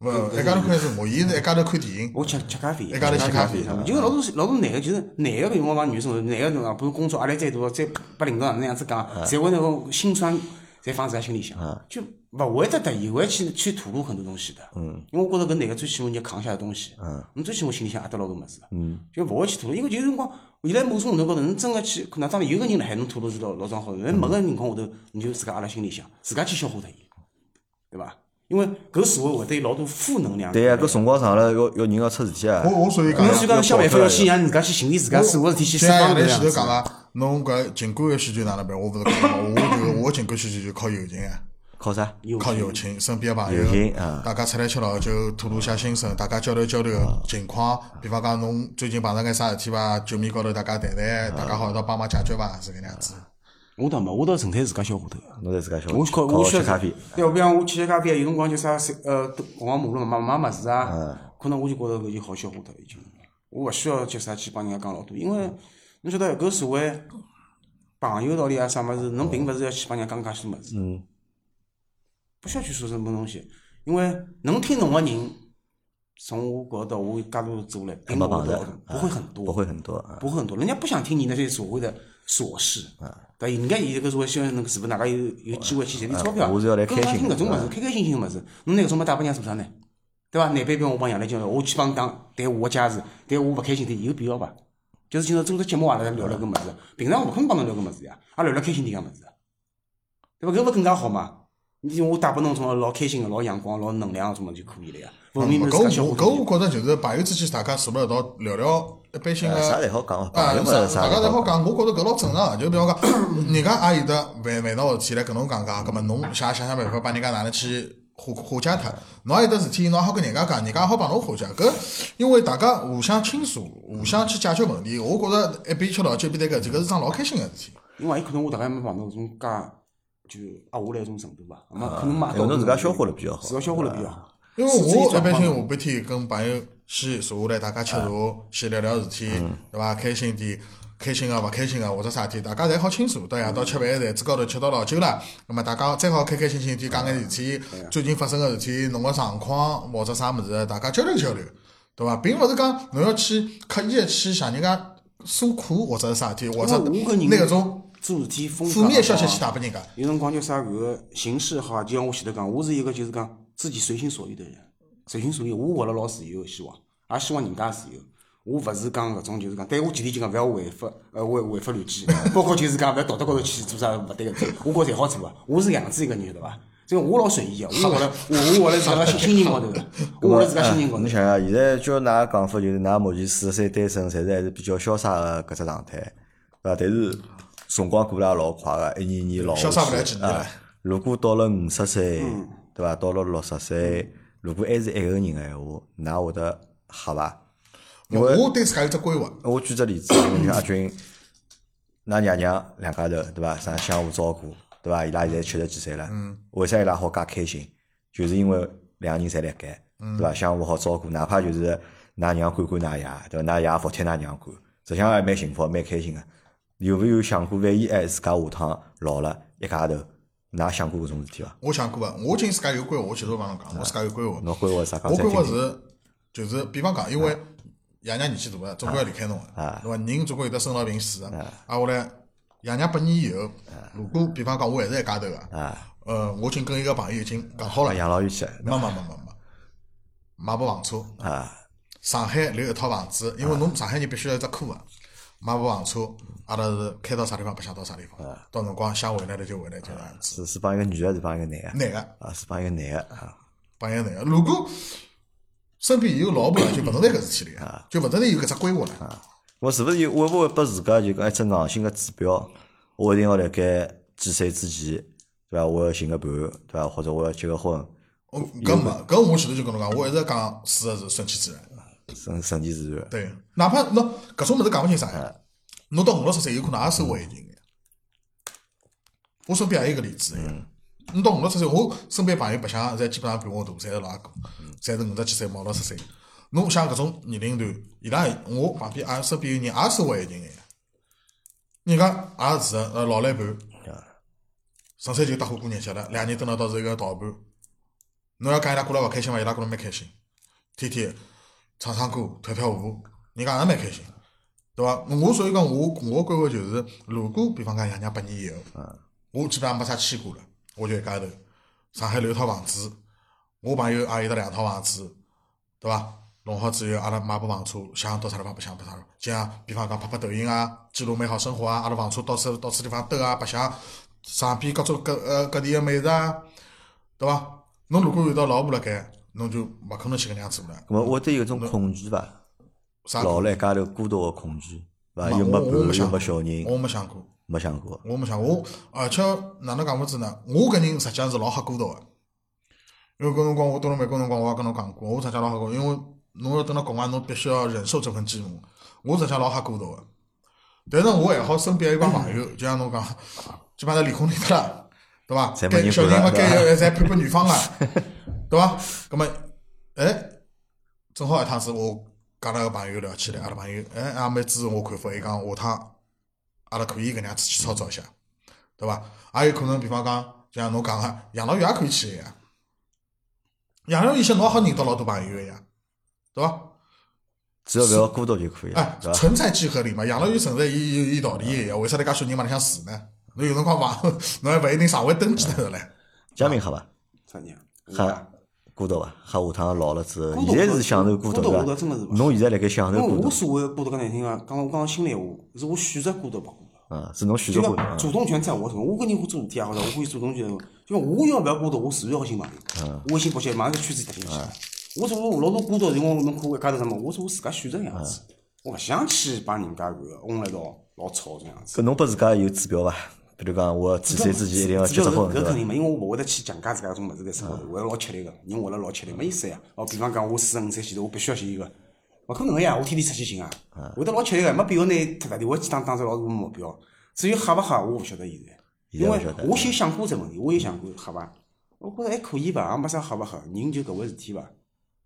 Speaker 2: 勿，一家头看什么？伊是一家头看电影，
Speaker 3: 我吃吃咖啡，
Speaker 2: 一家头吃咖啡
Speaker 3: 啥么就是老多老多男个，就是男个搿辰光帮女生，男个侬讲，比如工作压力再大，再拨领导哪能样子讲，侪会那种心酸，侪放自家心里向，就勿会得得意会去去吐露很多东西的。嗯，因为我觉着搿男个最喜欢人家扛下的东西。嗯，侬最喜欢心里向压得牢搿物事。嗯，就勿会去吐露，因为就是辰光，现在某种程度高头，侬真个去，可能当然有个人辣海，侬吐露是老老桩好，但没个情况下头，你就自家压辣心里向，自家去消化脱伊，对伐？因为搿社会会对老多负能量。
Speaker 1: 对啊，搿辰光长了要要人要出事体啊
Speaker 3: 哦
Speaker 2: 我，我所以讲
Speaker 3: 侬，是讲想办法要先让人家去寻理自家
Speaker 2: 我
Speaker 3: 自我事体去释
Speaker 2: 像
Speaker 3: 放
Speaker 2: 杨澜
Speaker 3: 搿样
Speaker 2: 前头
Speaker 3: 子。
Speaker 2: 讲个，侬搿情感个需求哪能办？我勿是讲了嘛，我就我情感需求就靠友情呀。
Speaker 1: 靠啥？
Speaker 3: 有
Speaker 2: 靠
Speaker 3: 钱
Speaker 2: 友情，身边个朋
Speaker 1: 友情
Speaker 2: 友
Speaker 1: 啊，
Speaker 2: 大家出来吃老酒，吐露下心声，大家交流交流情况。比方讲，侬最近碰着眼啥事体伐？酒面高头大家谈谈，大家好一道帮忙解决伐？是搿能样子。
Speaker 3: 我倒没，我倒纯粹自家消化头。
Speaker 1: 侬在自家消
Speaker 3: 我靠，
Speaker 1: 靠
Speaker 3: 我需要
Speaker 1: 吃咖啡。
Speaker 3: 对，我比方我去吃咖啡，有辰光就啥，呃，逛逛马路嘛，买买物事啊，可能我就觉着搿就好消化脱已经。我勿需要叫啥去帮人家讲老多，因为侬晓得搿所谓朋友道理啊啥物事，侬并勿是要去帮人家讲介许多物事。
Speaker 1: 嗯。
Speaker 3: 不需要去说什么东西，因为能听侬个人，从我觉着到我加入之后来，并
Speaker 1: 没
Speaker 3: 不
Speaker 1: 碰
Speaker 3: 会
Speaker 1: 着
Speaker 3: 到不会很多，
Speaker 1: 不会很多啊。
Speaker 3: 不会很多，人家不想听你那些所谓的琐事，
Speaker 1: 啊
Speaker 3: 对，人家现在搿所谓希望能是不是大家有有机会去赚点钞票，
Speaker 1: 我是要来
Speaker 3: 搿
Speaker 1: 开心
Speaker 3: 想听搿种物
Speaker 1: 的啊
Speaker 3: 事，开开心心个物事，侬拿搿种物事带拨人家做啥呢？对伐？难办办我帮杨澜讲，我去帮讲谈我个家事，谈我勿开心点，有必要伐？就是今朝做只节目阿拉聊聊搿物事，平常我勿可能帮侬聊搿物事呀，阿拉聊聊开心点个物事，对伐？搿勿更加好嘛？你我带拨侬种老开心个、老阳光、老能量个种物事就可以了
Speaker 1: 啊
Speaker 3: 呀。勿明明自
Speaker 2: 搿
Speaker 3: 家消
Speaker 2: 我
Speaker 3: 化
Speaker 2: 搿我
Speaker 3: 掉
Speaker 2: 觉着就是朋友之间大家坐辣一道聊聊一般性
Speaker 1: 啊啥
Speaker 2: 个。
Speaker 1: 侪好讲，
Speaker 2: 啊
Speaker 1: 朋友，
Speaker 2: 啥
Speaker 1: 们
Speaker 2: 大
Speaker 1: 啥
Speaker 2: 家侪好
Speaker 1: 讲。
Speaker 2: 讲，我觉着搿老正常。 就比方讲，人家也有得烦烦恼事体来跟侬讲讲，葛末侬想想想办法帮人家哪能去化化解脱。侬也有得事体，侬也好跟人家讲，人家也好帮侬化解。搿因为大家互相倾诉，互相去解决问题，我觉着一边吃老酒一边谈搿，这个是桩老开心个事体。
Speaker 3: 因为也可能我大概没碰到搿种介就压下来搿种程度吧，没可能嘛。
Speaker 1: 啊有侬自家消化了比较好
Speaker 3: 自家消化了比较好。
Speaker 2: 因为我一般性
Speaker 3: 性
Speaker 2: 下半天跟朋友先坐下来，大家吃茶，先聊聊事体，对伐？开心点，开心个、勿开心个，或者啥事体，大家侪好清楚。到夜到吃饭，台子高头吃到老酒了，那么大家再好开开心心点讲眼事体，最近发生个事体，侬个状况或者啥物事，大家交流交流，对伐？并勿是讲侬要去刻意地去向人家诉苦或者是啥事体，或者
Speaker 3: 我个人
Speaker 2: 拿搿种
Speaker 3: 做事体风格
Speaker 2: 负面消息
Speaker 3: 好啊
Speaker 2: 去带拨人家。
Speaker 3: 有辰光叫啥搿个形式好啊，就像我前头讲，我是一个就是讲自己随心所欲的人，随心所欲，我活了老自由，希望也希望人家自由。我勿是讲搿种，就是讲，但我前提就讲勿要违法，呃，违违法乱纪， 包括就是讲勿要道德高头去做啥勿对个事体，我觉着侪好做啊。我是搿样子一个人，晓得伐？所以我老随意个，啊我活了，我我活了自家心心情高头的，我活了自家心情高头
Speaker 1: 侬。想想，现在叫㑚讲法，就是㑚目前四十三单身，侪是还是比较潇洒个搿只状态，对伐？但是辰光过得也老快啊个，一年年老下
Speaker 2: 潇洒不了
Speaker 1: 去
Speaker 2: 几年了嗯
Speaker 1: 啊。如果到了五十岁，对伐？到了六十岁，如果还是一个人个闲话，㑚会得吓伐？因为
Speaker 2: 我对自家有只规划。
Speaker 1: 我举只例子，你像阿军，㑚爷娘两家头对伐？啥相互照顾对伐？伊拉现在七十几岁了，为啥伊拉好介开心？就是因为两个人侪辣盖，对伐？相互好照顾，哪怕就是㑚娘管管㑚爷，对伐？㑚爷服帖㑚娘管，实际上也蛮幸福，蛮开心个。有没有想过，万一哎自家下趟老了一家头，㑚想过搿种事体伐？
Speaker 2: 我想过啊，我今自家有规划，我前头帮侬讲，我自家有规划。
Speaker 1: 侬规划啥讲？
Speaker 2: 我
Speaker 1: 再
Speaker 2: 规划
Speaker 1: 听啊听
Speaker 2: 是，就是比方讲，因为爷娘年纪大了，总归要离开侬
Speaker 1: 啊
Speaker 2: 个，对伐？人总归有得生老病死个。啊，我来爷娘拨你以后，如果比方讲我还是一家头个，
Speaker 1: 啊，
Speaker 2: 呃，我已经跟一个朋友已经讲好了，
Speaker 1: 养老院去
Speaker 2: 没没没没没，买部房车，
Speaker 1: 啊，
Speaker 2: 上海留一套房子，因为侬上海人必须要一只科个，买部房车，阿拉是开到啥地方白相到啥地方，
Speaker 1: 啊
Speaker 2: 到辰光想回来了就回来，就这样子。
Speaker 1: 是是帮一个女个，是帮一个男个？
Speaker 2: 男个
Speaker 1: 啊，是帮一个男个啊，
Speaker 2: 帮一个男个，如果身边有老婆了，就勿存在搿事体了，就勿存在有搿只规划了。
Speaker 1: 我是勿是有会勿会拨自家就讲一只硬性个指标？我一定要辣盖几岁之前，对伐？我要寻个伴，对伐？或者我要结个婚，
Speaker 2: 哦，搿没，搿我前头就跟侬讲，我一直讲事实是顺其自然。
Speaker 1: 顺顺其自然。
Speaker 2: 对，哪怕侬搿种物事讲勿清爽呀，侬到五六十岁有可能也收回一定的。我身边也有搿例子的呀。侬到五六十岁，我身边朋友白相，侪基本上比我大，侪是老阿哥，侪是五十几岁、五六十岁。侬像搿种年龄段，伊拉我旁边也身边有人也收回一定的呀。人家也是呃老来伴，上山就搭伙过日节了，两人蹲辣到是一个逃盘。侬要讲伊拉过来勿开心伐？伊拉过来蛮开心，天天唱唱歌、跳跳舞，人家也蛮开心，对伐？我所以讲，我我规划就是，如果比方讲爷娘八年以后，我基本上没啥牵挂了，我就一家头，上海留一套房子，我朋友也有得两套房子，对伐？弄好之后，阿拉买部房车，想到啥地方白相白相，就像比方讲拍拍抖音啊，记录美好生活啊，阿拉房车到处到处地方兜啊白相，尝遍各种各呃各地的美食啊，对伐？侬如果有到老婆辣盖，侬就勿可能去搿能样做了。
Speaker 1: 咁么，会得有种恐惧伐？
Speaker 2: 啥
Speaker 1: 老了一家头孤独个恐惧，对伐？
Speaker 2: 没
Speaker 1: 又没
Speaker 2: 我我
Speaker 1: 伴，
Speaker 2: 没
Speaker 1: 又
Speaker 2: 想
Speaker 1: 没
Speaker 2: 过
Speaker 1: 小人，
Speaker 2: 我没想过，
Speaker 1: 没想过。
Speaker 2: 我没想过。我而且哪能讲法子呢？我搿人实际上是老吓孤独个。因为搿辰光我到了美国辰光，我也跟侬讲过，我实际上老吓孤独，因为侬要蹲辣国外，侬必须要忍受这份寂寞。我实际上老吓孤独个，但是我还好，身边有一帮朋友，就像侬讲，基本上侪离婚离脱了，对伐？
Speaker 1: 侪没
Speaker 2: 该
Speaker 1: 人
Speaker 2: 小
Speaker 1: 管
Speaker 2: 人
Speaker 1: 了
Speaker 2: 嘛，
Speaker 1: 对
Speaker 2: 该
Speaker 1: 吧
Speaker 2: 要侪判判 女方了，啊对伐？葛末，哎，正好一趟子我跟阿拉个朋友聊起来，阿拉朋友哎也蛮支持我看法，伊讲下趟阿拉可以搿能样子去操作一下，对伐？也有可能，比方讲，就像侬讲个养老院也可以去个呀，养老院现在侬也好认得老多朋友个呀，对伐？
Speaker 1: 只要勿要孤独就可以了
Speaker 2: 哎，，
Speaker 1: 对伐？
Speaker 2: 存在即合理嘛，养老院存在伊有伊道
Speaker 1: 嗯
Speaker 2: 理个呀，为啥人家说人往里向住呢？侬有辰光房， 侬还勿一定社会登记得着唻。
Speaker 1: 家明吓伐？
Speaker 3: 啥人啊？
Speaker 1: 吓孤独伐？吓下趟老了之后，
Speaker 3: 孤独
Speaker 1: 现在是享受孤
Speaker 3: 孤独
Speaker 1: 对
Speaker 3: 孤独真的是
Speaker 1: 伐？
Speaker 3: 勿
Speaker 1: 侬现在辣盖享
Speaker 3: 因
Speaker 1: 受
Speaker 3: 为
Speaker 1: 孤
Speaker 3: 我
Speaker 1: 独，
Speaker 3: 所谓的孤独，讲难听啊，讲我讲心里闲话，是我选择孤独不孤独。
Speaker 1: 嗯，是侬选择
Speaker 3: 就
Speaker 1: 过
Speaker 3: 讲
Speaker 1: 的。
Speaker 3: 主动权在我手上，我个人会做事体也好，我可以主动权。就讲我要勿要孤独，我自然要寻朋友。我一心不起来，马上就圈子搭进去。我说我老多孤独，是因为侬看我一家头什么，我说我自家选择搿样子，我勿想去帮人家搿个嗡了一道老吵这样子。
Speaker 1: 搿侬拨自家有指标伐？比如讲，我几岁之前一定要结
Speaker 3: 这
Speaker 1: 只
Speaker 3: 个
Speaker 1: 婚，对
Speaker 3: 搿肯
Speaker 1: 伐？
Speaker 3: 定嘛，因为我勿会得去强加自家搿种物事在生活头，我要老
Speaker 1: 嗯
Speaker 3: 吃力个，人活了老吃力，没意思呀。哦，比方讲我四十五岁前头，我必须要寻一个，勿可能个呀，我天天出去寻啊，
Speaker 1: 嗯
Speaker 3: 会得老吃力个，没必要拿特大点，我去当当成老大个目标。至于吓勿吓，我勿晓得现在，因为
Speaker 1: 现在勿晓得
Speaker 3: 我先想过这问题，我也想过吓伐，我觉着还可以吧，也没啥吓勿吓，人就搿回事体伐。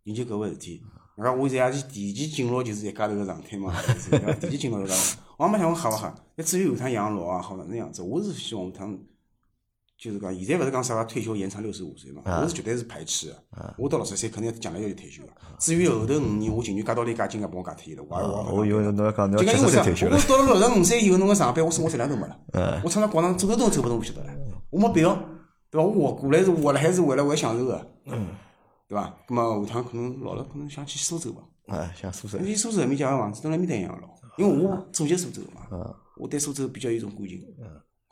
Speaker 3: 研究搿回事体。我讲我现在也是提前进入就是一家头个状态嘛，是吧提前进入搿个，我也没想过吓勿吓。那至于下趟养老啊，好哪能样子，我是希望下趟就是讲，现在勿是讲啥退休延长六十五岁嘛，我是绝对是排斥个。我到六十岁肯定将来要就退休了。至于后头五年，我情愿加到里加金个帮我加退休了，我也
Speaker 1: 啊
Speaker 3: 我
Speaker 1: 我以为侬要讲侬
Speaker 3: 就
Speaker 1: 要七
Speaker 3: 讲因
Speaker 1: 十
Speaker 3: 为
Speaker 1: 岁
Speaker 3: 啥？
Speaker 1: 退休
Speaker 3: 我
Speaker 1: 了，
Speaker 3: 到了六十五岁以后，侬讲上班，我生活质量都没了。我常常广场走走都走不动，勿晓得了。我没必要，对伐？我活过来是活了，还是为了为享受个，对伐？那么下趟可能老了，可能想去苏州伐？
Speaker 1: 啊，像苏轼
Speaker 3: 因，为苏州埃面家个房子蹲辣埃面搭养老，因为我祖籍苏州个
Speaker 1: 嗯
Speaker 3: 嘛，我对苏州比较有种感情，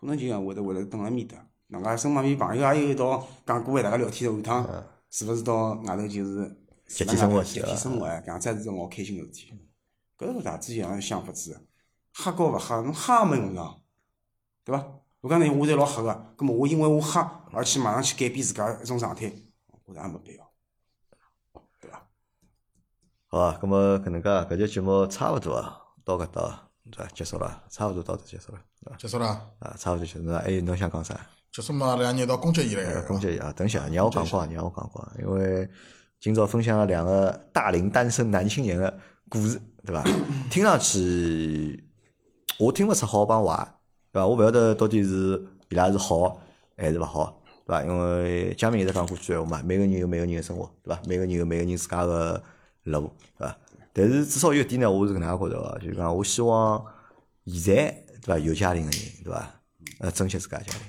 Speaker 3: 可能就讲会得会得蹲辣埃面搭。人家身旁边朋友也有一道讲过，大家聊天下趟是勿是到外头就是
Speaker 1: 集嗯体生活去
Speaker 3: 集
Speaker 1: 了嗯
Speaker 3: 体生活哎，搿样子也是老开心个事体。搿是大致像想法子，吓高勿吓，侬吓也没用场，对伐？我讲呢，我侪老吓个，葛末我因为我吓而去马上去改变自家一种状态，我觉着也没必要，对伐？
Speaker 1: 好啊，咁么搿能介，搿节节目差勿多啊，到搿搭啊对伐？结束了，差勿多到这结束了，对伐？
Speaker 2: 结束了，
Speaker 1: 啊，差勿多结束了。还有侬想讲啥？呃
Speaker 2: 结束嘛，两人到公节伊来
Speaker 1: 呃，。公节啊，等一下，让我讲光，让我讲光，因为今朝分享了两个大龄单身男青年的故事，对伐？ 听上去我听勿出好帮坏，对伐？我勿晓得到底是伊拉是好还是勿好，对伐？因为江明一直讲过句闲话嘛，每个人有每个人的生活，对伐？每个人有每个人自家的路，对伐？但是至少有一点呢，我是搿能介觉着个，就是讲我希望现在对伐有家庭个人，对伐？呃，珍惜自家家庭，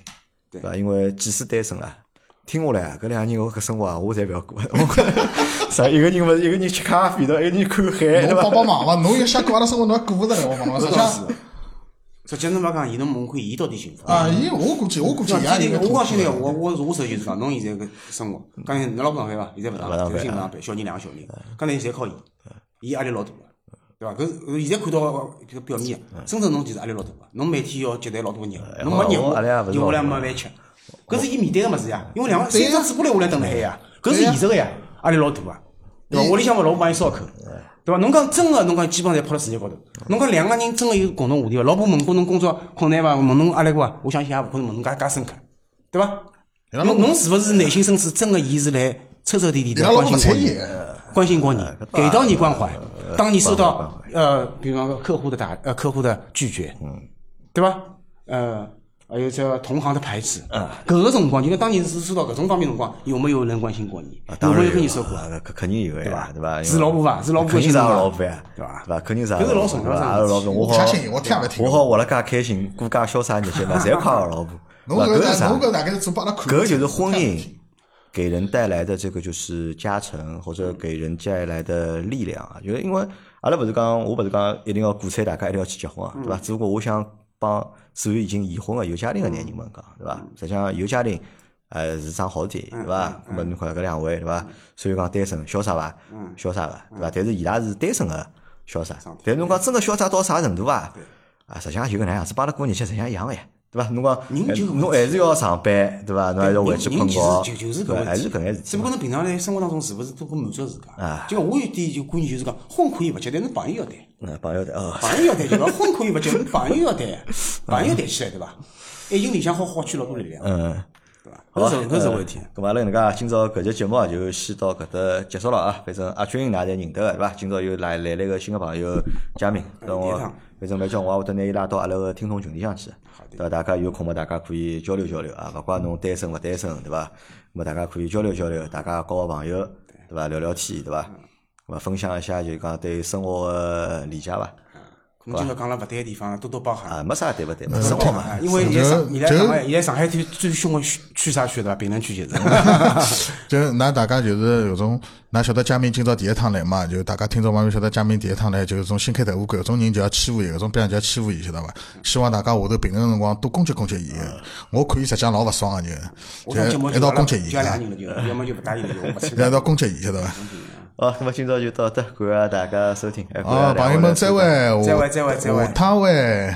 Speaker 1: 对伐？因为即使单身啊，听下来啊，搿两个人我搿生活啊，我侪勿要过。啥？一个人勿 是一个人吃咖啡对伐？一个人看海对
Speaker 2: 侬
Speaker 1: 伐
Speaker 2: 帮？帮忙伐？侬一下过阿拉生活，侬还过勿着嘞，我帮侬。实际上，
Speaker 3: 实际侬勿讲，伊能问看伊到底幸福伐。
Speaker 2: 啊，伊我估计，我估计
Speaker 3: 对吧
Speaker 2: 也应
Speaker 3: 天
Speaker 2: 该
Speaker 3: 天我
Speaker 2: 过
Speaker 3: 讲
Speaker 2: 去
Speaker 3: 心里闲话，我我我首先就是讲，侬现在搿生活，
Speaker 1: 嗯
Speaker 3: 刚才侬老婆上班伐？现在勿上
Speaker 1: 勿上
Speaker 3: 班，
Speaker 1: 班
Speaker 3: 最近勿上班，小人两个小
Speaker 1: 嗯
Speaker 3: 人，刚才侪靠伊，伊压力老大个，对伐？搿是搿现在看到搿个表面
Speaker 1: 嗯
Speaker 3: 啊，真正侬其实压力老大个，侬每天要接待老多个任务，侬没任
Speaker 1: 哎我
Speaker 3: 务，
Speaker 1: 压力也勿是
Speaker 3: 任务
Speaker 1: 老
Speaker 3: 来
Speaker 1: 大
Speaker 3: 没饭吃，搿是伊面对个物事呀。因为两个三
Speaker 2: 对呀
Speaker 3: 张嘴巴来下来等辣海呀，搿是
Speaker 2: 对呀
Speaker 3: 现实个呀，压力老大个。对伐？屋里向嘛，老婆帮伊烧口，对伐？侬讲真个，侬讲基本上侪抛到事业高头。
Speaker 2: 嗯
Speaker 3: 侬讲两个人真个有共同话题伐？老婆问过侬工作困难伐？问侬压力过伐？我相信也勿可能问侬介介深刻，对伐？
Speaker 2: 伊拉老
Speaker 3: 侬侬是勿是内心深处真个伊是来彻彻底底
Speaker 2: 伊
Speaker 3: 的
Speaker 2: 拉老
Speaker 3: 关
Speaker 2: 婆勿睬伊
Speaker 3: 心，关心过你，
Speaker 1: 呃
Speaker 3: 给到你关怀？当你收
Speaker 1: 关怀
Speaker 3: 到呃，比方说客户的打呃客户的拒绝，嗯，对伐？呃。还有这同行的排斥，
Speaker 1: 嗯
Speaker 3: 搿个辰光，就讲当你是收到搿种方面辰光，有没有人关心过你？有
Speaker 1: 当
Speaker 3: 没
Speaker 1: 然
Speaker 3: 有跟你
Speaker 1: 啊
Speaker 3: 说过？
Speaker 1: 搿肯定有个呀，对
Speaker 3: 对
Speaker 1: 伐？
Speaker 3: 吧
Speaker 1: 因为
Speaker 3: 是老婆伐是老婆
Speaker 1: 肯定是阿拉
Speaker 3: 关
Speaker 1: 老
Speaker 3: 心侬伐
Speaker 1: 婆呀，
Speaker 3: 对伐
Speaker 1: 伐？肯定是阿
Speaker 3: 搿
Speaker 1: 拉
Speaker 3: 是老
Speaker 1: 婆
Speaker 3: 重要
Speaker 1: 对伐
Speaker 3: 的
Speaker 1: 阿拉老婆，我
Speaker 2: 我
Speaker 1: 好
Speaker 2: 不相信，我听也勿听
Speaker 1: 我。好活了介开心，过介潇洒日节嘛，侪靠阿拉老婆。
Speaker 2: 侬
Speaker 1: 对伐
Speaker 2: 搿
Speaker 1: 搿是啥
Speaker 2: 大，侬搿大概是做拨阿拉看。
Speaker 1: 搿就是婚姻给人带来的这个就是加成，或
Speaker 3: 嗯
Speaker 1: 者给人带来的力量啊。就是因为阿拉勿是讲，我勿是讲一定要鼓吹大家一定要去结
Speaker 3: 嗯
Speaker 1: 婚啊，对伐？只不过我想帮所有已经已婚的有家庭的年龄们讲，
Speaker 3: 嗯
Speaker 1: 对伐？实际上有家庭。呃，是桩好事体，对伐？
Speaker 3: 嗯
Speaker 1: 那么侬看搿两位，对伐？所以讲单身潇洒伐？潇洒伐？
Speaker 3: 嗯
Speaker 1: 对伐？但是伊拉是单身个潇洒，但是侬讲真个潇洒到啥程度啊？啊，实际上就搿能样子，帮阿拉过日节实际上一样个呀，对伐？侬讲
Speaker 3: 人
Speaker 1: 哎
Speaker 3: 就
Speaker 1: 侬还是要上班，对伐？侬啊还要回去困
Speaker 3: 人
Speaker 1: 觉，
Speaker 3: 其实就就是搿
Speaker 1: 对
Speaker 3: 问
Speaker 1: 伐
Speaker 3: 题，
Speaker 1: 还是搿啊眼事体
Speaker 3: 只不过侬平常在生活当中是勿是多过满足自家？就讲我有点就观念就是讲，婚可以勿结，但是朋友要谈，
Speaker 1: 嗯，朋友的 哦，
Speaker 3: 朋友要谈，就讲婚可以勿结，但是朋友要谈，朋友谈起来对哎伐？爱情里向好耗去老多力量，
Speaker 1: 嗯，
Speaker 3: 对伐？
Speaker 1: 好吧
Speaker 3: 搿是搿是问题
Speaker 1: 呃。咁阿拉搿能介啊，今朝搿节节目啊就先到搿搭结束了啊。反正阿军㑚侪认得个对伐？今朝又来来了一个新个朋友佳明，等我
Speaker 3: 第一趟
Speaker 1: 反正来叫我啊，我得拿伊拉到阿拉个听众群里向去，对伐？大家有空嘛，大家可以交流交流啊，勿怪侬单身勿单身，对伐？咁么大家可以交流交流，大家交个朋友，对伐？聊聊天，对
Speaker 3: 嗯
Speaker 1: 伐？咁么分享一下就是讲对生活个理解伐？
Speaker 3: 可能今朝讲了勿对个地方，多多包涵。
Speaker 1: 啊，没啥对勿对，没啥
Speaker 3: 生活嘛，因为现在上现在上海现在上海最最凶个区区啥区对伐？评论区就是。
Speaker 2: 就是㑚大家就是有种，㑚晓得嘉明今朝第一趟来嘛？就大家听众朋友晓得嘉明第一趟来，就是种新开头，我搿种人就要欺负伊，搿种别人就要欺负伊，晓得伐？希望大家下头评论辰光多攻击攻击伊。我看伊实际上老勿爽个就
Speaker 3: 我讲节目，
Speaker 2: 就一道攻击伊，
Speaker 3: 就阿拉两个人了，就要么就勿搭理了，就我勿去
Speaker 2: 一道攻击伊，晓得伐？
Speaker 1: 好，那么今朝就到这，感谢大家收听。哎
Speaker 2: 哦，朋友们，再。会，
Speaker 3: 再会再会再会
Speaker 2: 下趟会。